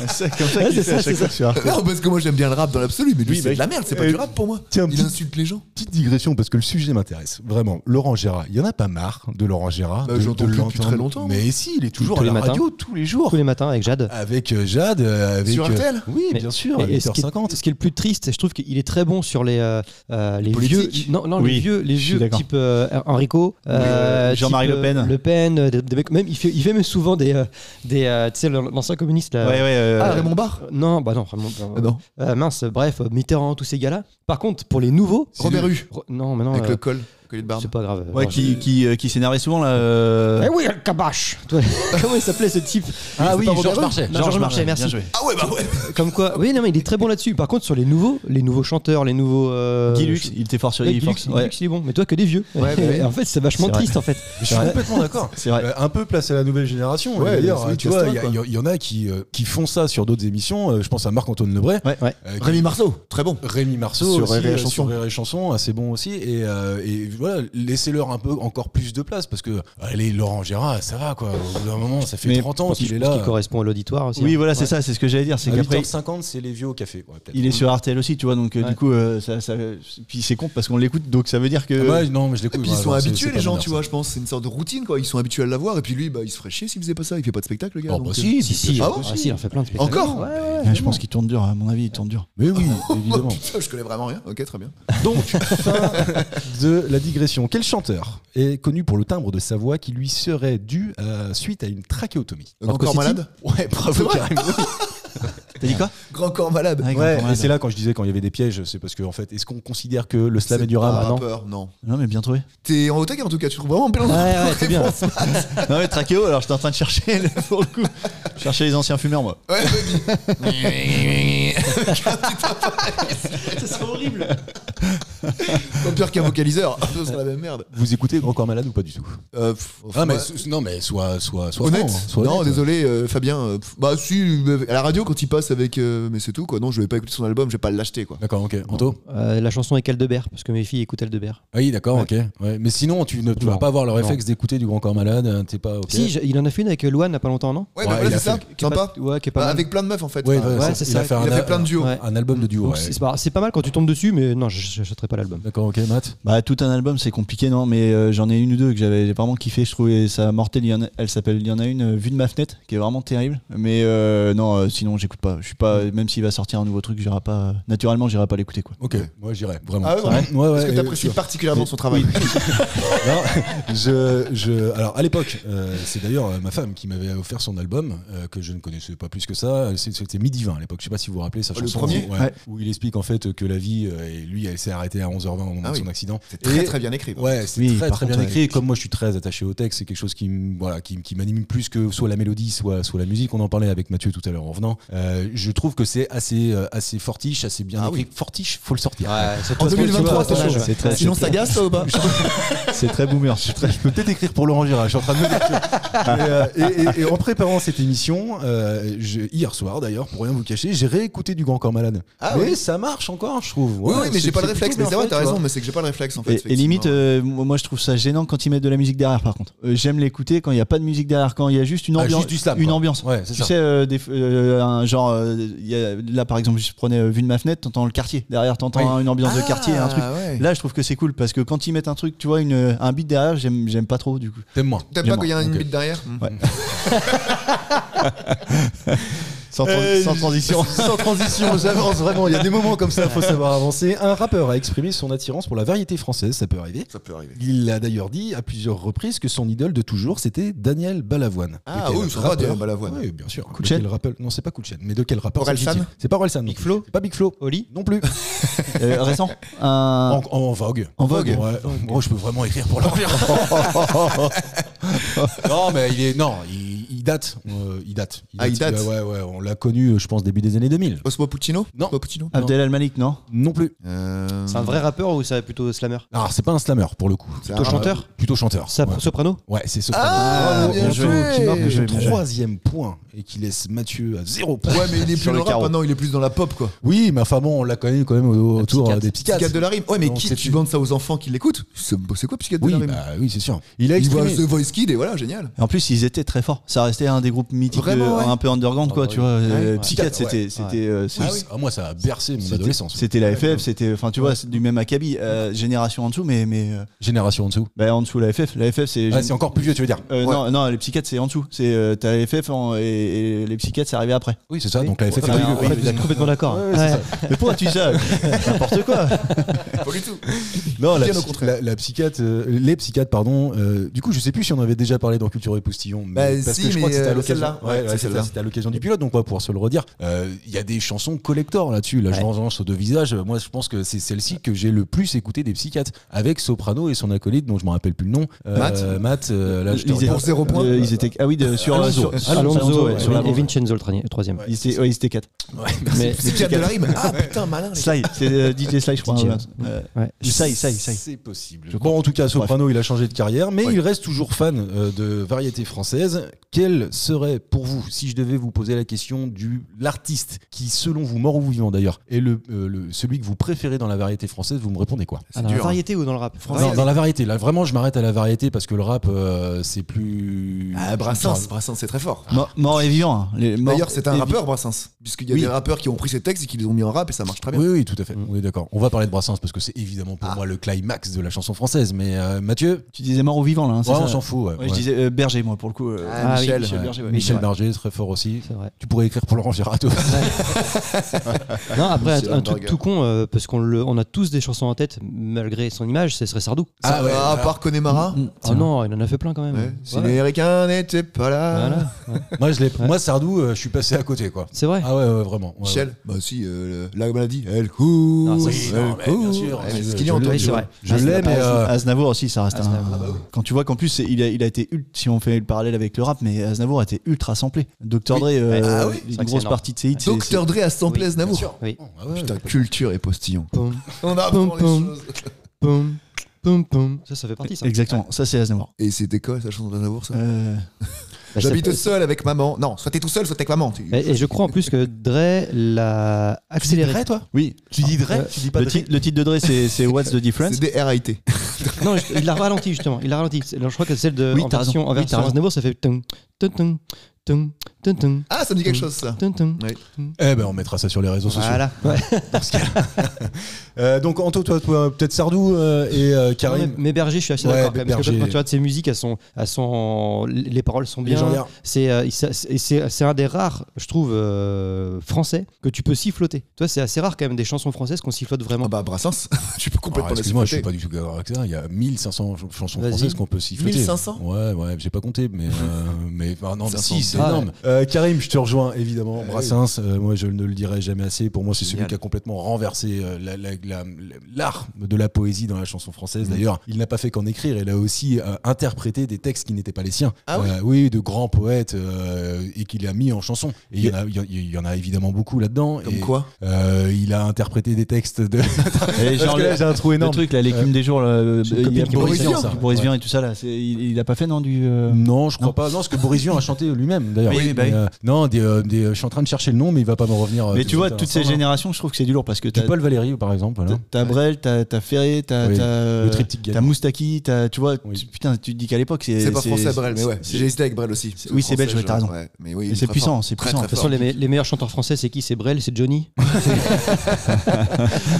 [SPEAKER 3] c'est comme ça qu'il fait à chaque fois. sur-
[SPEAKER 5] Non, parce que moi, j'aime bien le rap dans l'absolu, mais lui,
[SPEAKER 4] Oui,
[SPEAKER 5] c'est
[SPEAKER 4] bah,
[SPEAKER 5] de la merde, c'est pas
[SPEAKER 4] euh,
[SPEAKER 5] du rap pour moi.
[SPEAKER 4] tiens,
[SPEAKER 5] Il
[SPEAKER 4] petit-
[SPEAKER 5] insulte les gens.
[SPEAKER 4] Petite digression parce que le sujet m'intéresse vraiment. Laurent Gérard, il y en a pas marre de Laurent Gérard.
[SPEAKER 5] Bah,
[SPEAKER 4] de-
[SPEAKER 5] je l'entends
[SPEAKER 4] de
[SPEAKER 5] plus depuis
[SPEAKER 4] l'entendre.
[SPEAKER 5] très longtemps,
[SPEAKER 4] Mais si, il est toujours
[SPEAKER 6] Tous
[SPEAKER 4] à la
[SPEAKER 6] les matins.
[SPEAKER 4] radio tous les jours.
[SPEAKER 6] Tous les matins avec Jade.
[SPEAKER 4] Avec euh, Jade, euh, avec.
[SPEAKER 5] Sur
[SPEAKER 4] euh,
[SPEAKER 5] RTL
[SPEAKER 4] Oui, bien sûr, à
[SPEAKER 6] Et- et ce, qui est,
[SPEAKER 4] 8h50.
[SPEAKER 6] ce qui est le plus triste, je trouve qu'il est très bon sur les, euh, euh, les vieux,
[SPEAKER 5] politiques
[SPEAKER 6] non, non,
[SPEAKER 3] Oui,
[SPEAKER 6] les vieux, les
[SPEAKER 3] je suis
[SPEAKER 6] vieux
[SPEAKER 3] d'accord.
[SPEAKER 6] type euh, Enrico, euh,
[SPEAKER 3] Oui, Jean-Marie
[SPEAKER 6] type,
[SPEAKER 3] Le Pen.
[SPEAKER 6] euh, Le Pen, euh, des, des mecs- même il fait, il fait même souvent des, euh, des, euh, tu sais, l'ancien communiste là,
[SPEAKER 3] Ouais, bah. ouais,
[SPEAKER 6] euh,
[SPEAKER 5] Ah, Raymond Barre
[SPEAKER 6] euh, Non, bah non, Raymond Barre,
[SPEAKER 5] Ah, Non,
[SPEAKER 6] euh, mince, bref, Mitterrand, tous ces gars-là. Par contre, pour les nouveaux.
[SPEAKER 5] Robert Hue,
[SPEAKER 6] Ro- Non, mais non,
[SPEAKER 5] avec
[SPEAKER 6] euh,
[SPEAKER 5] le col, collier de barbe.
[SPEAKER 6] c'est pas grave.
[SPEAKER 3] Ouais,
[SPEAKER 6] Non,
[SPEAKER 3] qui, qui, euh, qui s'énervait souvent là. euh,
[SPEAKER 6] Eh oui, le cabache Toi, Comment il s'appelait ce type
[SPEAKER 3] Ah oui,
[SPEAKER 4] pas Robert
[SPEAKER 3] Georges
[SPEAKER 4] Hue
[SPEAKER 3] Marchais.
[SPEAKER 6] Non, Georges Marchais, merci.
[SPEAKER 3] bien joué.
[SPEAKER 5] Ah ouais, bah ouais
[SPEAKER 6] Comme quoi, oui, non, mais il est très bon là-dessus. Par contre, sur les nouveaux, les nouveaux chanteurs, les nouveaux. Euh,
[SPEAKER 3] Guy Lux, il était fort sur
[SPEAKER 6] Ouais,
[SPEAKER 3] il
[SPEAKER 6] Guy
[SPEAKER 3] force-
[SPEAKER 6] Lux, Guy
[SPEAKER 3] ouais.
[SPEAKER 6] Lux, il est bon, mais toi que des vieux.
[SPEAKER 3] Ouais, ouais, ouais.
[SPEAKER 6] en fait, c'est vachement
[SPEAKER 3] C'est vrai.
[SPEAKER 6] triste en fait.
[SPEAKER 4] Je suis complètement d'accord.
[SPEAKER 3] C'est vrai.
[SPEAKER 4] Euh, un peu place à la nouvelle génération.
[SPEAKER 5] Ouais,
[SPEAKER 4] je veux dire,
[SPEAKER 5] c'est
[SPEAKER 4] tu vois,
[SPEAKER 5] Castor,
[SPEAKER 4] il y a-
[SPEAKER 5] quoi.
[SPEAKER 4] il y, a- il y en a qui, euh, qui font ça sur d'autres émissions. Euh, je pense à Marc-Antoine Lebray.
[SPEAKER 3] Ouais.
[SPEAKER 6] Ouais.
[SPEAKER 4] euh, qui-
[SPEAKER 5] Rémi Marceau, très bon.
[SPEAKER 4] Rémi Marceau
[SPEAKER 5] Sur
[SPEAKER 4] aussi,
[SPEAKER 5] Rire et
[SPEAKER 4] euh,
[SPEAKER 5] Chanson.
[SPEAKER 4] sur Rire et Chanson, assez bon aussi. Et, euh, et voilà, laissez-leur un peu encore plus de place parce que, allez, Laurent Gérard, ça va quoi. Au bout d'un moment, ça fait
[SPEAKER 3] Mais
[SPEAKER 4] 30
[SPEAKER 6] Je
[SPEAKER 4] ans
[SPEAKER 6] pense
[SPEAKER 4] qu'il
[SPEAKER 6] qu'il-
[SPEAKER 4] est
[SPEAKER 6] je pense
[SPEAKER 4] là.
[SPEAKER 6] qu'il correspond à l'auditoire aussi.
[SPEAKER 3] Oui,
[SPEAKER 6] hein.
[SPEAKER 3] voilà, c'est
[SPEAKER 6] Ouais. Ah,
[SPEAKER 3] ça, c'est ce que j'allais dire. C'est
[SPEAKER 4] À
[SPEAKER 3] qu'après,
[SPEAKER 4] 8h50, c'est les vieux au café. Ouais, peut-être.
[SPEAKER 3] il est sur RTL aussi, tu vois, donc euh,
[SPEAKER 6] Ouais.
[SPEAKER 3] du coup, euh, ça, ça- puis c'est con parce qu'on l'écoute, donc ça veut dire que.
[SPEAKER 4] Ah ouais, non, mais je
[SPEAKER 5] Et
[SPEAKER 4] l'écoute.
[SPEAKER 5] puis ils
[SPEAKER 4] ouais,
[SPEAKER 5] sont
[SPEAKER 4] alors, c'est-
[SPEAKER 5] habitués
[SPEAKER 4] c'est
[SPEAKER 5] les
[SPEAKER 4] pas
[SPEAKER 5] gens,
[SPEAKER 4] mon
[SPEAKER 5] tu
[SPEAKER 4] air,
[SPEAKER 5] vois, je pense. C'est une sorte de routine quoi. Ils sont habitués à l'avoir. Et puis lui, bah, il se ferait chier s'il faisait pas ça. Il fait pas de spectacle, le gars.
[SPEAKER 4] Oh,
[SPEAKER 5] donc,
[SPEAKER 4] bah
[SPEAKER 5] euh,
[SPEAKER 4] si,
[SPEAKER 6] Si, si,
[SPEAKER 5] Ah
[SPEAKER 6] ah,
[SPEAKER 5] bon
[SPEAKER 6] si, il en fait plein de spectacles.
[SPEAKER 5] Encore
[SPEAKER 6] Ouais, ouais.
[SPEAKER 3] Ouais, je pense qu'il tourne dur, à mon avis, il tourne dur.
[SPEAKER 4] ça. Mais oui, évidemment.
[SPEAKER 5] Oh, Putain, je connais vraiment rien. Ok, très bien.
[SPEAKER 4] Donc, fin de la digression. Quel chanteur est connu pour le timbre de sa voix qui lui serait dû à- suite à une trachéotomie
[SPEAKER 5] Grand
[SPEAKER 4] Marco
[SPEAKER 5] corps
[SPEAKER 4] City
[SPEAKER 5] malade
[SPEAKER 4] Ouais, bravo, Karim.
[SPEAKER 3] T'as dit quoi
[SPEAKER 5] Grand corps malade.
[SPEAKER 3] Ouais,
[SPEAKER 4] Ouais,
[SPEAKER 3] Grand
[SPEAKER 4] et c'est
[SPEAKER 3] Corps
[SPEAKER 4] là quand je disais quand il y avait des pièges, c'est parce que en fait, est-ce qu'on considère que le slam
[SPEAKER 5] C'est
[SPEAKER 4] est durable
[SPEAKER 5] pas un
[SPEAKER 4] Non.
[SPEAKER 5] rappeur, non.
[SPEAKER 3] Malade. Non, mais bien trouvé.
[SPEAKER 5] T'es en haut taquet en tout cas. Tu trouves vraiment plein de
[SPEAKER 4] Ah.
[SPEAKER 6] Ouais, ouais, c'est bien.
[SPEAKER 3] non, mais Traqueo, alors j'étais en train de chercher, le- pour le coup, je cherchais les anciens fumeurs, moi.
[SPEAKER 5] Ouais,
[SPEAKER 3] C'est horrible.
[SPEAKER 5] Pas pire qu'un vocaliseur. Ce sera la même merde.
[SPEAKER 4] Vous écoutez Grand Corps Malade ou pas du tout
[SPEAKER 5] Euh, pff,
[SPEAKER 4] Ah, mais,
[SPEAKER 5] ouais.
[SPEAKER 4] so- non, mais soit, soit, soit
[SPEAKER 5] honnête.
[SPEAKER 4] franc, hein, soit
[SPEAKER 5] non,
[SPEAKER 4] honnête.
[SPEAKER 5] désolé, euh, Fabien. euh, pff, bah si, euh, à la radio quand il passe avec, euh, mais c'est tout quoi. Non, je vais pas écouter son album. Je vais pas l'acheter quoi.
[SPEAKER 4] D'accord, ok. Anto
[SPEAKER 6] Euh, La chanson avec Aldebert, parce que mes filles écoutent Aldebert.
[SPEAKER 4] Ah Oui, d'accord, ok. Ouais. Mais sinon, tu ne tu vas
[SPEAKER 6] Non.
[SPEAKER 4] pas avoir le
[SPEAKER 6] Non.
[SPEAKER 4] réflexe d'écouter du Grand Corps Malade, hein, t'es pas ok.
[SPEAKER 6] Si, j'ai- il en a fait une avec Loane il n'y a pas longtemps, non
[SPEAKER 5] Ouais,
[SPEAKER 4] Ouais,
[SPEAKER 5] bah,
[SPEAKER 4] il
[SPEAKER 5] voilà,
[SPEAKER 4] a
[SPEAKER 5] c'est ça.
[SPEAKER 4] fait-
[SPEAKER 6] Qui est
[SPEAKER 5] Sympa.
[SPEAKER 6] pas- Ouais, qui est pas
[SPEAKER 5] Bah,
[SPEAKER 6] mal.
[SPEAKER 5] avec plein de meufs en fait.
[SPEAKER 4] Ouais,
[SPEAKER 5] Enfin,
[SPEAKER 4] ouais,
[SPEAKER 6] ouais,
[SPEAKER 4] ça-
[SPEAKER 6] c'est
[SPEAKER 4] il
[SPEAKER 6] ça.
[SPEAKER 4] a fait,
[SPEAKER 6] Il
[SPEAKER 4] un,
[SPEAKER 5] a fait plein de duos.
[SPEAKER 6] Ouais.
[SPEAKER 4] un album de duo.
[SPEAKER 6] Donc
[SPEAKER 4] ouais.
[SPEAKER 6] c'est pas, c'est pas mal quand tu tombes dessus, mais non, je n'achèterai pas l'album.
[SPEAKER 4] D'accord, ok, Matt.
[SPEAKER 3] Bah, tout un album, c'est compliqué, non, mais euh, j'en ai une ou deux que j'avais vraiment kiffé, je trouvais ça mortel. Il y en a- elle s'appelle Il y en a une, euh, Vue de ma fenêtre, qui est vraiment terrible. Mais euh, non, euh, sinon, j'écoute pas. Je suis pas, même s'il va sortir un nouveau truc, j'irai pas, euh, naturellement, j'irai pas l'écouter, quoi.
[SPEAKER 4] Ok, moi j'irai, vraiment.
[SPEAKER 5] Ah ouais,
[SPEAKER 4] ouais, ouais,
[SPEAKER 5] Est-ce que
[SPEAKER 4] et-
[SPEAKER 5] t'apprécies particulièrement son travail
[SPEAKER 4] Non, je, je, alors à l'époque, euh, c'est d'ailleurs euh, ma femme qui m'avait offert son album euh, que je ne connaissais pas plus que ça. C'est- C'était Midi 20 à l'époque. Je sais pas si vous vous rappelez sa
[SPEAKER 5] Oh, Le
[SPEAKER 4] chanson.
[SPEAKER 5] premier
[SPEAKER 4] ouais,
[SPEAKER 3] Ouais.
[SPEAKER 4] Où il explique en fait que la vie euh, et lui, elle s'est arrêtée à 11h20 au moment
[SPEAKER 5] Ah
[SPEAKER 4] de
[SPEAKER 5] oui.
[SPEAKER 4] son accident.
[SPEAKER 5] C'est très
[SPEAKER 4] Et-
[SPEAKER 5] très bien écrit.
[SPEAKER 4] Ouais, c'est
[SPEAKER 3] Oui,
[SPEAKER 4] très,
[SPEAKER 3] par
[SPEAKER 4] très bien
[SPEAKER 3] contre,
[SPEAKER 4] écrit. Et Comme moi, je suis très attaché au texte, c'est quelque chose qui, me- voilà, qui, qui m'anime plus que soit la mélodie, soit, soit la musique. On en parlait avec Mathieu tout à l'heure en revenant. Euh, je trouve que c'est assez, euh, assez fortiche, assez bien
[SPEAKER 5] Ah
[SPEAKER 4] écrit. Fortiche, faut le sortir.
[SPEAKER 6] c'est
[SPEAKER 5] En 2023,
[SPEAKER 3] c'est
[SPEAKER 5] attention.
[SPEAKER 3] c'est très-
[SPEAKER 5] Sinon,
[SPEAKER 3] c'est
[SPEAKER 5] ça gasse, ça ou pas
[SPEAKER 3] C'est très boomer.
[SPEAKER 4] Je peux peut-être écrire pour Laurent Gérard, je suis en train de me dire que- Mais, euh, et, et- et en préparant cette émission, euh, je- hier soir d'ailleurs, pour rien vous cacher, j'ai réécouté du Grand Corps Malade.
[SPEAKER 5] Ah
[SPEAKER 4] mais
[SPEAKER 5] oui.
[SPEAKER 4] ça marche encore, je trouve.
[SPEAKER 5] Oui,
[SPEAKER 4] Ouais,
[SPEAKER 5] oui, mais
[SPEAKER 4] c'est-
[SPEAKER 5] j'ai pas le
[SPEAKER 4] c'est
[SPEAKER 5] réflexe. Mais
[SPEAKER 4] plutôt bien
[SPEAKER 5] c'est vrai,
[SPEAKER 4] fait,
[SPEAKER 5] t'as
[SPEAKER 4] tu
[SPEAKER 5] raison,
[SPEAKER 4] vois.
[SPEAKER 5] mais c'est que j'ai pas le réflexe en fait.
[SPEAKER 3] Et, et limite,
[SPEAKER 5] effectivement.
[SPEAKER 3] euh, moi je trouve ça gênant quand ils mettent de la musique derrière, par contre. Euh, J'aime l'écouter quand il n'y a pas de musique derrière, quand il y a juste une
[SPEAKER 4] Ah,
[SPEAKER 3] ambiance.
[SPEAKER 4] juste du slam,
[SPEAKER 3] une
[SPEAKER 4] quoi.
[SPEAKER 3] ambiance.
[SPEAKER 4] Ouais, c'est
[SPEAKER 3] tu
[SPEAKER 4] ça.
[SPEAKER 3] sais, euh, des, euh, un genre, euh, il y a- là par exemple, je prenais euh, Vue de ma fenêtre, t'entends le quartier derrière, t'entends
[SPEAKER 4] Oui.
[SPEAKER 3] hein, une ambiance de
[SPEAKER 5] Ah,
[SPEAKER 3] quartier, un truc.
[SPEAKER 5] ouais.
[SPEAKER 3] Là, je trouve que c'est cool parce que quand ils mettent un truc, tu vois, une, un beat derrière, j'aime j'aime pas trop du coup.
[SPEAKER 4] T'aimes moins.
[SPEAKER 5] T'aimes pas
[SPEAKER 3] j'aime
[SPEAKER 5] qu'il y a une
[SPEAKER 4] ok.
[SPEAKER 5] bite derrière
[SPEAKER 3] Ouais. Sans, tra- sans transition.
[SPEAKER 4] Sans transition, j'avance vraiment. Il y a des moments comme ça, il faut savoir avancer. Un rappeur a exprimé son attirance pour la variété française, ça peut arriver.
[SPEAKER 5] Ça peut arriver.
[SPEAKER 4] Il a d'ailleurs dit à plusieurs reprises que son idole de toujours, c'était Daniel Balavoine.
[SPEAKER 5] Ah,
[SPEAKER 4] De quel
[SPEAKER 5] oui, ça va,
[SPEAKER 4] rappeur-
[SPEAKER 5] Daniel Balavoine.
[SPEAKER 4] Oui, bien sûr. De
[SPEAKER 3] Kutchen
[SPEAKER 4] quel rappeur- Non, c'est pas Kutchen, mais de quel rappeur
[SPEAKER 5] Orelsan
[SPEAKER 4] s'agit-il C'est pas Orelsan. non
[SPEAKER 6] Big
[SPEAKER 4] plus.
[SPEAKER 6] Flo
[SPEAKER 4] C'est pas Big Flo.
[SPEAKER 6] Oli
[SPEAKER 4] Non plus.
[SPEAKER 3] Euh, récent. Un-
[SPEAKER 4] En, en- en vogue.
[SPEAKER 3] En vogue.
[SPEAKER 4] Ouais. Moi, je peux vraiment écrire pour leur Non, mais il est. Non, il, il date. euh, il date.
[SPEAKER 5] Ah, il date.
[SPEAKER 4] Ouais, ouais, ouais. On l'a connu, je pense, début des années 2000.
[SPEAKER 5] Osmo Puccino
[SPEAKER 4] Non.
[SPEAKER 5] Osmo Puccino
[SPEAKER 3] Abdel Al Malik, non
[SPEAKER 4] Non plus.
[SPEAKER 5] Euh,
[SPEAKER 6] C'est un vrai rappeur ou c'est plutôt slammer
[SPEAKER 4] Alors, Ah, c'est pas un slammer pour le coup.
[SPEAKER 5] C'est
[SPEAKER 6] Plutôt
[SPEAKER 5] un-
[SPEAKER 6] chanteur
[SPEAKER 4] Plutôt chanteur.
[SPEAKER 6] Sa-
[SPEAKER 4] ouais.
[SPEAKER 6] Soprano
[SPEAKER 4] Ouais, c'est ce
[SPEAKER 5] Ah,
[SPEAKER 4] fameux
[SPEAKER 5] bien
[SPEAKER 4] Anto qui
[SPEAKER 5] joué.
[SPEAKER 4] marque
[SPEAKER 5] Bien
[SPEAKER 4] le
[SPEAKER 5] joué,
[SPEAKER 3] bien joué.
[SPEAKER 4] troisième point et qui laisse Mathieu à zéro point.
[SPEAKER 5] Ouais, mais il est plus
[SPEAKER 3] Sur
[SPEAKER 5] dans
[SPEAKER 3] le
[SPEAKER 5] le rap
[SPEAKER 3] carreau.
[SPEAKER 5] maintenant, il est plus dans la pop quoi.
[SPEAKER 4] Oui, mais enfin bon, on l'a connu quand même au- autour euh,
[SPEAKER 6] psychiatre.
[SPEAKER 4] des
[SPEAKER 5] Psychiatre
[SPEAKER 4] psychiatres.
[SPEAKER 5] de la rime. Ouais, mais
[SPEAKER 4] Non,
[SPEAKER 5] qui
[SPEAKER 4] c'est-
[SPEAKER 5] tu bandes ça aux enfants qui l'écoutent C'est c'est quoi psychiatre
[SPEAKER 4] Oui,
[SPEAKER 5] de la rime
[SPEAKER 4] bah, oui, c'est sûr. Il a
[SPEAKER 5] Ils voient
[SPEAKER 4] exprimé.
[SPEAKER 5] The Voice Kid et voilà, génial.
[SPEAKER 3] En plus, ils étaient très forts. Ça restait un des groupes mythiques,
[SPEAKER 5] Vraiment,
[SPEAKER 3] de-
[SPEAKER 5] ouais.
[SPEAKER 3] un peu underground, quoi.
[SPEAKER 6] Ah, oui.
[SPEAKER 3] tu vois, Euh,
[SPEAKER 6] Ouais.
[SPEAKER 3] Psychiatre,
[SPEAKER 4] Ouais.
[SPEAKER 3] c'était, c'était, euh, c'est-
[SPEAKER 4] Ah oui. Ah, moi, ça a bercé mon
[SPEAKER 3] c'était-
[SPEAKER 4] adolescence. hein.
[SPEAKER 3] c'était la FF, c'était, enfin, tu vois, c'est du même acabit, euh, génération en dessous, mais, mais, euh,
[SPEAKER 4] Génération en dessous.
[SPEAKER 3] bah, en dessous la FF, la FF, c'est.
[SPEAKER 4] Ah, c'est encore plus vieux, tu veux dire.
[SPEAKER 3] Euh,
[SPEAKER 5] Ouais.
[SPEAKER 3] Non, non, les psychiatres, c'est en dessous. C'est euh, t'as FF en- et et, et les psychiatres, c'est arrivé après.
[SPEAKER 4] Oui, c'est ça. Donc la
[SPEAKER 3] Ouais,
[SPEAKER 4] FF
[SPEAKER 3] bah,
[SPEAKER 4] a eu
[SPEAKER 3] en
[SPEAKER 4] le
[SPEAKER 3] fait,
[SPEAKER 4] problème
[SPEAKER 3] vous
[SPEAKER 4] des-
[SPEAKER 3] êtes complètement d'accord.
[SPEAKER 6] hein.
[SPEAKER 4] Ouais, c'est
[SPEAKER 3] Ouais. Mais pourquoi tu dis ça N'importe quoi.
[SPEAKER 5] Pas du tout.
[SPEAKER 4] Non, la,
[SPEAKER 5] Bien au
[SPEAKER 4] psy-
[SPEAKER 5] contraire.
[SPEAKER 4] la- la psychiatre, euh, les psychiatres, pardon. euh, du coup, je sais plus si on avait déjà parlé dans Culture et Poustillon, mais
[SPEAKER 5] Bah,
[SPEAKER 4] parce
[SPEAKER 5] si,
[SPEAKER 4] que je crois
[SPEAKER 5] mais,
[SPEAKER 4] que c'était à
[SPEAKER 5] euh,
[SPEAKER 4] l'occasion.
[SPEAKER 5] celle-là.
[SPEAKER 4] Ouais,
[SPEAKER 5] Ouais,
[SPEAKER 4] ouais,
[SPEAKER 5] c'est
[SPEAKER 4] c'était-
[SPEAKER 5] celle-là.
[SPEAKER 4] c'était à l'occasion du pilote, donc on va pouvoir se le redire. Euh, Il y a des chansons collector là-dessus, la vengeance aux deux visages. euh, Moi, je pense que c'est celle-ci que j'ai le plus écouté des psychiatres, avec Soprano et son acolyte, dont je me rappelle plus le nom. Euh,
[SPEAKER 5] Matt.
[SPEAKER 4] Matt, euh, là, je te
[SPEAKER 3] Ils étaient-
[SPEAKER 4] regarde.
[SPEAKER 5] pour zéro point.
[SPEAKER 3] euh, ils étaient, ah oui, de- sur
[SPEAKER 4] Alonso.
[SPEAKER 3] sur- sur
[SPEAKER 6] Alonso,
[SPEAKER 3] Alonso,
[SPEAKER 6] ouais,
[SPEAKER 3] ouais, sur la-
[SPEAKER 6] et Vincenzo le trani- le troisième.
[SPEAKER 3] Ils étaient, ouais, ils étaient quatre.
[SPEAKER 6] Mais-
[SPEAKER 5] Psychiatre de la rime. Ah putain, malin. les
[SPEAKER 3] Sly, c'est euh, DJ Sly, je crois.
[SPEAKER 6] DJ,
[SPEAKER 3] ouais.
[SPEAKER 6] ouais.
[SPEAKER 3] Euh,
[SPEAKER 6] Ouais.
[SPEAKER 3] Sly, Sly, Sly.
[SPEAKER 4] C'est possible. bon, en tout cas, Soprano, il a changé de carrière, mais il reste toujours fan euh, de variété française. Quel serait pour vous, si je devais vous poser la question du l'artiste qui, selon vous, mort ou vivant d'ailleurs, est le, euh, le- celui que vous préférez dans la variété française Vous me répondez quoi
[SPEAKER 5] C'est
[SPEAKER 6] Ah, dans la
[SPEAKER 5] dur, hein.
[SPEAKER 6] variété ou dans le rap
[SPEAKER 4] Non, dans la variété. Là, vraiment, je m'arrête à la variété parce que le rap, euh, c'est plus.
[SPEAKER 5] Ah, Brassens, Brassens, c'est très fort.
[SPEAKER 3] Mort- Ah, Mort et vivant. hein. Les morts
[SPEAKER 5] D'ailleurs, c'est un
[SPEAKER 3] et
[SPEAKER 5] rappeur, Brassens. Puisqu'il y a
[SPEAKER 3] Oui.
[SPEAKER 5] des rappeurs qui ont pris ses textes et qui les ont mis en rap et ça marche très bien.
[SPEAKER 4] Oui, oui, tout à fait. Oui, d'accord. On va parler de Brassens parce que c'est évidemment pour
[SPEAKER 5] Ah.
[SPEAKER 4] moi le climax de la chanson française. Mais euh, Mathieu,
[SPEAKER 3] vi- Tu disais mort ou vivant, là. hein, c'est
[SPEAKER 4] Ouais,
[SPEAKER 3] ça
[SPEAKER 4] on s'en fout. ouais,
[SPEAKER 3] Ouais,
[SPEAKER 4] ouais.
[SPEAKER 3] Je disais euh, berger, moi, pour le coup. euh,
[SPEAKER 5] Ah,
[SPEAKER 6] Ah oui,
[SPEAKER 5] Michel.
[SPEAKER 3] Michel
[SPEAKER 5] ouais.
[SPEAKER 3] Berger, ouais.
[SPEAKER 4] Michel
[SPEAKER 6] Ouais.
[SPEAKER 4] Berger, très fort aussi.
[SPEAKER 6] C'est vrai.
[SPEAKER 4] Tu pourrais écrire pour Laurent Gérardo.
[SPEAKER 6] Non, après,
[SPEAKER 5] C'est
[SPEAKER 6] un, un
[SPEAKER 5] un
[SPEAKER 6] truc
[SPEAKER 5] burger.
[SPEAKER 6] tout con, euh, parce qu'on le- on a tous des chansons en tête, malgré son image, ce serait Sardou.
[SPEAKER 5] Ah, ouais, à part Connemara.
[SPEAKER 6] Oh non, il en a fait plein quand même.
[SPEAKER 5] Ouais. Si
[SPEAKER 6] Voilà.
[SPEAKER 5] les Américains n'étaient pas là.
[SPEAKER 6] Voilà.
[SPEAKER 4] Moi, je l'ai- Moi, Sardou, euh, je suis passé à côté, quoi.
[SPEAKER 6] C'est vrai.
[SPEAKER 4] Ah ouais, ouais, vraiment. ouais,
[SPEAKER 5] Michel Bah si, euh, le- la maladie, elle court.
[SPEAKER 6] Non, ça,
[SPEAKER 5] elle
[SPEAKER 6] c'est-
[SPEAKER 4] non, mais bien
[SPEAKER 5] court.
[SPEAKER 4] sûr,
[SPEAKER 5] Ouais,
[SPEAKER 4] je-
[SPEAKER 5] mais c'est ce
[SPEAKER 4] je-
[SPEAKER 5] qu'il est
[SPEAKER 4] je
[SPEAKER 6] Oui,
[SPEAKER 5] entendu. hein.
[SPEAKER 6] c'est vrai.
[SPEAKER 5] ah,
[SPEAKER 4] Je l'ai, mais euh,
[SPEAKER 3] Aznavour ah bah aussi, ça reste un. Quand tu vois qu'en plus, c'est- il a, il a été. ult- Si on fait le parallèle avec le rap, mais Aznavour a été ultra samplé. Dr. Dre, euh,
[SPEAKER 6] Ouais. Ah
[SPEAKER 5] oui.
[SPEAKER 6] C'est
[SPEAKER 3] une
[SPEAKER 6] vrai que
[SPEAKER 3] grosse
[SPEAKER 6] c'est
[SPEAKER 3] partie de ses hits. c'est- c'est-
[SPEAKER 5] Docteur Dre à 100
[SPEAKER 6] Oui,
[SPEAKER 5] places
[SPEAKER 6] bien
[SPEAKER 5] d'amour.
[SPEAKER 6] Oui.
[SPEAKER 4] ah ouais,
[SPEAKER 5] Putain, culture et postillon.
[SPEAKER 6] Pum,
[SPEAKER 5] On apprend
[SPEAKER 6] Pom,
[SPEAKER 5] les
[SPEAKER 6] pom.
[SPEAKER 5] choses.
[SPEAKER 6] pum, pum, pum. Ça, ça fait partie, ça.
[SPEAKER 3] Exactement, ça c'est Aznavour.
[SPEAKER 5] Et c'était quoi sa chanson d'amour ça
[SPEAKER 3] Euh,
[SPEAKER 6] Bah, ça
[SPEAKER 5] J'habite
[SPEAKER 6] peut-
[SPEAKER 5] seul avec maman. Non, soit t'es tout seul, soit t'es avec maman. Tu-
[SPEAKER 6] Et, et je crois en plus que Dre l'a accéléré.
[SPEAKER 4] Dre, toi
[SPEAKER 3] oui,
[SPEAKER 4] Tu dis Dre
[SPEAKER 6] Euh,
[SPEAKER 4] Tu dis pas
[SPEAKER 3] le,
[SPEAKER 4] Dre
[SPEAKER 3] titre- le titre de Dre c'est c'est What's the Difference
[SPEAKER 5] C'est des RIT.
[SPEAKER 6] Non, je- il l'a ralenti justement. Il l'a ralenti. C'est- Je crois que celle de
[SPEAKER 3] Oui,
[SPEAKER 6] en
[SPEAKER 3] t'as
[SPEAKER 6] version,
[SPEAKER 3] raison.
[SPEAKER 6] en
[SPEAKER 3] Oui,
[SPEAKER 6] version
[SPEAKER 3] t'as raison.
[SPEAKER 6] Aznavour, ça fait. tung, tung, tung, tung, tung, tung,
[SPEAKER 5] Ah, ça me dit quelque chose ça.
[SPEAKER 6] tung, tung.
[SPEAKER 5] Ouais.
[SPEAKER 4] Eh ben, on mettra ça sur les réseaux sociaux.
[SPEAKER 6] Voilà. Ouais.
[SPEAKER 4] Euh, donc, Anto, toi, toi, peut-être Sardou euh, et euh,
[SPEAKER 6] Non,
[SPEAKER 4] Karim.
[SPEAKER 6] mais, mais Berger, je suis assez
[SPEAKER 4] Ouais,
[SPEAKER 6] d'accord. quand même, parce que
[SPEAKER 4] Berger.
[SPEAKER 6] Quand tu vois de ses musiques, elles sont, elles sont, les paroles sont bien.
[SPEAKER 4] Légendaire.
[SPEAKER 6] C'est, euh, c'est- c'est c'est un des rares, je trouve, euh, français que tu peux siffloter. Tu vois, c'est assez rare quand même des chansons françaises qu'on sifflote vraiment.
[SPEAKER 5] Ah bah Brassens, tu peux
[SPEAKER 4] Alors,
[SPEAKER 5] complètement la
[SPEAKER 4] Ah, Excuse-moi, je suis
[SPEAKER 5] supporter.
[SPEAKER 4] pas du tout d'accord avec ça. Il y a 1500 ch- chansons
[SPEAKER 6] Vas-y.
[SPEAKER 4] françaises qu'on peut siffloter.
[SPEAKER 5] 1500?
[SPEAKER 4] Ouais, ouais, j'ai pas compté, mais. euh, mais ah non, mais
[SPEAKER 5] 500.
[SPEAKER 4] si, c'est
[SPEAKER 6] Ah,
[SPEAKER 4] énorme. Euh, Karim, je te rejoins, évidemment.
[SPEAKER 5] oui.
[SPEAKER 4] Brassens, euh, moi, je ne le dirai jamais assez. Pour moi, c'est celui
[SPEAKER 5] Génial.
[SPEAKER 4] qui a complètement renversé euh, la- la- la- l'art de la poésie dans la chanson française. D'ailleurs, il n'a pas fait qu'en écrire, il a aussi euh, interprété des textes qui n'étaient pas les siens.
[SPEAKER 5] Ah oui
[SPEAKER 4] Euh, oui, de grands poètes, euh, et qu'il a mis en chanson. Et il y, en a- il y en- il y en a évidemment beaucoup là-dedans.
[SPEAKER 5] Comme
[SPEAKER 4] Et,
[SPEAKER 5] quoi
[SPEAKER 4] euh, Il a interprété des textes de.
[SPEAKER 3] Et genre
[SPEAKER 4] Parce que là,
[SPEAKER 3] le,
[SPEAKER 4] j'ai un trou
[SPEAKER 3] le
[SPEAKER 4] énorme.
[SPEAKER 3] truc là, l'écume des jours, là, euh,
[SPEAKER 4] J'ai une
[SPEAKER 3] il y a
[SPEAKER 4] copine qui
[SPEAKER 3] Boris
[SPEAKER 4] me disait
[SPEAKER 3] Vian,
[SPEAKER 4] ça.
[SPEAKER 3] Boris
[SPEAKER 4] Ouais.
[SPEAKER 3] Vian et tout ça là, c'est- il, il a pas fait non du. euh,
[SPEAKER 4] Non, je crois
[SPEAKER 3] Non.
[SPEAKER 4] pas. Non, ce que Boris Vian a chanté lui-même d'ailleurs.
[SPEAKER 3] Oui, bah
[SPEAKER 4] Mais,
[SPEAKER 3] oui.
[SPEAKER 4] euh, non, des, euh, des- je suis en train de chercher le nom, mais il va pas me revenir. euh,
[SPEAKER 3] Mais
[SPEAKER 4] tout
[SPEAKER 3] tu
[SPEAKER 4] de
[SPEAKER 3] vois,
[SPEAKER 4] suite à
[SPEAKER 3] toutes ces
[SPEAKER 4] l'instant, là.
[SPEAKER 3] générations, je trouve que c'est du lourd parce que
[SPEAKER 4] Du
[SPEAKER 3] t'as
[SPEAKER 4] Paul Valéry, par exemple. voilà.
[SPEAKER 3] t'as- t'as Brel, t'as t'as Ferré, t'as
[SPEAKER 4] Oui.
[SPEAKER 3] t'as, euh,
[SPEAKER 4] triptyque gagnant.
[SPEAKER 3] t'as Moustaki, t'as tu vois,
[SPEAKER 4] Oui.
[SPEAKER 3] tu- putain, tu te dis qu'à l'époque c'est
[SPEAKER 5] C'est pas français
[SPEAKER 3] c'est-
[SPEAKER 5] Brel, mais ouais.
[SPEAKER 3] c'est-
[SPEAKER 5] J'ai hésité avec Brel aussi.
[SPEAKER 3] c'est- oui, c'est belge, ouais,
[SPEAKER 5] Français,
[SPEAKER 3] t'as raison.
[SPEAKER 5] genre, ouais. Mais oui,
[SPEAKER 3] Et
[SPEAKER 5] il est
[SPEAKER 3] c'est
[SPEAKER 5] très
[SPEAKER 3] puissant,
[SPEAKER 5] fort.
[SPEAKER 3] c'est
[SPEAKER 5] Très,
[SPEAKER 3] puissant.
[SPEAKER 5] très
[SPEAKER 6] De toute façon,
[SPEAKER 5] fort.
[SPEAKER 6] les, me- les meilleurs chanteurs français, c'est qui C'est Brel, c'est Johnny,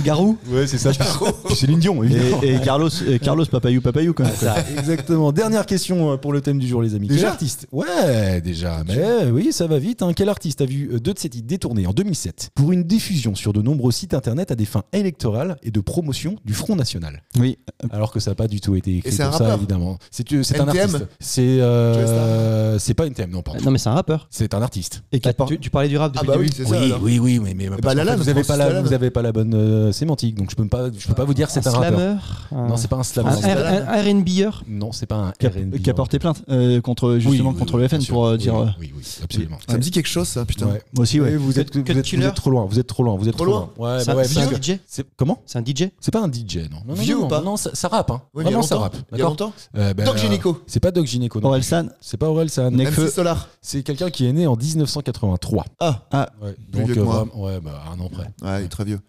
[SPEAKER 6] Garou.
[SPEAKER 4] Ouais, c'est ça.
[SPEAKER 3] Oh,
[SPEAKER 4] C'est Dion, évidemment.
[SPEAKER 3] Et, et Carlos, et Carlos Papayou, Papayou quand même.
[SPEAKER 4] Exactement. Dernière question euh, pour le thème du jour, les amis.
[SPEAKER 5] Déjà
[SPEAKER 4] Quel artiste Ouais, déjà. Mais euh, oui, ça va vite. hein. Quel artiste a vu euh, deux de ses titres détournés en 2007 pour une diffusion sur de nombreux sites internet à des fins électorales et de promotion du Front National
[SPEAKER 3] Oui,
[SPEAKER 4] Alors que ça n'a pas du tout été écrit
[SPEAKER 5] Et c'est un
[SPEAKER 4] pour ça,
[SPEAKER 5] rappeur
[SPEAKER 4] évidemment. C'est euh, c'est un
[SPEAKER 5] NTM?
[SPEAKER 4] artiste. C'est euh, c'est pas NTM, non, pardon.
[SPEAKER 6] Non, mais c'est un rappeur.
[SPEAKER 4] C'est un artiste.
[SPEAKER 3] et qui
[SPEAKER 6] Ah,
[SPEAKER 3] apporte-
[SPEAKER 6] tu, tu parlais du rap
[SPEAKER 5] Ah
[SPEAKER 6] depuis
[SPEAKER 5] bah
[SPEAKER 6] le
[SPEAKER 5] oui,
[SPEAKER 6] début.
[SPEAKER 5] c'est ça.
[SPEAKER 4] Oui,
[SPEAKER 5] alors.
[SPEAKER 4] oui, oui, mais, mais parce
[SPEAKER 5] bah,
[SPEAKER 4] qu'en
[SPEAKER 5] Lalanne,
[SPEAKER 4] fait, vous avez
[SPEAKER 5] Francis
[SPEAKER 4] pas la,
[SPEAKER 5] Lalanne.
[SPEAKER 4] vous avez pas la bonne euh, sémantique, donc je peux me pas, je peux pas vous dire c'est un
[SPEAKER 6] Un
[SPEAKER 4] rappeur.
[SPEAKER 6] slammer
[SPEAKER 4] Non, c'est pas un
[SPEAKER 6] un,
[SPEAKER 4] slammer.
[SPEAKER 6] un, un, un R&B'eur.
[SPEAKER 4] Non, c'est pas un
[SPEAKER 3] qui a-
[SPEAKER 4] R&B.
[SPEAKER 3] qui a porté plainte euh, contre
[SPEAKER 4] Oui,
[SPEAKER 3] justement
[SPEAKER 4] oui,
[SPEAKER 3] contre
[SPEAKER 4] oui,
[SPEAKER 3] le FN
[SPEAKER 4] bien sûr.
[SPEAKER 3] pour euh,
[SPEAKER 4] Oui,
[SPEAKER 3] dire.
[SPEAKER 4] oui,
[SPEAKER 3] euh,
[SPEAKER 4] Oui, oui, absolument.
[SPEAKER 5] Ça me dit quelque chose, ça, putain.
[SPEAKER 4] Ouais.
[SPEAKER 3] Moi aussi,
[SPEAKER 4] Et
[SPEAKER 3] ouais.
[SPEAKER 4] Vous êtes,
[SPEAKER 6] Cut-
[SPEAKER 4] vous, êtes, vous
[SPEAKER 6] Killer
[SPEAKER 4] êtes trop loin. Vous êtes trop loin. Vous êtes
[SPEAKER 5] Trop
[SPEAKER 4] trop loin. Ouais,
[SPEAKER 6] C'est
[SPEAKER 4] bah ouais,
[SPEAKER 6] un- c'est
[SPEAKER 4] parce
[SPEAKER 6] un
[SPEAKER 4] que-
[SPEAKER 6] DJ.
[SPEAKER 4] c'est- Comment
[SPEAKER 6] C'est un DJ.
[SPEAKER 4] C'est pas un DJ, non. Non, non,
[SPEAKER 5] Vieux
[SPEAKER 4] non,
[SPEAKER 5] ou pas
[SPEAKER 4] Non, non, ça, ça rappe. Hein.
[SPEAKER 5] Oui, mais il y a
[SPEAKER 4] Vraiment, ça
[SPEAKER 5] longtemps.
[SPEAKER 4] rappe.
[SPEAKER 5] Il y a
[SPEAKER 4] D'accord.
[SPEAKER 5] longtemps
[SPEAKER 4] Euh, ben,
[SPEAKER 5] Doc
[SPEAKER 4] euh,
[SPEAKER 5] Gynéco.
[SPEAKER 4] C'est pas Doc Gynéco. non.
[SPEAKER 3] Orelsan,
[SPEAKER 4] C'est pas Aurel San.
[SPEAKER 3] Nekfeu.
[SPEAKER 5] MC Solar.
[SPEAKER 4] C'est quelqu'un qui est né en 1983.
[SPEAKER 5] Ah,
[SPEAKER 4] Ouais.
[SPEAKER 5] Plus
[SPEAKER 4] Donc,
[SPEAKER 5] vieux que
[SPEAKER 4] euh,
[SPEAKER 5] moi.
[SPEAKER 4] vraiment- ouais, bah, un an près.
[SPEAKER 5] ouais, il est très vieux.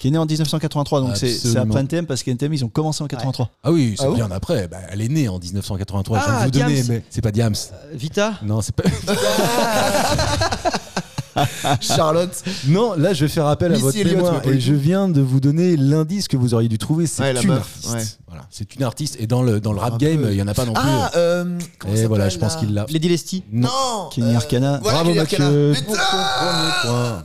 [SPEAKER 3] qui est né en 1983, donc c'est- c'est
[SPEAKER 4] Absolument.
[SPEAKER 3] après NTM parce qu'NTM ils ont commencé en 83.
[SPEAKER 4] Ah oui, c'est
[SPEAKER 5] Ah bon
[SPEAKER 4] bien après. Bah, elle est née en 1983. je
[SPEAKER 6] Ah,
[SPEAKER 4] viens de vous donner,
[SPEAKER 6] Diams.
[SPEAKER 4] mais c'est pas Diams.
[SPEAKER 6] Vita.
[SPEAKER 4] Non, c'est pas.
[SPEAKER 5] Charlotte.
[SPEAKER 4] non, là, je vais faire appel à
[SPEAKER 5] Missy
[SPEAKER 4] votre
[SPEAKER 5] Elliott,
[SPEAKER 4] mémoire
[SPEAKER 5] ouais,
[SPEAKER 4] et je viens de vous donner l'indice que vous auriez dû trouver. C'est
[SPEAKER 5] Ouais, la
[SPEAKER 4] une
[SPEAKER 5] meuf,
[SPEAKER 4] artiste.
[SPEAKER 5] ouais.
[SPEAKER 4] Voilà. C'est une artiste. Et dans le, dans le rap
[SPEAKER 5] Un
[SPEAKER 4] game,
[SPEAKER 5] peu.
[SPEAKER 4] il n'y en a pas non plus.
[SPEAKER 5] Ah, euh, comment
[SPEAKER 4] et
[SPEAKER 5] ça
[SPEAKER 4] voilà,
[SPEAKER 5] s'appelle,
[SPEAKER 4] je pense
[SPEAKER 5] là
[SPEAKER 4] qu'il l'a.
[SPEAKER 6] Lady Lesty.
[SPEAKER 5] Non
[SPEAKER 3] Kenny
[SPEAKER 5] euh,
[SPEAKER 3] Arcana.
[SPEAKER 5] voilà,
[SPEAKER 4] Bravo
[SPEAKER 5] Kenny Arcana.
[SPEAKER 4] Mathieu.
[SPEAKER 5] Putain
[SPEAKER 4] Pour ton premier point.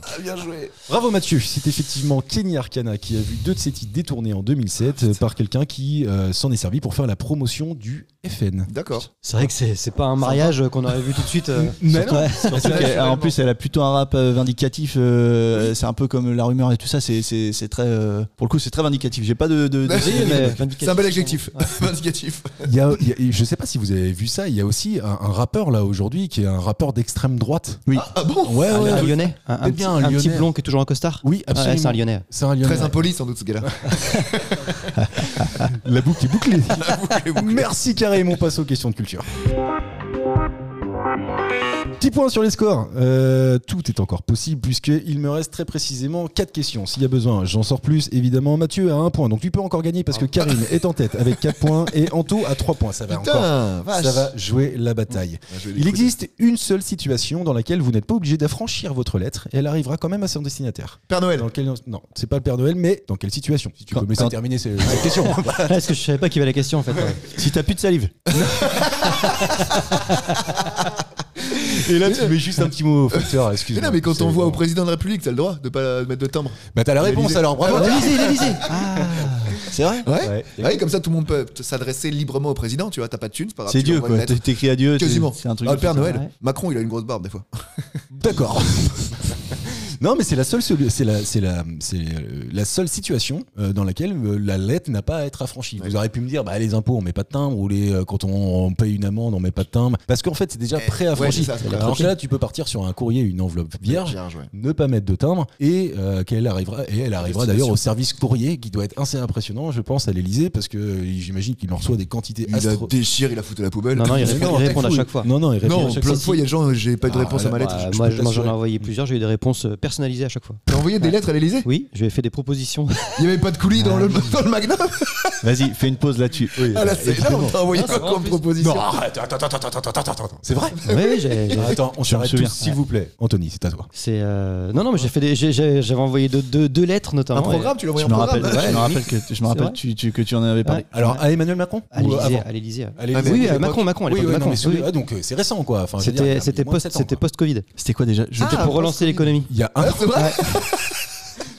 [SPEAKER 5] Ah, Bien joué
[SPEAKER 4] Bravo Mathieu, c'est effectivement Kenny Arcana qui a vu deux de ses titres détournés en
[SPEAKER 5] Ah,
[SPEAKER 4] 2007 euh, par quelqu'un qui euh, s'en est servi pour faire la promotion du FN.
[SPEAKER 5] D'accord.
[SPEAKER 6] C'est vrai que c'est c'est pas un mariage euh, qu'on aurait vu tout de suite. euh,
[SPEAKER 4] Mais
[SPEAKER 6] surtout-
[SPEAKER 4] non.
[SPEAKER 6] ouais.
[SPEAKER 3] Surtout qu'elle- alors, en plus, elle a plutôt un rap euh, vindicatif. euh, C'est un peu comme la rumeur et tout ça. C'est c'est- c'est très. euh, pour le coup, c'est très vindicatif. J'ai pas de. de-
[SPEAKER 5] Bah,
[SPEAKER 3] de-
[SPEAKER 6] Oui, mais vindicatif.
[SPEAKER 5] C'est un bel adjectif. Vindicatif.
[SPEAKER 4] Il y a- il y a- je sais pas si vous avez vu ça, il y a aussi un, un rappeur là aujourd'hui qui est un rappeur d'extrême droite.
[SPEAKER 3] Oui.
[SPEAKER 5] Ah bon
[SPEAKER 4] Ouais,
[SPEAKER 6] Un,
[SPEAKER 4] ouais.
[SPEAKER 6] un lyonnais, un, un
[SPEAKER 4] Eh
[SPEAKER 6] petit,
[SPEAKER 4] bien, un
[SPEAKER 6] un petit
[SPEAKER 4] Lyonnais.
[SPEAKER 6] blond qui est toujours en costard.
[SPEAKER 4] Oui,
[SPEAKER 6] Ouais,
[SPEAKER 4] absolument.
[SPEAKER 6] c'est un lyonnais.
[SPEAKER 4] C'est un lyonnais.
[SPEAKER 5] Très impoli sans doute ce gars-là.
[SPEAKER 4] La boucle est bouclée.
[SPEAKER 5] La boucle est bouclée.
[SPEAKER 4] Merci Karim, on passe aux questions de culture. Petit point sur les scores. Euh, tout est encore possible puisqu'il me reste très précisément 4 questions. S'il y a besoin, j'en sors plus. Évidemment, Mathieu a 1 point. Donc tu peux encore gagner parce que Karim est en tête avec 4 points et Anto a 3 points. Ça va encore.
[SPEAKER 5] Putain, vache.
[SPEAKER 4] Ça va jouer la bataille. Il existe une seule situation dans laquelle vous n'êtes pas obligé d'affranchir votre lettre et elle arrivera quand même à son destinataire.
[SPEAKER 5] Père Noël.
[SPEAKER 4] Dans quel- Non, c'est pas le Père Noël, mais dans quelle situation Si tu
[SPEAKER 3] Quand-
[SPEAKER 4] peux me laisser
[SPEAKER 3] quand-
[SPEAKER 4] terminer c'est- cette question.
[SPEAKER 6] Est-ce que je savais pas qu'il y avait la question en fait ouais.
[SPEAKER 3] Si t'as plus de salive.
[SPEAKER 4] Et là, tu mets juste un petit mot au facteur, excuse-moi.
[SPEAKER 5] Mais non, mais quand
[SPEAKER 4] hein, C'est-
[SPEAKER 5] on voit au
[SPEAKER 4] bon.
[SPEAKER 5] président de la République, t'as le droit de pas mettre de timbre.
[SPEAKER 4] Bah, t'as la réponse alors, bravo
[SPEAKER 5] Euh,
[SPEAKER 6] L'Élysée, l'Élysée. Ah.
[SPEAKER 3] C'est vrai
[SPEAKER 5] Ouais.
[SPEAKER 4] Ouais.
[SPEAKER 5] ouais. comme ça, tout le monde peut s'adresser librement au président. Tu vois, t'as pas de thunes, c'est pas grave.
[SPEAKER 3] C'est
[SPEAKER 5] Ah, tu
[SPEAKER 3] Dieu
[SPEAKER 5] l'envoies une
[SPEAKER 3] quoi.
[SPEAKER 5] lettre.
[SPEAKER 3] T'é- T'écris à Dieu. c'est-
[SPEAKER 5] Quasiment.
[SPEAKER 3] C'est un truc.
[SPEAKER 5] Ah, le Père Noël.
[SPEAKER 6] Ouais.
[SPEAKER 5] Macron, il a une grosse barbe des fois.
[SPEAKER 4] D'accord. non, mais c'est la seule, solu- c'est la, c'est la, c'est euh, la seule situation euh, dans laquelle euh, la lettre n'a pas à être affranchie. Vous auriez pu me dire, bah, les impôts, on met pas de timbre, ou les, euh, quand on, on paye une amende, on met pas de timbre. Parce qu'en fait, c'est déjà
[SPEAKER 5] Eh,
[SPEAKER 4] pré-affranchi.
[SPEAKER 5] ouais, c'est ça, c'est
[SPEAKER 4] alors que
[SPEAKER 5] pré-affranchi.
[SPEAKER 4] là, tu peux partir sur un courrier, une enveloppe vierge.
[SPEAKER 5] J'ai un jouet.
[SPEAKER 4] ne pas mettre de timbre et euh, qu'elle arrivera et elle arrivera d'ailleurs au service courrier qui doit être assez impressionnant je pense à l'Elysée parce que euh, j'imagine qu'il en reçoit des quantités
[SPEAKER 5] Il a
[SPEAKER 4] astro
[SPEAKER 5] déchiré, il a foutu à la poubelle.
[SPEAKER 6] Non, non, il répond, il répond à chaque fois.
[SPEAKER 4] non non il répond à
[SPEAKER 5] Non,
[SPEAKER 4] chaque
[SPEAKER 5] plein de
[SPEAKER 4] fois.
[SPEAKER 5] fois, il y a des gens, euh, j'ai pas eu de
[SPEAKER 4] Ah,
[SPEAKER 5] réponse à ma
[SPEAKER 4] là,
[SPEAKER 5] lettre.
[SPEAKER 6] Bah,
[SPEAKER 4] je
[SPEAKER 6] moi,
[SPEAKER 4] peux
[SPEAKER 6] je- moi, j'en ai
[SPEAKER 4] t'assurer.
[SPEAKER 6] envoyé plusieurs, j'ai eu des réponses euh, personnalisées à chaque fois.
[SPEAKER 5] T'as envoyé des lettres à l'Elysée
[SPEAKER 6] Oui, je lui ai fait des propositions.
[SPEAKER 5] Il y avait pas de coulis dans le, dans le magnum
[SPEAKER 3] Vas-y, fais une pause là-dessus.
[SPEAKER 5] Ah là, c'est énorme. T'as envoyé
[SPEAKER 6] Non,
[SPEAKER 5] quoi
[SPEAKER 6] c'est vrai, en
[SPEAKER 5] comme
[SPEAKER 6] plus.
[SPEAKER 5] proposition
[SPEAKER 4] Non, arrête, attends, attends, attends, attends, attends, attends, attends. C'est vrai
[SPEAKER 6] oui, oui, j'ai.
[SPEAKER 5] Ah,
[SPEAKER 6] j'ai-
[SPEAKER 4] Attends, on
[SPEAKER 3] Je me
[SPEAKER 4] s'arrête
[SPEAKER 3] souviens.
[SPEAKER 4] tous, s'il vous plaît. Anthony, c'est à toi.
[SPEAKER 6] C'est euh, non non mais j'ai fait des j'ai- j'ai- j'avais envoyé deux, deux, deux lettres notamment.
[SPEAKER 5] Un programme, tu l'as
[SPEAKER 3] Je
[SPEAKER 5] envoyé
[SPEAKER 3] me
[SPEAKER 5] en
[SPEAKER 3] rappelle.
[SPEAKER 5] programme
[SPEAKER 6] ouais,
[SPEAKER 3] Je me
[SPEAKER 6] oui.
[SPEAKER 3] rappelle que je
[SPEAKER 6] C'est
[SPEAKER 3] me
[SPEAKER 6] vrai.
[SPEAKER 3] rappelle tu- tu- que tu en avais
[SPEAKER 6] Ouais.
[SPEAKER 3] parlé.
[SPEAKER 4] Alors, à Emmanuel Macron
[SPEAKER 6] à
[SPEAKER 4] ou
[SPEAKER 6] l'Élysée,
[SPEAKER 4] avant
[SPEAKER 6] à l'Élysée.
[SPEAKER 5] Ah,
[SPEAKER 4] À l'Élysée.
[SPEAKER 5] mais à
[SPEAKER 6] Oui, euh,
[SPEAKER 5] l'époque-
[SPEAKER 6] Macron Macron à
[SPEAKER 4] Oui,
[SPEAKER 6] l'époque
[SPEAKER 4] oui, non,
[SPEAKER 6] Macron.
[SPEAKER 4] mais
[SPEAKER 6] oui,
[SPEAKER 4] celui-
[SPEAKER 6] oui.
[SPEAKER 4] ah, donc euh, c'est récent quoi. Enfin, je veux dire, il y a- il y
[SPEAKER 6] C'était
[SPEAKER 4] a
[SPEAKER 6] c'était
[SPEAKER 4] moins de
[SPEAKER 6] post
[SPEAKER 4] sept ans,
[SPEAKER 6] c'était
[SPEAKER 4] quoi.
[SPEAKER 6] post Covid.
[SPEAKER 3] C'était quoi déjà Je-
[SPEAKER 6] C'était pour relancer l'économie.
[SPEAKER 4] Il y a un
[SPEAKER 5] Ah, c'est vrai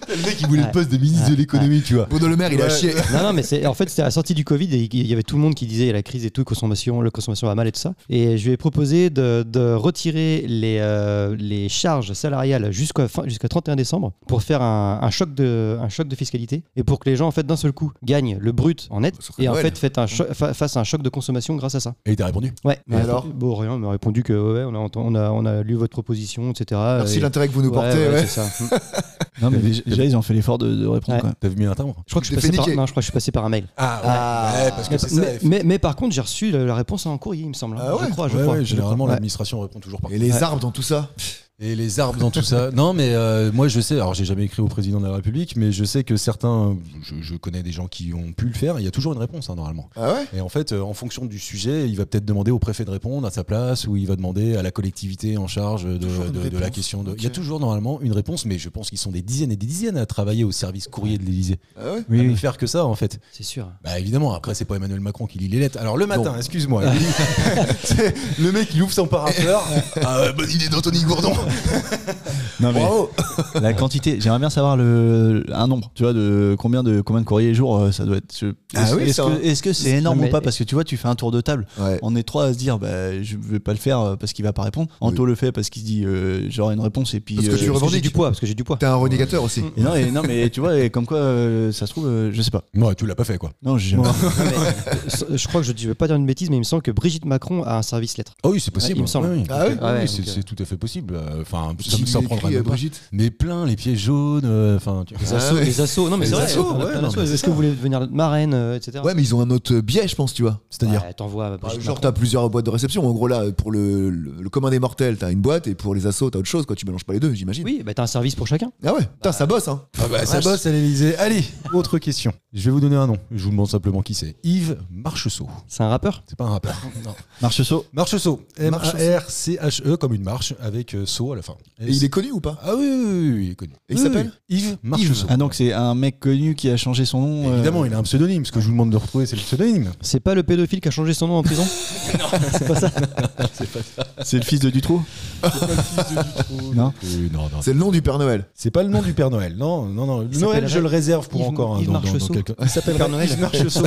[SPEAKER 4] le mec qui voulait
[SPEAKER 6] Ouais.
[SPEAKER 4] le poste de ministre de l'économie, tu vois.
[SPEAKER 5] Bruno Le Maire, il a
[SPEAKER 4] Ouais.
[SPEAKER 5] chié.
[SPEAKER 6] Non, non, mais c'est- en fait, c'était à la sortie du Covid et il y avait tout le monde qui disait la crise et tout, consommation, la consommation va mal et tout ça. Et je lui ai proposé de, de retirer les, euh, les charges salariales jusqu'à fin- jusqu'à 31 décembre pour faire un, un choc de, un choc de fiscalité et pour que les gens, en fait, d'un seul coup, gagnent le brut en net
[SPEAKER 5] Ce serait
[SPEAKER 6] et en
[SPEAKER 5] Noël.
[SPEAKER 6] fait, faites un cho- fa- fassent un choc de consommation grâce à ça.
[SPEAKER 4] Et il t'a répondu.
[SPEAKER 6] Ouais.
[SPEAKER 5] Et alors
[SPEAKER 6] Bon, rien, il m'a répondu que ouais, on a, ent- on, a, on a lu votre proposition, etc.
[SPEAKER 5] Merci
[SPEAKER 6] Et-
[SPEAKER 5] l'intérêt que vous nous
[SPEAKER 6] Ouais,
[SPEAKER 5] portez.
[SPEAKER 6] ouais,
[SPEAKER 5] ouais.
[SPEAKER 6] c'est ça.
[SPEAKER 3] Non mais déjà, déjà, ils ont fait l'effort de, de répondre.
[SPEAKER 6] Ouais.
[SPEAKER 3] quand même.
[SPEAKER 4] T'as vu mis un timbre
[SPEAKER 6] Je crois que je
[SPEAKER 5] T'es
[SPEAKER 6] suis passé
[SPEAKER 5] fait
[SPEAKER 6] par-
[SPEAKER 5] niquer.
[SPEAKER 6] non, je crois que je suis passé par un mail.
[SPEAKER 4] Ah ouais. Ouais, parce que c'est ça.
[SPEAKER 6] Mais, mais- mais par contre, j'ai reçu euh, la, la réponse en courrier, il me semble. hein.
[SPEAKER 5] Ah ouais
[SPEAKER 6] je crois, je
[SPEAKER 4] Ouais,
[SPEAKER 6] crois.
[SPEAKER 4] ouais,
[SPEAKER 6] Je crois.
[SPEAKER 4] généralement,
[SPEAKER 6] Ouais.
[SPEAKER 4] l'administration répond toujours par
[SPEAKER 5] Et les
[SPEAKER 6] Ouais.
[SPEAKER 5] arbres dans tout ça
[SPEAKER 4] Et les arbres dans tout ça. Non, mais euh, moi je sais, alors j'ai jamais écrit au président de la République, mais je sais que certains, je, je connais des gens qui ont pu le faire, il y a toujours une réponse hein, normalement.
[SPEAKER 5] Ah ouais
[SPEAKER 4] Et en fait, euh, en fonction du sujet, il va peut-être demander au préfet de répondre à sa place, ou il va demander à la collectivité en charge de,
[SPEAKER 5] Toujours une
[SPEAKER 4] de- de la
[SPEAKER 5] réponse.
[SPEAKER 4] question. De... Il y a
[SPEAKER 5] Ok.
[SPEAKER 4] toujours normalement une réponse, mais je pense qu'ils sont des dizaines et des dizaines à travailler au service courrier de l'Élysée.
[SPEAKER 5] Ah ouais
[SPEAKER 4] à
[SPEAKER 3] Oui,
[SPEAKER 4] ne
[SPEAKER 3] oui.
[SPEAKER 4] faire que ça en fait.
[SPEAKER 6] C'est sûr.
[SPEAKER 4] Bah évidemment, après c'est pas Emmanuel Macron qui lit les lettres. Alors le matin, excuse-moi. C'est le mec il ouvre son parapleur. Ah, ouais, bonne idée d'Anthony Gourdon.
[SPEAKER 3] Non, mais
[SPEAKER 5] Bravo
[SPEAKER 3] la quantité. J'aimerais bien savoir le un nombre. Tu vois de combien de combien de courriers jour euh, ça doit être. Je-
[SPEAKER 5] Ah
[SPEAKER 3] est-ce-
[SPEAKER 5] oui,
[SPEAKER 3] Est-ce
[SPEAKER 5] ça.
[SPEAKER 3] que est-ce que c'est énorme
[SPEAKER 6] Non, mais-
[SPEAKER 3] ou pas Parce que tu vois, tu fais un tour de table.
[SPEAKER 5] Ouais.
[SPEAKER 3] On est trois à se dire, bah, je vais pas le faire euh, parce qu'il va pas répondre. Anto le fait parce qu'il se dit, euh, j'aurai une réponse et puis.
[SPEAKER 5] Parce que tu
[SPEAKER 3] euh,
[SPEAKER 6] Parce que j'ai
[SPEAKER 5] revendiques.
[SPEAKER 6] du poids, parce que j'ai du poids.
[SPEAKER 5] T'es un renégateur aussi.
[SPEAKER 3] et non, et non, mais tu vois, et comme quoi, euh, ça se trouve, euh, je sais pas.
[SPEAKER 4] Non, tu l'as pas fait quoi.
[SPEAKER 3] Non, j'ai jamais.
[SPEAKER 6] Non, mais, euh, je crois que je, je vais pas dire une bêtise, mais il me semble que Brigitte Macron a un service lettre.
[SPEAKER 4] Ah oui, c'est possible.
[SPEAKER 6] Ouais, il me semble.
[SPEAKER 4] Oui, oui.
[SPEAKER 5] Ah oui
[SPEAKER 4] Oui,
[SPEAKER 6] Ouais,
[SPEAKER 4] c'est
[SPEAKER 6] donc, euh,
[SPEAKER 4] c'est tout à fait possible. Enfin, ça
[SPEAKER 5] Qui
[SPEAKER 4] me
[SPEAKER 5] lui
[SPEAKER 4] s'en
[SPEAKER 5] écrit,
[SPEAKER 4] prendra même
[SPEAKER 5] euh,
[SPEAKER 4] pas.
[SPEAKER 5] Brigitte
[SPEAKER 4] Mais plein les pieds jaunes. euh, Enfin, tu-
[SPEAKER 5] Ah ouais.
[SPEAKER 6] Les assos, non mais
[SPEAKER 4] Les
[SPEAKER 6] c'est vrai.
[SPEAKER 4] assos,
[SPEAKER 6] on a
[SPEAKER 4] ouais,
[SPEAKER 6] plein
[SPEAKER 4] non,
[SPEAKER 6] d'assos.
[SPEAKER 4] mais c'est
[SPEAKER 6] Est-ce que vous voulez devenir marraine, euh, etc.
[SPEAKER 5] Ouais, mais ils ont un autre biais, je pense, tu vois.
[SPEAKER 4] C'est-à-dire. Ah,
[SPEAKER 6] Ouais, t'envoies. euh,
[SPEAKER 5] Bah,
[SPEAKER 6] Brigitte
[SPEAKER 5] genre,
[SPEAKER 6] Macron.
[SPEAKER 5] t'as plusieurs boîtes de réception. En gros, là, pour le, le, le commun des mortels, t'as une boîte et pour les assos, t'as autre chose. Quoi. Tu mélanges pas les deux, j'imagine.
[SPEAKER 6] Oui, bah, t'as un service pour chacun.
[SPEAKER 5] Ah ouais Putain, ça bosse, hein
[SPEAKER 4] Ah bah, ça bosse à l'Elysée. Allez, autre question. Je vais vous donner un nom. Je vous demande simplement qui c'est. Yves Marcheseau.
[SPEAKER 6] C'est un rappeur
[SPEAKER 4] C'est pas un rappeur. Non.
[SPEAKER 3] Marcheseau.
[SPEAKER 4] Marcheseau.
[SPEAKER 5] Marcheseau.
[SPEAKER 4] M-A-R-C-H-E E comme une marche avec euh, saut à la fin.
[SPEAKER 5] Et il est connu ou pas
[SPEAKER 4] Ah oui, oui, oui, oui, il est connu.
[SPEAKER 5] Et il
[SPEAKER 4] Oui,
[SPEAKER 5] s'appelle
[SPEAKER 4] oui. Yves Marcheseau.
[SPEAKER 3] Ah donc c'est un mec connu qui a changé son nom. euh,
[SPEAKER 4] Évidemment, il a un pseudonyme. Ce que je vous demande de retrouver, c'est le pseudonyme.
[SPEAKER 6] C'est pas le pédophile qui a changé son nom en prison C'est pas ça
[SPEAKER 3] C'est le fils de Dutroux. Non.
[SPEAKER 4] Euh, non, non.
[SPEAKER 5] C'est le nom du Père Noël.
[SPEAKER 4] C'est pas le nom du Père Noël. Non, non, non. Noël,
[SPEAKER 6] Il s'appellerait
[SPEAKER 4] je le réserve pour
[SPEAKER 6] Yves-
[SPEAKER 4] encore un
[SPEAKER 6] Yves
[SPEAKER 4] dans- dans- dans
[SPEAKER 6] Marcheseau.
[SPEAKER 4] quelques- Il s'appelle
[SPEAKER 6] Père Noël.
[SPEAKER 4] Yves Marcheseau.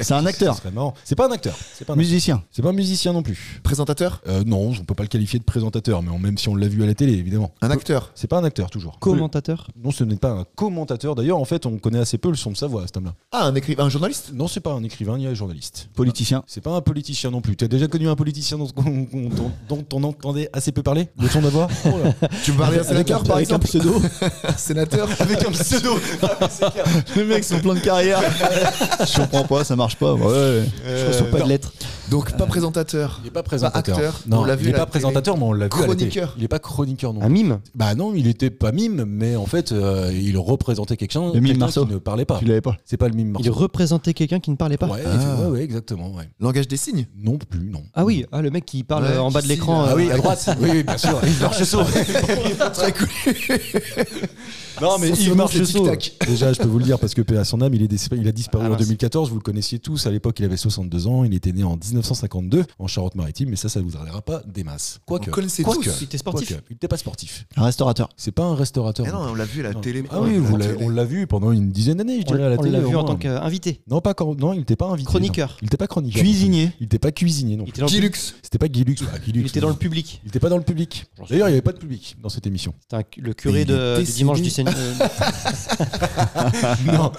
[SPEAKER 3] C'est un acteur.
[SPEAKER 4] Ce serait marrant. C'est pas un acteur. C'est pas un acteur.
[SPEAKER 3] Musicien.
[SPEAKER 4] C'est pas un musicien non plus.
[SPEAKER 5] Présentateur
[SPEAKER 4] Euh, non, on peut pas le qualifier de présentateur, mais on- même si on l'a vu à la télé, évidemment.
[SPEAKER 5] Un acteur
[SPEAKER 4] C'est pas un acteur toujours.
[SPEAKER 6] Commentateur
[SPEAKER 4] Non, ce n'est pas un commentateur. D'ailleurs, en fait, on connaît assez peu le son de sa voix à cet homme-là.
[SPEAKER 5] Ah, un écrivain, un journaliste
[SPEAKER 4] Non, c'est pas un écrivain ni un journaliste.
[SPEAKER 3] Politicien.
[SPEAKER 4] C'est pas un politicien non plus. T'as déjà connu un politicien dont, dont- dont- dont on entendait assez peu parler Le son de la voix Oh là.
[SPEAKER 5] Tu veux parler d'un
[SPEAKER 3] Avec un-
[SPEAKER 5] sénateur par
[SPEAKER 3] avec un
[SPEAKER 5] exemple
[SPEAKER 3] pseudo.
[SPEAKER 5] Un sénateur Avec un pseudo
[SPEAKER 3] Les mecs, son plan de carrière. Je comprends pas, ça marche pas. Ouais.
[SPEAKER 4] Euh,
[SPEAKER 6] Je reçois pas de lettres.
[SPEAKER 5] Euh, Donc pas présentateur.
[SPEAKER 4] Il est pas
[SPEAKER 5] présentateur. acteur. On
[SPEAKER 4] Non,
[SPEAKER 5] l'a
[SPEAKER 4] il
[SPEAKER 5] vu
[SPEAKER 4] est
[SPEAKER 5] à la
[SPEAKER 4] pas
[SPEAKER 5] télé.
[SPEAKER 4] présentateur, mais on l'a vu à la télé.
[SPEAKER 5] Chroniqueur.
[SPEAKER 4] Il est pas chroniqueur non
[SPEAKER 6] Un mime
[SPEAKER 4] Bah non, il était pas mime, mais en fait, euh, il représentait quelqu'un
[SPEAKER 3] Le mime
[SPEAKER 4] quelqu'un
[SPEAKER 3] Marceau.
[SPEAKER 4] qui ne parlait pas.
[SPEAKER 3] Tu l'avais pas.
[SPEAKER 4] C'est pas le mime Marceau.
[SPEAKER 6] Il représentait quelqu'un qui ne parlait pas
[SPEAKER 4] Ouais,
[SPEAKER 5] Ah.
[SPEAKER 4] ouais, ouais, exactement. ouais.
[SPEAKER 5] Langage des signes
[SPEAKER 4] Non plus, non.
[SPEAKER 6] Ah oui, ah, le mec qui parle
[SPEAKER 5] Ouais,
[SPEAKER 6] euh, en bas de
[SPEAKER 5] si,
[SPEAKER 6] l'écran.
[SPEAKER 5] là.
[SPEAKER 6] euh,
[SPEAKER 4] Ah oui, à droite. oui, oui, bien sûr. Yves Marcheseau.
[SPEAKER 5] Très cool
[SPEAKER 4] non, mais
[SPEAKER 5] Son
[SPEAKER 4] Yves
[SPEAKER 5] surnom, c'est
[SPEAKER 4] Marcheseau.
[SPEAKER 5] Tic
[SPEAKER 4] Déjà, je peux vous le dire parce que paix à son âme, il, est décédé- il a disparu en
[SPEAKER 6] Ah, mince.
[SPEAKER 4] 2014. Vous le connaissiez tous. À l'époque, il avait 62 ans. Il était né en 1952 en Charente-Maritime, mais ça, ça vous arrivera pas des masses. Quoique.
[SPEAKER 5] On connaissait
[SPEAKER 4] Quoique.
[SPEAKER 5] tous.
[SPEAKER 6] Il était sportif.
[SPEAKER 4] Quoique. Il n'était pas sportif.
[SPEAKER 3] Un restaurateur.
[SPEAKER 4] C'est pas un restaurateur.
[SPEAKER 5] Mais
[SPEAKER 4] non
[SPEAKER 5] non, on l'a vu à la
[SPEAKER 4] Non.
[SPEAKER 5] télé.
[SPEAKER 4] Ah oui,
[SPEAKER 5] on l'a
[SPEAKER 4] vous
[SPEAKER 5] vu à la
[SPEAKER 4] l'avez-
[SPEAKER 5] télé.
[SPEAKER 4] on l'a vu pendant une dizaine d'années, je
[SPEAKER 6] On
[SPEAKER 4] dirais, à la
[SPEAKER 6] on
[SPEAKER 4] télé.
[SPEAKER 6] l'a
[SPEAKER 4] au
[SPEAKER 6] vu en
[SPEAKER 4] moins.
[SPEAKER 6] tant qu'invité.
[SPEAKER 4] Non, pas quand. Non, il n'était pas invité.
[SPEAKER 6] Chroniqueur.
[SPEAKER 4] non. Il n'était pas chroniqueur.
[SPEAKER 3] Cuisinier.
[SPEAKER 4] Il n'était pas cuisinier, non.
[SPEAKER 6] Il était dans le
[SPEAKER 5] Guy
[SPEAKER 6] public.
[SPEAKER 5] Lux.
[SPEAKER 4] C'était pas Guy Lux. Ah, Guy Lux,
[SPEAKER 6] Il était
[SPEAKER 4] non.
[SPEAKER 6] dans le public.
[SPEAKER 4] Il était pas dans le public.
[SPEAKER 6] sais
[SPEAKER 4] D'ailleurs, il n'y avait pas de public dans cette émission.
[SPEAKER 6] C'était un- le
[SPEAKER 4] Il
[SPEAKER 6] curé
[SPEAKER 4] est
[SPEAKER 6] de, du
[SPEAKER 4] décédé.
[SPEAKER 6] dimanche du euh, Seigneur. non, ça va, non.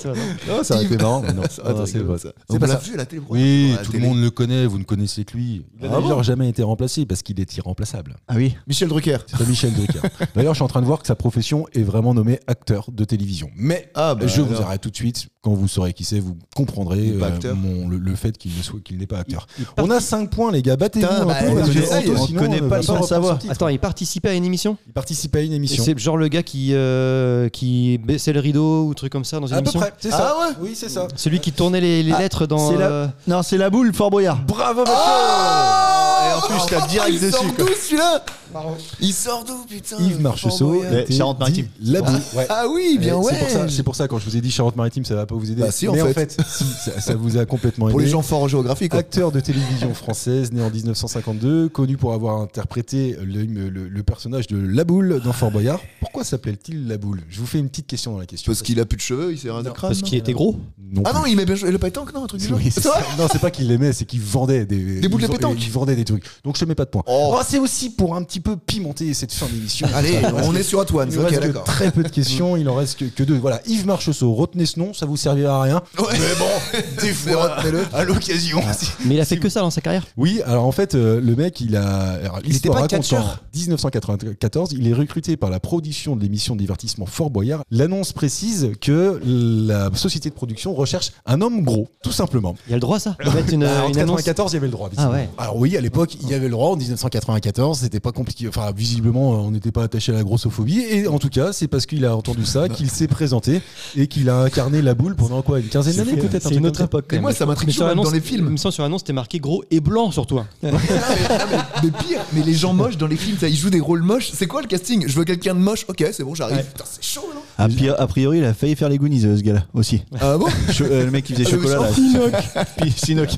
[SPEAKER 4] Ah, ça aurait été marrant, mais non.
[SPEAKER 5] Ah,
[SPEAKER 4] Non,
[SPEAKER 5] t'as
[SPEAKER 4] c'est
[SPEAKER 5] rigolé,
[SPEAKER 4] vrai.
[SPEAKER 5] ça.
[SPEAKER 4] C'est
[SPEAKER 5] On
[SPEAKER 4] pas
[SPEAKER 5] l'a
[SPEAKER 4] ça.
[SPEAKER 5] vu à la télé.
[SPEAKER 4] Oui,
[SPEAKER 5] à la
[SPEAKER 4] tout le
[SPEAKER 5] télé.
[SPEAKER 4] monde le connaît, vous ne connaissez que lui. Il n'a
[SPEAKER 5] Ah
[SPEAKER 4] d'ailleurs
[SPEAKER 5] bon
[SPEAKER 4] jamais été remplacé parce qu'il est irremplaçable.
[SPEAKER 3] Ah oui.
[SPEAKER 5] Michel Drucker.
[SPEAKER 4] C'est pas Michel Drucker. D'ailleurs, je suis en train de voir que sa profession est vraiment nommée acteur de télévision. Mais
[SPEAKER 5] Ah, bah,
[SPEAKER 4] je vous
[SPEAKER 5] alors.
[SPEAKER 4] arrête tout de suite. Quand vous saurez qui c'est, vous comprendrez
[SPEAKER 5] Il est pas
[SPEAKER 4] euh,
[SPEAKER 5] acteur.
[SPEAKER 4] mon- le, le fait qu'il ne soit qu'il n'est pas acteur.
[SPEAKER 6] Il- il
[SPEAKER 4] on a 5 points, les gars. Battez-vous
[SPEAKER 5] Putain,
[SPEAKER 4] un
[SPEAKER 5] bah,
[SPEAKER 4] peu.
[SPEAKER 5] on
[SPEAKER 4] parce que
[SPEAKER 5] essaye,
[SPEAKER 4] Anto,
[SPEAKER 3] on
[SPEAKER 4] sinon,
[SPEAKER 3] connaît
[SPEAKER 4] va
[SPEAKER 3] pas, il faut
[SPEAKER 4] reprendre
[SPEAKER 3] le savoir.
[SPEAKER 4] son titre.
[SPEAKER 6] Attends, il participait à une émission
[SPEAKER 4] Il participe à une
[SPEAKER 6] Et
[SPEAKER 4] émission.
[SPEAKER 6] C'est genre le gars qui, euh, qui baissait le rideau ou truc comme ça dans une
[SPEAKER 4] À peu
[SPEAKER 6] émission
[SPEAKER 4] près, c'est ça. Oui, c'est ça.
[SPEAKER 6] Celui qui tournait les, les
[SPEAKER 3] Ah,
[SPEAKER 6] lettres dans.
[SPEAKER 3] c'est la-
[SPEAKER 6] euh,
[SPEAKER 3] Non, c'est la boule, Fort Boyard.
[SPEAKER 4] Bravo, Mathieu
[SPEAKER 5] Et
[SPEAKER 3] en plus, je tape direct
[SPEAKER 5] Il sort
[SPEAKER 3] dessus, quoi.
[SPEAKER 5] d'où celui-là Il sort d'où, putain
[SPEAKER 4] Yves Marcheseau.
[SPEAKER 5] Fort Boyard.
[SPEAKER 4] était
[SPEAKER 3] Charente-Maritime.
[SPEAKER 4] dit La boule. Ouais.
[SPEAKER 5] Ah oui, bien
[SPEAKER 4] Et
[SPEAKER 5] ouais.
[SPEAKER 4] C'est pour, ça- c'est pour ça, quand je vous ai dit Charente-Maritime, ça va pas vous aider.
[SPEAKER 5] Bah si, en
[SPEAKER 4] Mais en
[SPEAKER 5] fait.
[SPEAKER 4] fait, si, ça, ça vous a complètement
[SPEAKER 5] Pour
[SPEAKER 4] aidé.
[SPEAKER 5] les gens forts en géographie, quoi.
[SPEAKER 4] Acteur de télévision française, né en 1952, connu pour avoir interprété le, le- le personnage de La Boule dans Fort Boyard. Pourquoi s'appelle-t-il La Boule Je vous fais une petite question dans la question.
[SPEAKER 5] Parce qu'il a plus de cheveux, il s'est rasé le
[SPEAKER 4] Non,
[SPEAKER 5] crâne.
[SPEAKER 6] parce qu'il était gros.
[SPEAKER 4] Non,
[SPEAKER 5] Ah
[SPEAKER 4] plus.
[SPEAKER 5] non, il met bien joué. Le pétanque, non, un truc du genre.
[SPEAKER 4] Oui, c'est ça. Non, c'est pas qu'il l'aimait, c'est qu'il vendait des,
[SPEAKER 5] Des boules de
[SPEAKER 4] il-
[SPEAKER 5] pétanque.
[SPEAKER 4] Il vendait des trucs. Donc je te mets pas de points.
[SPEAKER 5] Oh.
[SPEAKER 4] Oh, c'est aussi pour un petit peu pimenter cette fin d'émission.
[SPEAKER 5] Allez,
[SPEAKER 4] Il reste-
[SPEAKER 5] on est sur Antoine.
[SPEAKER 4] Il
[SPEAKER 5] Ok,
[SPEAKER 4] reste que
[SPEAKER 5] d'accord.
[SPEAKER 4] très peu de questions, il en reste que, que deux. Voilà, Yves Marcheseau, retenez ce nom, ça vous servira à rien.
[SPEAKER 5] Mais bon, des fois, retenez-le. Ah.
[SPEAKER 4] À l'occasion. si-
[SPEAKER 6] Mais il a fait que ça dans sa carrière.
[SPEAKER 4] Oui, alors en fait, euh, le mec, il a.
[SPEAKER 5] Il
[SPEAKER 4] alors,
[SPEAKER 5] était
[SPEAKER 4] l'histoire
[SPEAKER 5] pas
[SPEAKER 4] raconte
[SPEAKER 5] catcheur
[SPEAKER 4] qu'en 1994, il est recruté par la production de l'émission de divertissement Fort Boyard. L'annonce précise que la société de production recherche un homme gros, tout simplement.
[SPEAKER 6] Il a le droit, ça De mettre une,
[SPEAKER 4] Bah, en
[SPEAKER 6] une annonce. Ah
[SPEAKER 4] 1994, il y avait le droit. visiblement.
[SPEAKER 6] ouais.
[SPEAKER 4] Alors oui, à l'époque, il y avait le droit. En 1994, c'était pas compliqué. Enfin, visiblement, euh, on n'était pas attaché à la grossophobie. Et en tout cas, c'est parce qu'il a entendu
[SPEAKER 5] Bah.
[SPEAKER 4] ça qu'il s'est présenté et qu'il a incarné la boule pendant quoi Une quinzaine d'années peut-être un
[SPEAKER 6] C'est
[SPEAKER 4] truc
[SPEAKER 6] une
[SPEAKER 4] comme
[SPEAKER 6] autre
[SPEAKER 4] ça.
[SPEAKER 6] époque. quand
[SPEAKER 5] Mais
[SPEAKER 6] même.
[SPEAKER 5] moi, ça m'intrigue
[SPEAKER 6] Mais sur
[SPEAKER 5] toujours, même
[SPEAKER 6] l'annonce-
[SPEAKER 5] dans les films.
[SPEAKER 6] Il me semble sur l'annonce, c'était marqué gros et blanc sur toi.
[SPEAKER 5] Mais pire, mais les gens moches dans les films, ça, ils jouent des rôles moches. C'est quoi le casting Je veux quelqu'un de moche. Ok, c'est bon, j'arrive. Putain, c'est chaud, non
[SPEAKER 3] A pri- a priori, il a failli faire les Goonies, euh, ce gars-là, aussi.
[SPEAKER 5] Ah bon
[SPEAKER 3] Che- euh, le mec qui faisait
[SPEAKER 5] Ah, mais
[SPEAKER 3] chocolat, là. Sinoc. Puis Sinoc.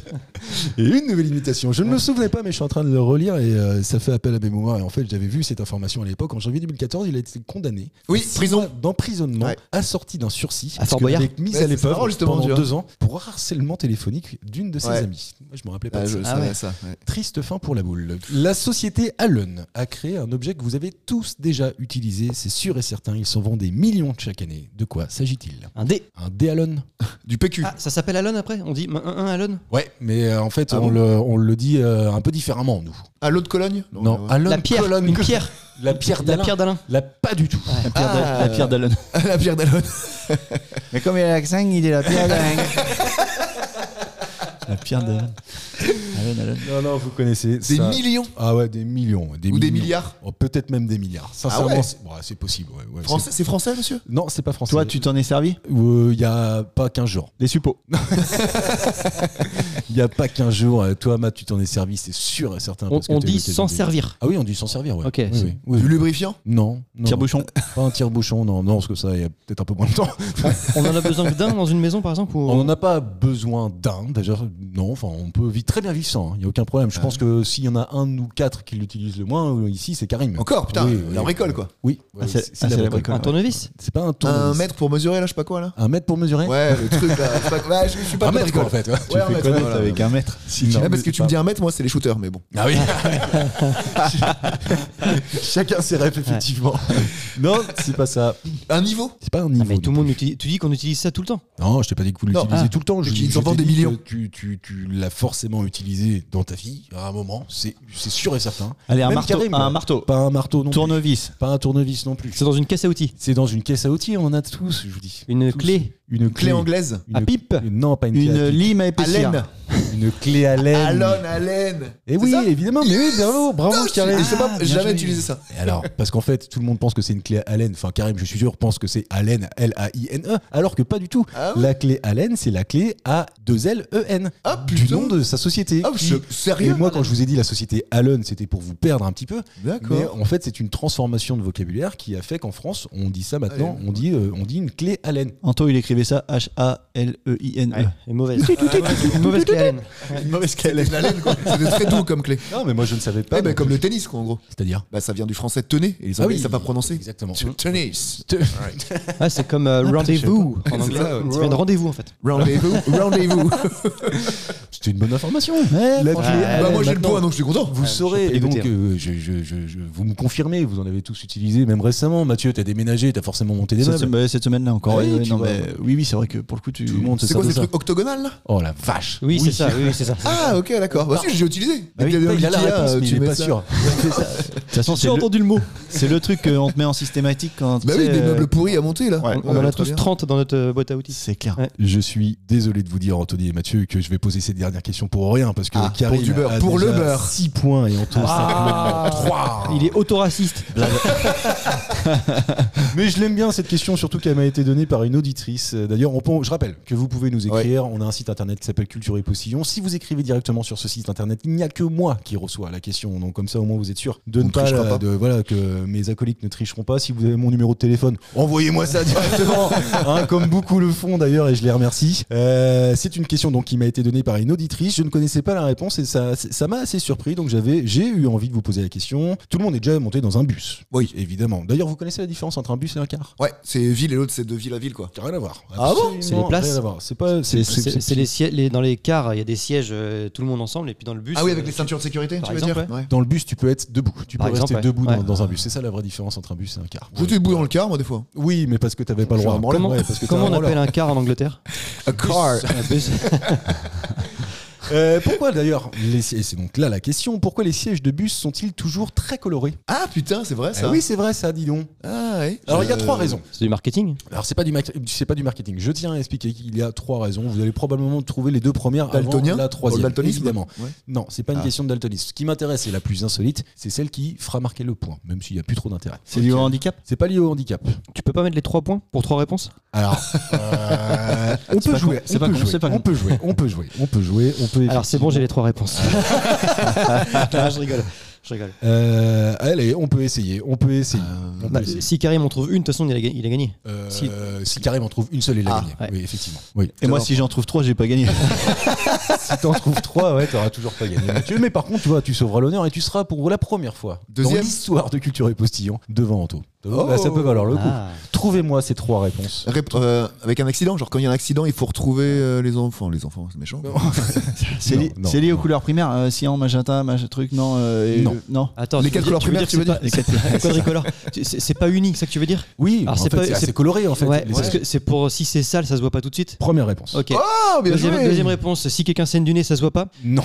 [SPEAKER 4] Et une nouvelle imitation. Je ne me souvenais pas, mais je suis en train de le relire et euh, ça fait appel à mes mémoires. Et en fait, j'avais vu cette information à l'époque. En janvier 2014, il a été condamné
[SPEAKER 5] Oui, prison.
[SPEAKER 4] d'emprisonnement
[SPEAKER 5] Ouais.
[SPEAKER 4] assorti d'un sursis.
[SPEAKER 6] À Fort
[SPEAKER 4] puisqu'il
[SPEAKER 6] Boyard.
[SPEAKER 4] avait été mis
[SPEAKER 5] Ouais,
[SPEAKER 4] à
[SPEAKER 5] c'est
[SPEAKER 4] l'épreuve
[SPEAKER 5] marrant, justement,
[SPEAKER 4] pendant
[SPEAKER 5] tu vois.
[SPEAKER 4] deux ans pour harcèlement téléphonique d'une de ses
[SPEAKER 5] Ouais.
[SPEAKER 4] amies. Moi, je me rappelais pas
[SPEAKER 5] Ah,
[SPEAKER 4] de
[SPEAKER 5] je
[SPEAKER 4] ça.
[SPEAKER 5] savais
[SPEAKER 6] ouais.
[SPEAKER 5] ça. ouais.
[SPEAKER 4] Triste fin pour la boule. La société Allen a créé un objet que vous avez tous déjà utilisé, c'est sûr et certain. Ils s'en vendent des millions chaque année. De quoi s'agit-il
[SPEAKER 6] Un dé.
[SPEAKER 4] Un dé Allen
[SPEAKER 5] Du PQ.
[SPEAKER 6] Ah, ça s'appelle Alon après On dit un, un Alon
[SPEAKER 4] Ouais, mais euh, en fait,
[SPEAKER 5] Ah
[SPEAKER 4] on,
[SPEAKER 5] bon
[SPEAKER 4] le, on le dit euh, un peu différemment, nous.
[SPEAKER 5] À l'eau de Ah, Cologne
[SPEAKER 4] Non,
[SPEAKER 5] rien à voir.
[SPEAKER 4] Allen
[SPEAKER 6] La pierre.
[SPEAKER 4] Colonne.
[SPEAKER 6] Une pierre.
[SPEAKER 4] La pierre
[SPEAKER 6] La
[SPEAKER 4] d'Allen.
[SPEAKER 6] pierre d'Alain.
[SPEAKER 4] La pas du tout.
[SPEAKER 3] La pierre d'Al-
[SPEAKER 5] Ah.
[SPEAKER 3] la pierre d'Allen.
[SPEAKER 5] À la pierre d'Alon.
[SPEAKER 3] Mais comme il a l'accent, il est la pierre d'Allen. La pierre d'Allen. Allen, Allen.
[SPEAKER 4] Non, non, vous connaissez
[SPEAKER 5] Des
[SPEAKER 4] ça.
[SPEAKER 5] millions
[SPEAKER 4] Ah ouais, des millions. Des
[SPEAKER 5] ou des
[SPEAKER 4] millions.
[SPEAKER 5] milliards
[SPEAKER 4] Oh, Peut-être même des milliards. Sincèrement,
[SPEAKER 5] Ah ouais
[SPEAKER 4] c'est ouais, c'est possible. ouais, ouais,
[SPEAKER 5] Français, c'est français, monsieur
[SPEAKER 4] c'est- Non, c'est pas français. Euh,
[SPEAKER 3] Toi, tu t'en es servi
[SPEAKER 4] Il y a pas 15 jours.
[SPEAKER 3] Les suppos.
[SPEAKER 4] Il y a pas 15 jours. euh, Toi, Matt, tu t'en es servi, c'est sûr et certain.
[SPEAKER 6] On,
[SPEAKER 4] Ah, parce que
[SPEAKER 6] on
[SPEAKER 4] t'as
[SPEAKER 6] dit
[SPEAKER 4] eu tes
[SPEAKER 6] sans
[SPEAKER 4] idées.
[SPEAKER 6] servir.
[SPEAKER 4] Ah oui, on dit sans servir, ouais.
[SPEAKER 6] Ok,
[SPEAKER 4] Oui,
[SPEAKER 6] c'est-
[SPEAKER 4] oui, oui.
[SPEAKER 5] Du lubrifiant
[SPEAKER 4] Non, non.
[SPEAKER 3] Tire-bouchon.
[SPEAKER 4] Pas un tire-bouchon, non, non, parce que ça, il y a peut-être un peu moins de temps.
[SPEAKER 6] On en a besoin que d'un dans une maison, par exemple ou-
[SPEAKER 4] On n'en a pas besoin d'un, d'ailleurs, non, enfin, on peut vivre très bien vivre sans, il n'y a aucun problème. Je pense que s'il y en a un ou quatre qui l'utilisent le moins, euh, ici, c'est Karim.
[SPEAKER 5] Encore, putain,
[SPEAKER 4] Oui, oui.
[SPEAKER 5] la bricole, quoi.
[SPEAKER 4] Oui,
[SPEAKER 3] Ah, c'est-
[SPEAKER 4] c'est- c'est la
[SPEAKER 3] ah, c'est la
[SPEAKER 4] bricole.
[SPEAKER 3] bricole.
[SPEAKER 6] Un tournevis
[SPEAKER 4] C'est pas un tour.
[SPEAKER 5] Un mètre pour mesurer, là, je sais pas quoi, là
[SPEAKER 4] Un mètre pour mesurer
[SPEAKER 5] Ouais, le truc, là. je sais pas- bah, je, je suis pas
[SPEAKER 4] Un
[SPEAKER 5] très
[SPEAKER 4] mètre, quoi, en
[SPEAKER 5] bricole.
[SPEAKER 4] fait. ouais.
[SPEAKER 5] Ouais, un
[SPEAKER 3] Fais
[SPEAKER 5] mètre,
[SPEAKER 3] connaître
[SPEAKER 5] voilà.
[SPEAKER 3] avec un mètre.
[SPEAKER 5] Ouais, parce que tu me dis un mètre, moi, c'est les shooters, mais bon.
[SPEAKER 4] Ah oui Chacun ses rêves, effectivement. non, c'est pas ça.
[SPEAKER 5] Un niveau
[SPEAKER 4] C'est pas un niveau.
[SPEAKER 6] Ah, Mais tout le
[SPEAKER 4] non
[SPEAKER 6] monde utilise- tu dis qu'on utilise ça tout le temps.
[SPEAKER 4] Non, je t'ai pas dit que vous
[SPEAKER 5] Non.
[SPEAKER 4] l'utilisez
[SPEAKER 5] Ah.
[SPEAKER 4] tout le temps. Je,
[SPEAKER 5] Mais qu'ils
[SPEAKER 4] je
[SPEAKER 5] en vendent
[SPEAKER 4] t'ai
[SPEAKER 5] des
[SPEAKER 4] dit
[SPEAKER 5] millions.
[SPEAKER 4] que Tu, tu- tu l'as forcément utilisé dans ta vie à un moment, c'est c'est sûr et certain.
[SPEAKER 3] Allez, un
[SPEAKER 4] Même
[SPEAKER 3] marteau.
[SPEAKER 4] Karim,
[SPEAKER 3] Un
[SPEAKER 4] ouais.
[SPEAKER 3] marteau.
[SPEAKER 4] Pas un marteau non
[SPEAKER 3] Tournevis.
[SPEAKER 4] plus. Pas un tournevis non plus.
[SPEAKER 6] C'est dans une caisse à outils.
[SPEAKER 4] C'est dans une caisse à outils, on en a tous, je vous dis.
[SPEAKER 6] Une
[SPEAKER 4] Tous.
[SPEAKER 6] clé
[SPEAKER 4] Une
[SPEAKER 5] Clé anglaise
[SPEAKER 4] une-
[SPEAKER 6] à pipe.
[SPEAKER 4] une- Non, pas une, clé.
[SPEAKER 3] Une
[SPEAKER 4] à pipe.
[SPEAKER 3] lime à épaisseur.
[SPEAKER 5] Allen.
[SPEAKER 4] Une clé à laine.
[SPEAKER 5] Allen, Allen
[SPEAKER 4] Et Eh oui, évidemment, mais oui, bravo, bravo,
[SPEAKER 5] Non, je
[SPEAKER 4] Karim.
[SPEAKER 5] je sais pas,
[SPEAKER 3] Ah,
[SPEAKER 5] j'ai
[SPEAKER 3] bien
[SPEAKER 5] jamais
[SPEAKER 3] joué.
[SPEAKER 5] utilisé ça.
[SPEAKER 4] Et alors, parce qu'en fait, tout le monde pense que c'est une clé Allen. Enfin, Karim, je suis sûr, pense que c'est Allen, L-A-I-N-E, E, alors que pas du tout.
[SPEAKER 5] Ah ouais
[SPEAKER 4] la clé Allen, c'est la clé A-2-L-E-N.
[SPEAKER 5] Ah,
[SPEAKER 4] E du
[SPEAKER 5] putain.
[SPEAKER 4] nom de sa société.
[SPEAKER 5] Ah, je-
[SPEAKER 4] Qui-
[SPEAKER 5] sérieux
[SPEAKER 4] Et moi, quand je vous ai dit la société Allen, c'était pour vous perdre un petit peu. Mais
[SPEAKER 5] D'accord.
[SPEAKER 4] en fait, c'est une transformation de vocabulaire qui a fait qu'en France, on dit ça maintenant,
[SPEAKER 5] Allen.
[SPEAKER 4] on dit, euh, on dit une clé Allen.
[SPEAKER 3] Anto, il écrivait ça H-A-L-E-I-N-E.
[SPEAKER 6] Ouais, et mauvaise. une mauvaise clé Allen.
[SPEAKER 3] Mauvaise
[SPEAKER 5] C'était de la laine, quoi. C'était très doux comme clé.
[SPEAKER 4] Non, mais moi, je ne savais pas.
[SPEAKER 5] Eh ben,
[SPEAKER 4] donc-
[SPEAKER 5] comme le tennis, quoi, en gros.
[SPEAKER 4] C'est-à-dire
[SPEAKER 5] Bah, ça vient du français tenez, et les
[SPEAKER 4] Ah
[SPEAKER 5] Anglais,
[SPEAKER 4] oui,
[SPEAKER 5] ils savent pas prononcer.
[SPEAKER 4] Exactement.
[SPEAKER 5] Tennis.
[SPEAKER 6] Ah, c'est comme euh, rendez-vous en
[SPEAKER 5] C'est
[SPEAKER 6] anglais.
[SPEAKER 5] ça,
[SPEAKER 6] Tu
[SPEAKER 5] ouais.
[SPEAKER 6] fais de rendez-vous en fait.
[SPEAKER 5] Rendez-vous. Rendez-vous.
[SPEAKER 4] Ah, C'était une bonne information.
[SPEAKER 3] Ouais,
[SPEAKER 4] La
[SPEAKER 3] franchement.
[SPEAKER 4] clé
[SPEAKER 5] Bah,
[SPEAKER 4] Allen,
[SPEAKER 5] moi, j'ai le
[SPEAKER 4] maintenant.
[SPEAKER 5] point, donc Ah, je suis content.
[SPEAKER 4] Vous saurez,
[SPEAKER 6] pas
[SPEAKER 4] et donc
[SPEAKER 6] écouté,
[SPEAKER 4] euh, je, je- je- je- vous me confirmez, vous en avez tous utilisé, même récemment. Mathieu, t'as déménagé, t'as forcément monté des
[SPEAKER 3] Cette,
[SPEAKER 4] meubles.
[SPEAKER 3] semaine- cette semaine-là encore.
[SPEAKER 4] Oui,
[SPEAKER 3] ouais, ouais,
[SPEAKER 4] tu
[SPEAKER 3] non,
[SPEAKER 4] vois.
[SPEAKER 3] mais oui, oui, c'est vrai que pour le coup, tu.
[SPEAKER 4] Tout le monde se
[SPEAKER 5] C'est quoi
[SPEAKER 4] sert
[SPEAKER 5] ces
[SPEAKER 4] de ça.
[SPEAKER 5] trucs octogonal, là
[SPEAKER 4] Oh la vache
[SPEAKER 6] Oui, c'est ça. Oui, c'est ça.
[SPEAKER 5] Ah, ok, d'accord. Bah, si, j'ai utilisé.
[SPEAKER 4] Ah
[SPEAKER 5] Dès
[SPEAKER 4] oui,
[SPEAKER 5] que
[SPEAKER 4] il a la
[SPEAKER 5] l'IKEA,
[SPEAKER 4] réponse, mais
[SPEAKER 5] euh, tu
[SPEAKER 4] il est
[SPEAKER 5] mets
[SPEAKER 4] pas
[SPEAKER 5] ça.
[SPEAKER 4] sûr.
[SPEAKER 3] De toute façon, c'est
[SPEAKER 6] J'ai
[SPEAKER 3] le-
[SPEAKER 6] entendu le mot.
[SPEAKER 3] c'est le, truc qu'on te met en systématique quand.
[SPEAKER 5] Bah
[SPEAKER 3] tu
[SPEAKER 5] oui,
[SPEAKER 3] sais,
[SPEAKER 5] des
[SPEAKER 3] euh,
[SPEAKER 5] meubles pourris à monter, là.
[SPEAKER 3] Ouais.
[SPEAKER 6] On en a
[SPEAKER 5] très
[SPEAKER 6] tous
[SPEAKER 5] bien.
[SPEAKER 6] 30 dans notre euh, boîte à outils.
[SPEAKER 3] C'est clair.
[SPEAKER 6] Ouais.
[SPEAKER 4] Je suis désolé de vous dire, Anthony et Mathieu, que je vais poser cette dernière question pour rien, parce que
[SPEAKER 5] Ah,
[SPEAKER 4] Karim
[SPEAKER 5] pour du beurre,
[SPEAKER 4] a
[SPEAKER 5] pour
[SPEAKER 4] déjà
[SPEAKER 5] le beurre. Ah,
[SPEAKER 4] 6 points et Anto 3
[SPEAKER 6] Il est autoraciste.
[SPEAKER 4] Mais je l'aime bien cette question, surtout qu'elle m'a été donnée par une auditrice. Euh, D'ailleurs, on peut- je rappelle que vous pouvez nous écrire. On a un site internet qui s'appelle Culture et Postillon. Si vous écrivez directement sur ce site internet, il n'y a que moi qui reçois la question. Donc comme ça, au moins, vous êtes sûr de
[SPEAKER 5] On
[SPEAKER 4] ne
[SPEAKER 5] ne
[SPEAKER 4] pas,
[SPEAKER 5] trichera
[SPEAKER 4] la-
[SPEAKER 5] pas.
[SPEAKER 4] de- voilà que mes acolytes ne tricheront pas. Si vous avez mon numéro de téléphone, envoyez-moi ça directement, hein, comme beaucoup le font d'ailleurs, et je les remercie. Euh, C'est une question donc qui m'a été donnée par une auditrice. Je ne connaissais pas la réponse et ça, ça m'a assez surpris. Donc j'avais, j'ai eu envie de vous poser la question. Tout le monde est déjà monté dans un bus.
[SPEAKER 5] Oui.
[SPEAKER 4] évidemment. D'ailleurs, vous connaissez la différence entre un bus et un car
[SPEAKER 5] Ouais, c'est ville et l'autre, c'est de ville à ville, quoi.
[SPEAKER 4] Rien à voir.
[SPEAKER 5] Ah bon
[SPEAKER 4] Absolument
[SPEAKER 6] C'est les places
[SPEAKER 4] rien à voir. C'est pas.
[SPEAKER 3] C'est-
[SPEAKER 4] c'est-
[SPEAKER 6] C'est c'est les sièges. les- Dans les cars, il y a des sièges, euh, tout le monde ensemble, et puis dans le bus.
[SPEAKER 5] Ah oui,
[SPEAKER 6] euh,
[SPEAKER 5] avec les ceintures de sécurité,
[SPEAKER 6] par
[SPEAKER 5] tu veux
[SPEAKER 6] exemple,
[SPEAKER 5] dire Ouais.
[SPEAKER 4] Dans le bus, tu peux être debout. Tu peux
[SPEAKER 6] Par exemple,
[SPEAKER 4] rester
[SPEAKER 6] ouais.
[SPEAKER 4] debout dans,
[SPEAKER 6] Ouais.
[SPEAKER 4] dans un bus. C'est ça la vraie différence entre un bus et un car.
[SPEAKER 5] J'étais debout dans le car, moi, des fois.
[SPEAKER 4] Oui, mais parce que t'avais pas le
[SPEAKER 5] J'ai
[SPEAKER 4] droit.
[SPEAKER 5] un branleur.
[SPEAKER 6] Comment,
[SPEAKER 4] Ouais, parce que t'as
[SPEAKER 6] comment
[SPEAKER 4] un
[SPEAKER 6] on
[SPEAKER 4] branleur.
[SPEAKER 6] appelle un car en Angleterre
[SPEAKER 5] A car.
[SPEAKER 6] Un bus.
[SPEAKER 4] Euh, Pourquoi d'ailleurs les sièges- C'est donc là la question. Pourquoi les sièges de bus sont-ils toujours très colorés
[SPEAKER 5] Ah putain, c'est vrai
[SPEAKER 4] Eh
[SPEAKER 5] ça.
[SPEAKER 4] Oui, c'est vrai ça. Dis donc.
[SPEAKER 5] Ah ouais.
[SPEAKER 4] Alors il y a
[SPEAKER 5] Euh,
[SPEAKER 4] trois raisons.
[SPEAKER 6] C'est du marketing
[SPEAKER 4] Alors c'est pas du ma- c'est pas du marketing. Je tiens à expliquer qu'il y a trois raisons. Vous allez probablement trouver les deux premières
[SPEAKER 5] Euh, Daltonien
[SPEAKER 4] avant la troisième.
[SPEAKER 5] Pour le daltonisme
[SPEAKER 4] évidemment.
[SPEAKER 5] Ouais.
[SPEAKER 4] Non, c'est pas une
[SPEAKER 5] Ah.
[SPEAKER 4] question de daltonisme. Ce qui m'intéresse et la plus insolite, c'est celle qui fera marquer le point, même s'il y a plus trop d'intérêt.
[SPEAKER 3] C'est du handicap
[SPEAKER 4] C'est pas lié au handicap.
[SPEAKER 6] Tu peux pas mettre les 3 points pour 3 réponses
[SPEAKER 4] Alors, on peut
[SPEAKER 3] pas
[SPEAKER 4] jouer.
[SPEAKER 3] con, c'est
[SPEAKER 4] on
[SPEAKER 3] pas
[SPEAKER 4] peut
[SPEAKER 3] con,
[SPEAKER 4] jouer,
[SPEAKER 3] c'est pas
[SPEAKER 4] on
[SPEAKER 3] con.
[SPEAKER 4] peut jouer. On peut jouer. On peut jouer. On peut.
[SPEAKER 6] Alors c'est bon, j'ai les 3 réponses. Non, je rigole. Je rigole.
[SPEAKER 4] Euh, allez, on peut essayer. On peut essayer. On peut
[SPEAKER 6] Bah,
[SPEAKER 4] essayer.
[SPEAKER 6] si Karim en trouve une, de toute façon, il a, ga- il a gagné.
[SPEAKER 4] Euh, si,
[SPEAKER 6] si-
[SPEAKER 4] Karim en trouve une seule, et la
[SPEAKER 5] Ah,
[SPEAKER 4] gagnée.
[SPEAKER 6] ouais.
[SPEAKER 4] Oui, effectivement. Oui.
[SPEAKER 3] Et moi, si j'en trouve trois, j'ai pas gagné.
[SPEAKER 4] si t'en trouves trois, ouais, t'auras toujours pas gagné. Mathieu. Mais par contre, tu vois, tu sauveras l'honneur et tu seras pour la première fois dans
[SPEAKER 5] Deuxième.
[SPEAKER 4] l'histoire de Culture et Postillon devant Anto.
[SPEAKER 5] Oh.
[SPEAKER 4] Bah, ça peut valoir le coup.
[SPEAKER 6] Ah.
[SPEAKER 4] Trouvez-moi ces trois réponses.
[SPEAKER 5] Rép- euh, avec un accident, genre quand il y a un accident, il faut retrouver euh, les enfants. Les enfants, c'est méchant.
[SPEAKER 3] C'est
[SPEAKER 4] Non,
[SPEAKER 3] li-
[SPEAKER 4] non,
[SPEAKER 3] c'est lié aux
[SPEAKER 4] non.
[SPEAKER 3] couleurs primaires. euh, cyan, magenta, machin truc, non euh, et-
[SPEAKER 4] Non.
[SPEAKER 3] euh, non.
[SPEAKER 6] Attends,
[SPEAKER 5] Les
[SPEAKER 6] tu
[SPEAKER 5] quatre
[SPEAKER 6] veux dire-
[SPEAKER 5] couleurs primaires,
[SPEAKER 6] tu veux dire,
[SPEAKER 5] tu
[SPEAKER 6] que c'est pas- les quadricolores. Tu- C'est c'est pas uni, c'est ça que tu veux dire
[SPEAKER 4] Oui,
[SPEAKER 6] Alors,
[SPEAKER 4] en
[SPEAKER 6] c'est
[SPEAKER 4] fait,
[SPEAKER 6] pas-
[SPEAKER 4] c'est
[SPEAKER 6] c'est-
[SPEAKER 4] assez coloré en fait.
[SPEAKER 6] Ouais,
[SPEAKER 4] les
[SPEAKER 6] parce
[SPEAKER 4] images.
[SPEAKER 6] que c'est pour si c'est sale, ça se voit pas tout de suite.
[SPEAKER 4] Première réponse.
[SPEAKER 6] Ok.
[SPEAKER 5] Oh, bien
[SPEAKER 6] deuxième,
[SPEAKER 5] joué.
[SPEAKER 6] deuxième réponse, si quelqu'un saigne du nez, ça se voit pas.
[SPEAKER 4] Non.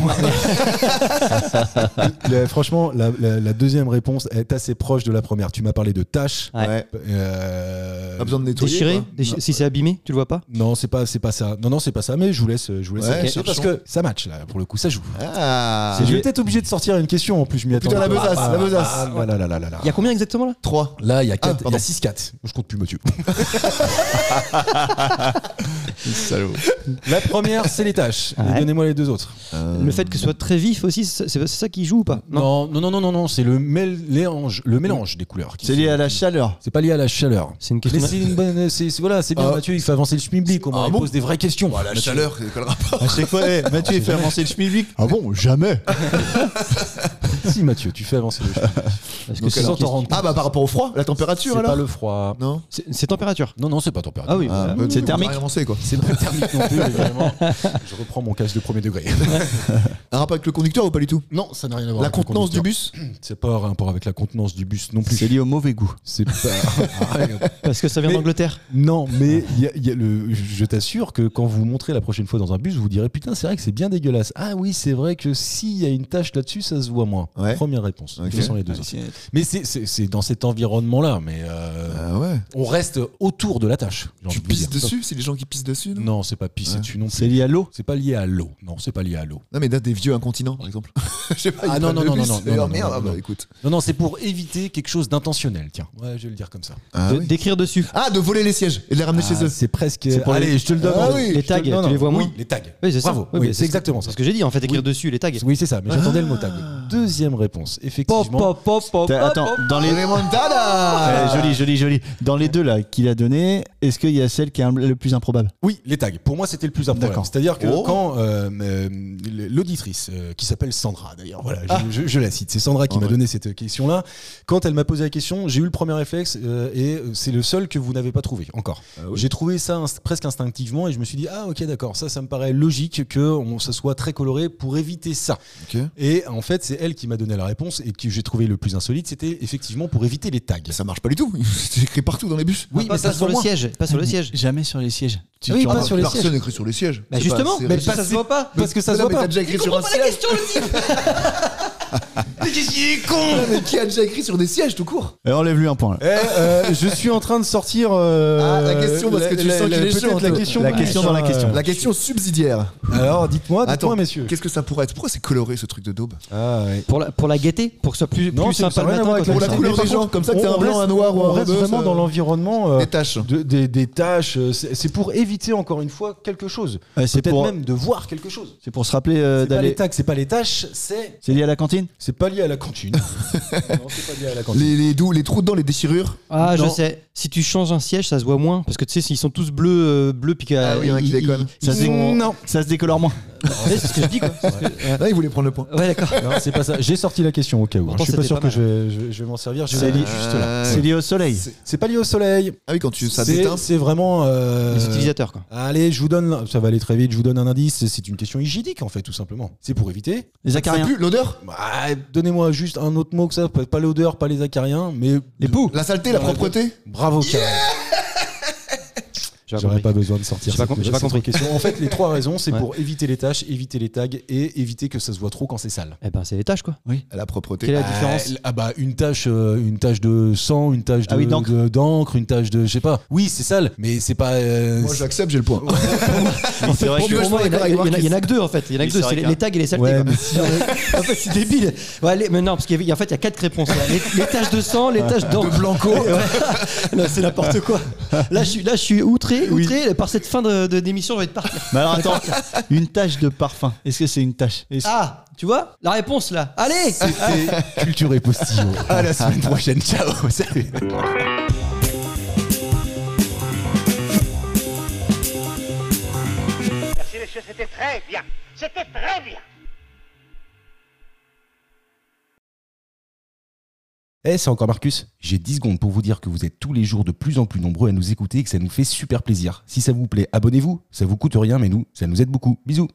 [SPEAKER 4] La- franchement, la, la- la deuxième réponse est assez proche de la première. Tu m'as parlé de taches.
[SPEAKER 6] Ouais.
[SPEAKER 5] Ouais.
[SPEAKER 4] Euh,
[SPEAKER 5] Pas besoin de nettoyer.
[SPEAKER 6] Déchiré
[SPEAKER 5] quoi.
[SPEAKER 6] déchi- Si c'est abîmé, tu le vois pas
[SPEAKER 4] Non, c'est pas, c'est pas ça. Non, non, c'est pas ça. Mais je vous laisse, je vous laisse.
[SPEAKER 5] Ouais,
[SPEAKER 4] Ok.
[SPEAKER 5] cherchons.
[SPEAKER 4] parce que ça match là, pour le coup, ça joue.
[SPEAKER 5] Ah
[SPEAKER 4] je vais peut-être obligé de sortir une question en plus. Je m'y
[SPEAKER 5] putain,
[SPEAKER 4] attendais
[SPEAKER 5] la
[SPEAKER 4] pas.
[SPEAKER 5] besace, la besace.
[SPEAKER 4] Ah, ah, là, là, là, là, là.
[SPEAKER 6] Il y a combien exactement là
[SPEAKER 5] 3.
[SPEAKER 4] Là, il y a
[SPEAKER 5] Ah,
[SPEAKER 4] quatre- il y
[SPEAKER 5] pardon.
[SPEAKER 4] a 6-4. Je compte plus, monsieur. La première, c'est les tâches. Et
[SPEAKER 6] Ouais.
[SPEAKER 4] Donnez-moi les deux autres.
[SPEAKER 6] Le fait que ce soit très vif aussi, c'est c'est ça qui joue ou pas
[SPEAKER 4] Non, non, non, non, non, non, c'est le mélange, le mélange des couleurs. qui
[SPEAKER 3] C'est
[SPEAKER 4] sont-
[SPEAKER 3] lié à la chaleur.
[SPEAKER 4] C'est pas lié à la chaleur.
[SPEAKER 6] C'est une
[SPEAKER 4] Mais
[SPEAKER 6] question.
[SPEAKER 4] c'est une bonne. c'est- c'est- voilà, c'est bien,
[SPEAKER 5] Ah.
[SPEAKER 4] Mathieu. Il fait avancer le schmilblick. On
[SPEAKER 5] Ah
[SPEAKER 4] moins, il
[SPEAKER 5] bon
[SPEAKER 4] pose des vraies questions.
[SPEAKER 5] Bon, la
[SPEAKER 4] Mathieu.
[SPEAKER 5] chaleur, c'est quoi le rapport
[SPEAKER 3] À chaque fois, eh, Mathieu, il fait avancer le schmilblick. Ah bon Jamais
[SPEAKER 4] Si, Mathieu, tu fais avancer le schmilblick.
[SPEAKER 6] Parce que
[SPEAKER 4] Donc,
[SPEAKER 6] c'est une
[SPEAKER 4] sans t'en
[SPEAKER 6] question-
[SPEAKER 4] rendre compte.
[SPEAKER 5] Ah bah par rapport au froid, la température
[SPEAKER 4] C'est
[SPEAKER 5] alors
[SPEAKER 4] pas le froid.
[SPEAKER 5] Non
[SPEAKER 6] C'est c'est température.
[SPEAKER 4] Non, non, c'est pas température.
[SPEAKER 6] Ah oui,
[SPEAKER 3] Ah,
[SPEAKER 6] voilà.
[SPEAKER 3] C'est
[SPEAKER 5] On
[SPEAKER 3] thermique
[SPEAKER 5] va avancer, quoi.
[SPEAKER 4] C'est pas thermique non plus, évidemment. Je reprends mon casque de premier degré.
[SPEAKER 5] Un rapport avec le conducteur ou pas du tout
[SPEAKER 4] Non, ça n'a rien à voir.
[SPEAKER 5] La
[SPEAKER 4] avec le
[SPEAKER 5] contenance du
[SPEAKER 4] conducteur.
[SPEAKER 5] bus
[SPEAKER 4] C'est pas un rapport avec la contenance du bus non
[SPEAKER 3] C'est
[SPEAKER 4] plus.
[SPEAKER 3] lié au mauvais goût.
[SPEAKER 4] C'est pas. Ah,
[SPEAKER 6] parce que ça vient
[SPEAKER 4] Mais-
[SPEAKER 6] d'Angleterre.
[SPEAKER 4] Non, mais il y a- il y a le, je t'assure que quand vous vous montrez la prochaine fois dans un bus, vous vous direz Putain, c'est vrai que c'est bien dégueulasse. Ah oui, c'est vrai que s'il y a une tache là-dessus, ça se voit moins.
[SPEAKER 5] Ouais.
[SPEAKER 4] Première réponse.
[SPEAKER 5] Ok.
[SPEAKER 4] Quels sont les deux autres Mais c'est- c'est c'est dans cet environnement-là, mais euh,
[SPEAKER 5] Ah ouais.
[SPEAKER 4] on reste autour de la tache. j'ai envie
[SPEAKER 5] Tu
[SPEAKER 4] de vous
[SPEAKER 5] pisses
[SPEAKER 4] dire.
[SPEAKER 5] dessus C'est les gens qui pissent dessus Non,
[SPEAKER 4] Non, c'est pas pisser
[SPEAKER 5] Ouais.
[SPEAKER 4] dessus non plus.
[SPEAKER 3] C'est lié à l'eau
[SPEAKER 4] C'est pas lié à l'eau. Non, c'est pas lié à l'eau.
[SPEAKER 5] non mais là, des vieux incontinents par exemple. Je sais pas,
[SPEAKER 4] Ah
[SPEAKER 5] ils
[SPEAKER 4] non,
[SPEAKER 5] prennent
[SPEAKER 4] non,
[SPEAKER 5] le
[SPEAKER 4] non,
[SPEAKER 5] bus,
[SPEAKER 4] non, non,
[SPEAKER 5] et leur
[SPEAKER 4] non,
[SPEAKER 5] merde,
[SPEAKER 4] non,
[SPEAKER 5] ah bah
[SPEAKER 4] non.
[SPEAKER 5] écoute.
[SPEAKER 4] Non, non, c'est pour éviter quelque chose d'intentionnel. Tiens, ouais, je vais le dire comme ça.
[SPEAKER 5] Ah,
[SPEAKER 6] De-
[SPEAKER 5] oui.
[SPEAKER 6] D'écrire dessus.
[SPEAKER 5] Ah, de voler les sièges et de les ramener
[SPEAKER 4] Ah,
[SPEAKER 5] chez eux.
[SPEAKER 4] C'est presque.
[SPEAKER 6] C'est pour
[SPEAKER 4] Allez, je te le donne.
[SPEAKER 5] Ah
[SPEAKER 4] Je
[SPEAKER 5] oui,
[SPEAKER 4] te
[SPEAKER 6] les tags,
[SPEAKER 4] le- non,
[SPEAKER 6] tu
[SPEAKER 4] non,
[SPEAKER 6] les vois
[SPEAKER 4] oui,
[SPEAKER 6] moins
[SPEAKER 4] les tags.
[SPEAKER 6] Oui, c'est ça.
[SPEAKER 4] Bravo.
[SPEAKER 6] Oui,
[SPEAKER 4] oui,
[SPEAKER 6] mais
[SPEAKER 4] c'est exactement
[SPEAKER 6] C'est
[SPEAKER 4] ça.
[SPEAKER 6] ce que j'ai dit, en fait, écrire dessus, les tags.
[SPEAKER 4] Oui, c'est ça. Mais j'attendais le mot tag. Deuxième réponse. Effectivement.
[SPEAKER 3] T'as- Attends, dans les.
[SPEAKER 5] Remontada
[SPEAKER 3] Eh, joli, joli, joli. Dans les deux là qu'il a donné, est-ce qu'il y a celle qui est un- le plus improbable
[SPEAKER 4] Oui, les tags. Pour moi, c'était le plus important.
[SPEAKER 3] D'accord.
[SPEAKER 4] C'est-à-dire que
[SPEAKER 5] Oh.
[SPEAKER 4] quand euh, euh, l'auditrice, euh, qui s'appelle Sandra d'ailleurs, voilà, je- je, je la cite, c'est Sandra qui
[SPEAKER 5] Ah
[SPEAKER 4] m'a
[SPEAKER 5] ouais.
[SPEAKER 4] donné cette question-là. Quand elle m'a posé la question, j'ai eu le premier réflexe euh, et c'est le seul que vous n'avez pas trouvé encore. J'ai trouvé ça inst- presque instinctivement et je me suis dit ah ok d'accord, ça ça me paraît logique que on, ça soit très coloré pour éviter ça.
[SPEAKER 5] Ok.
[SPEAKER 4] Et en fait, c'est elle qui m'a donné la réponse et que j'ai trouvé le plus insolite, c'était effectivement pour éviter les tags.
[SPEAKER 5] Mais Ça marche pas du tout. C'est écrit partout dans les bus.
[SPEAKER 4] Oui,
[SPEAKER 6] pas,
[SPEAKER 4] mais ça
[SPEAKER 6] pas
[SPEAKER 4] se
[SPEAKER 6] sur
[SPEAKER 4] voit
[SPEAKER 6] le
[SPEAKER 4] moins.
[SPEAKER 6] siège. Pas sur le siège.
[SPEAKER 3] Jamais sur les sièges. Tu-
[SPEAKER 4] Ah oui,
[SPEAKER 3] tu
[SPEAKER 4] pas
[SPEAKER 3] remarques-
[SPEAKER 4] sur les
[SPEAKER 5] Personne
[SPEAKER 4] sièges.
[SPEAKER 5] écrit sur les sièges.
[SPEAKER 6] Bah,
[SPEAKER 5] C'est
[SPEAKER 6] justement,
[SPEAKER 5] pas- c'est
[SPEAKER 4] Mais
[SPEAKER 5] régi-
[SPEAKER 4] pas-
[SPEAKER 6] Ça se voit pas.
[SPEAKER 4] Parce que ça
[SPEAKER 5] Mais
[SPEAKER 4] se
[SPEAKER 5] non,
[SPEAKER 4] voit
[SPEAKER 5] mais
[SPEAKER 4] pas.
[SPEAKER 5] T'as déjà écrit sur un siège. Mais qui a déjà écrit sur des sièges tout court
[SPEAKER 3] Eh, Enlève-lui un point. là.
[SPEAKER 4] Eh, euh, je suis en train de sortir. euh,
[SPEAKER 5] Ah, la question, parce que tu sens qu'il est
[SPEAKER 4] peut-être
[SPEAKER 5] chaud,
[SPEAKER 4] la
[SPEAKER 5] toi.
[SPEAKER 4] question,
[SPEAKER 3] La
[SPEAKER 4] dans
[SPEAKER 3] question dans la question.
[SPEAKER 5] La question subsidiaire.
[SPEAKER 4] Alors, dites-moi,
[SPEAKER 5] Attends,
[SPEAKER 4] dites-moi, messieurs.
[SPEAKER 5] Qu'est-ce que ça pourrait être Pourquoi c'est coloré ce truc de daube
[SPEAKER 4] Ah, ouais.
[SPEAKER 6] Pour la, pour la gâter, pour que ce soit plus,
[SPEAKER 4] Non,
[SPEAKER 6] plus
[SPEAKER 4] c'est- ça
[SPEAKER 6] sympa
[SPEAKER 4] n'a
[SPEAKER 6] le
[SPEAKER 4] rien à
[SPEAKER 6] matin.
[SPEAKER 4] voir avec
[SPEAKER 6] quand
[SPEAKER 5] la
[SPEAKER 6] on
[SPEAKER 5] couleur
[SPEAKER 6] sort.
[SPEAKER 5] des gens, comme ça, que
[SPEAKER 4] On
[SPEAKER 5] t'as un blanc,
[SPEAKER 4] reste-
[SPEAKER 5] un noir ou
[SPEAKER 4] On
[SPEAKER 5] un
[SPEAKER 4] reste
[SPEAKER 5] rebeu,
[SPEAKER 4] vraiment
[SPEAKER 5] ça-
[SPEAKER 4] dans l'environnement. euh,
[SPEAKER 5] Des taches.
[SPEAKER 4] de- des, des tâches, euh, c'est c'est pour éviter encore une fois quelque chose.
[SPEAKER 3] Ouais, c'est
[SPEAKER 4] Peut-être
[SPEAKER 3] pour-
[SPEAKER 4] même de voir quelque chose.
[SPEAKER 3] C'est pour se rappeler euh,
[SPEAKER 4] C'est pas les
[SPEAKER 3] d'aller.
[SPEAKER 4] tags, c'est pas les tâches, c'est
[SPEAKER 3] C'est lié à la cantine
[SPEAKER 4] c'est pas lié à la cantine. non, c'est pas lié à la cantine.
[SPEAKER 5] Les, les, dou- les trous dedans, les déchirures.
[SPEAKER 6] Ah, je
[SPEAKER 5] Non.
[SPEAKER 6] sais. Si tu changes un siège, ça se voit moins. Parce que tu sais, s'ils sont tous bleus, euh, bleus, puis qu'à-
[SPEAKER 5] Ah oui, il y en a qui
[SPEAKER 6] ils-
[SPEAKER 5] déconnent.
[SPEAKER 6] ils- ils
[SPEAKER 3] se dé-
[SPEAKER 6] sont-
[SPEAKER 3] non. ça se décolore moins.
[SPEAKER 6] Ouais, C'est ce que je dis, quoi. C'est ce que- euh,
[SPEAKER 4] Ah,
[SPEAKER 5] Là, ils voulaient prendre le point.
[SPEAKER 6] Ouais, d'accord.
[SPEAKER 4] Non, c'est pas ça. J'ai sorti la question au cas où. hein.
[SPEAKER 6] Pourtant,
[SPEAKER 4] je suis pas
[SPEAKER 6] c'était
[SPEAKER 4] sûr
[SPEAKER 6] pas
[SPEAKER 4] que je vais, je vais- je vais m'en servir. Je
[SPEAKER 3] C'est
[SPEAKER 4] vais
[SPEAKER 3] lié-
[SPEAKER 4] aller juste là.
[SPEAKER 5] Euh,
[SPEAKER 3] C'est lié au soleil.
[SPEAKER 4] C'est pas lié au soleil.
[SPEAKER 5] Ah oui, quand tu, ça
[SPEAKER 4] C'est-
[SPEAKER 5] déteint.
[SPEAKER 4] C'est vraiment. euh,
[SPEAKER 6] Les utilisateurs, quoi.
[SPEAKER 4] Allez, je vous donne, ça va aller très vite, je vous donne un indice, c'est- c'est une question hygiénique en fait, tout simplement. C'est pour éviter.
[SPEAKER 3] Les
[SPEAKER 5] Ça
[SPEAKER 3] acariens.
[SPEAKER 5] pue, l'odeur
[SPEAKER 4] Bah, Donnez-moi juste un autre mot que ça, pas pas l'odeur, pas les acariens, mais.
[SPEAKER 3] Les poux.
[SPEAKER 5] La saleté, la
[SPEAKER 4] Ouais,
[SPEAKER 5] propreté
[SPEAKER 4] Bravo, Karel.
[SPEAKER 6] J'ai
[SPEAKER 4] J'aurais
[SPEAKER 6] compris.
[SPEAKER 4] pas besoin de sortir.
[SPEAKER 6] J'ai pas
[SPEAKER 4] cette-
[SPEAKER 6] com- j'ai pas
[SPEAKER 4] cette
[SPEAKER 6] compris.
[SPEAKER 4] question. En fait, les trois raisons, c'est
[SPEAKER 6] Ouais.
[SPEAKER 4] pour éviter les tâches, éviter les tags et éviter que ça se voit trop quand c'est sale.
[SPEAKER 6] Eh ben, c'est les tâches, quoi.
[SPEAKER 5] La propreté.
[SPEAKER 6] Quelle est la
[SPEAKER 4] Ah,
[SPEAKER 6] différence
[SPEAKER 4] Ah bah une tâche, euh, une tâche de sang, une tâche de
[SPEAKER 3] Ah oui, d'encre.
[SPEAKER 4] de- d'encre, une tâche de, je sais pas. Oui, c'est sale, mais c'est pas. euh,
[SPEAKER 5] Moi, j'accepte, j'ai le point.
[SPEAKER 3] C'est vrai
[SPEAKER 5] pour
[SPEAKER 3] que-
[SPEAKER 5] moi,
[SPEAKER 6] Pour moi, il y en a- il y en a- il y en a que deux en fait. Il y en a
[SPEAKER 3] Oui,
[SPEAKER 6] que deux.
[SPEAKER 3] c'est
[SPEAKER 6] C'est
[SPEAKER 3] vrai
[SPEAKER 6] les,
[SPEAKER 3] qu'il y a-
[SPEAKER 6] les tags et les saletés.
[SPEAKER 4] Ouais,
[SPEAKER 6] quoi.
[SPEAKER 4] mais si-
[SPEAKER 6] En fait, c'est débile. Ouais, les- mais non, parce qu'il y avait- en fait, il y a quatre réponses. hein. Les, les taches de sang, les taches d'encre. De blanco. c'est n'importe quoi. Là, je suis, là, je suis outré, outré. Par cette fin de, de- d'émission, je vais te partir.
[SPEAKER 3] Mais alors attends, une tache de parfum. Est-ce que c'est une tache Est-ce-
[SPEAKER 6] Ah, tu vois La réponse là. Allez
[SPEAKER 4] C'était culture et postillon. À la semaine prochaine. Ciao. Salut.
[SPEAKER 2] Merci messieurs, c'était très bien. C'était très bien.
[SPEAKER 4] Eh, c'est encore Marcus. J'ai 10 secondes pour vous dire que vous êtes tous les jours de plus en plus nombreux à nous écouter et que ça nous fait super plaisir. Si ça vous plaît, abonnez-vous. Ça vous coûte rien, mais nous, ça nous aide beaucoup. Bisous.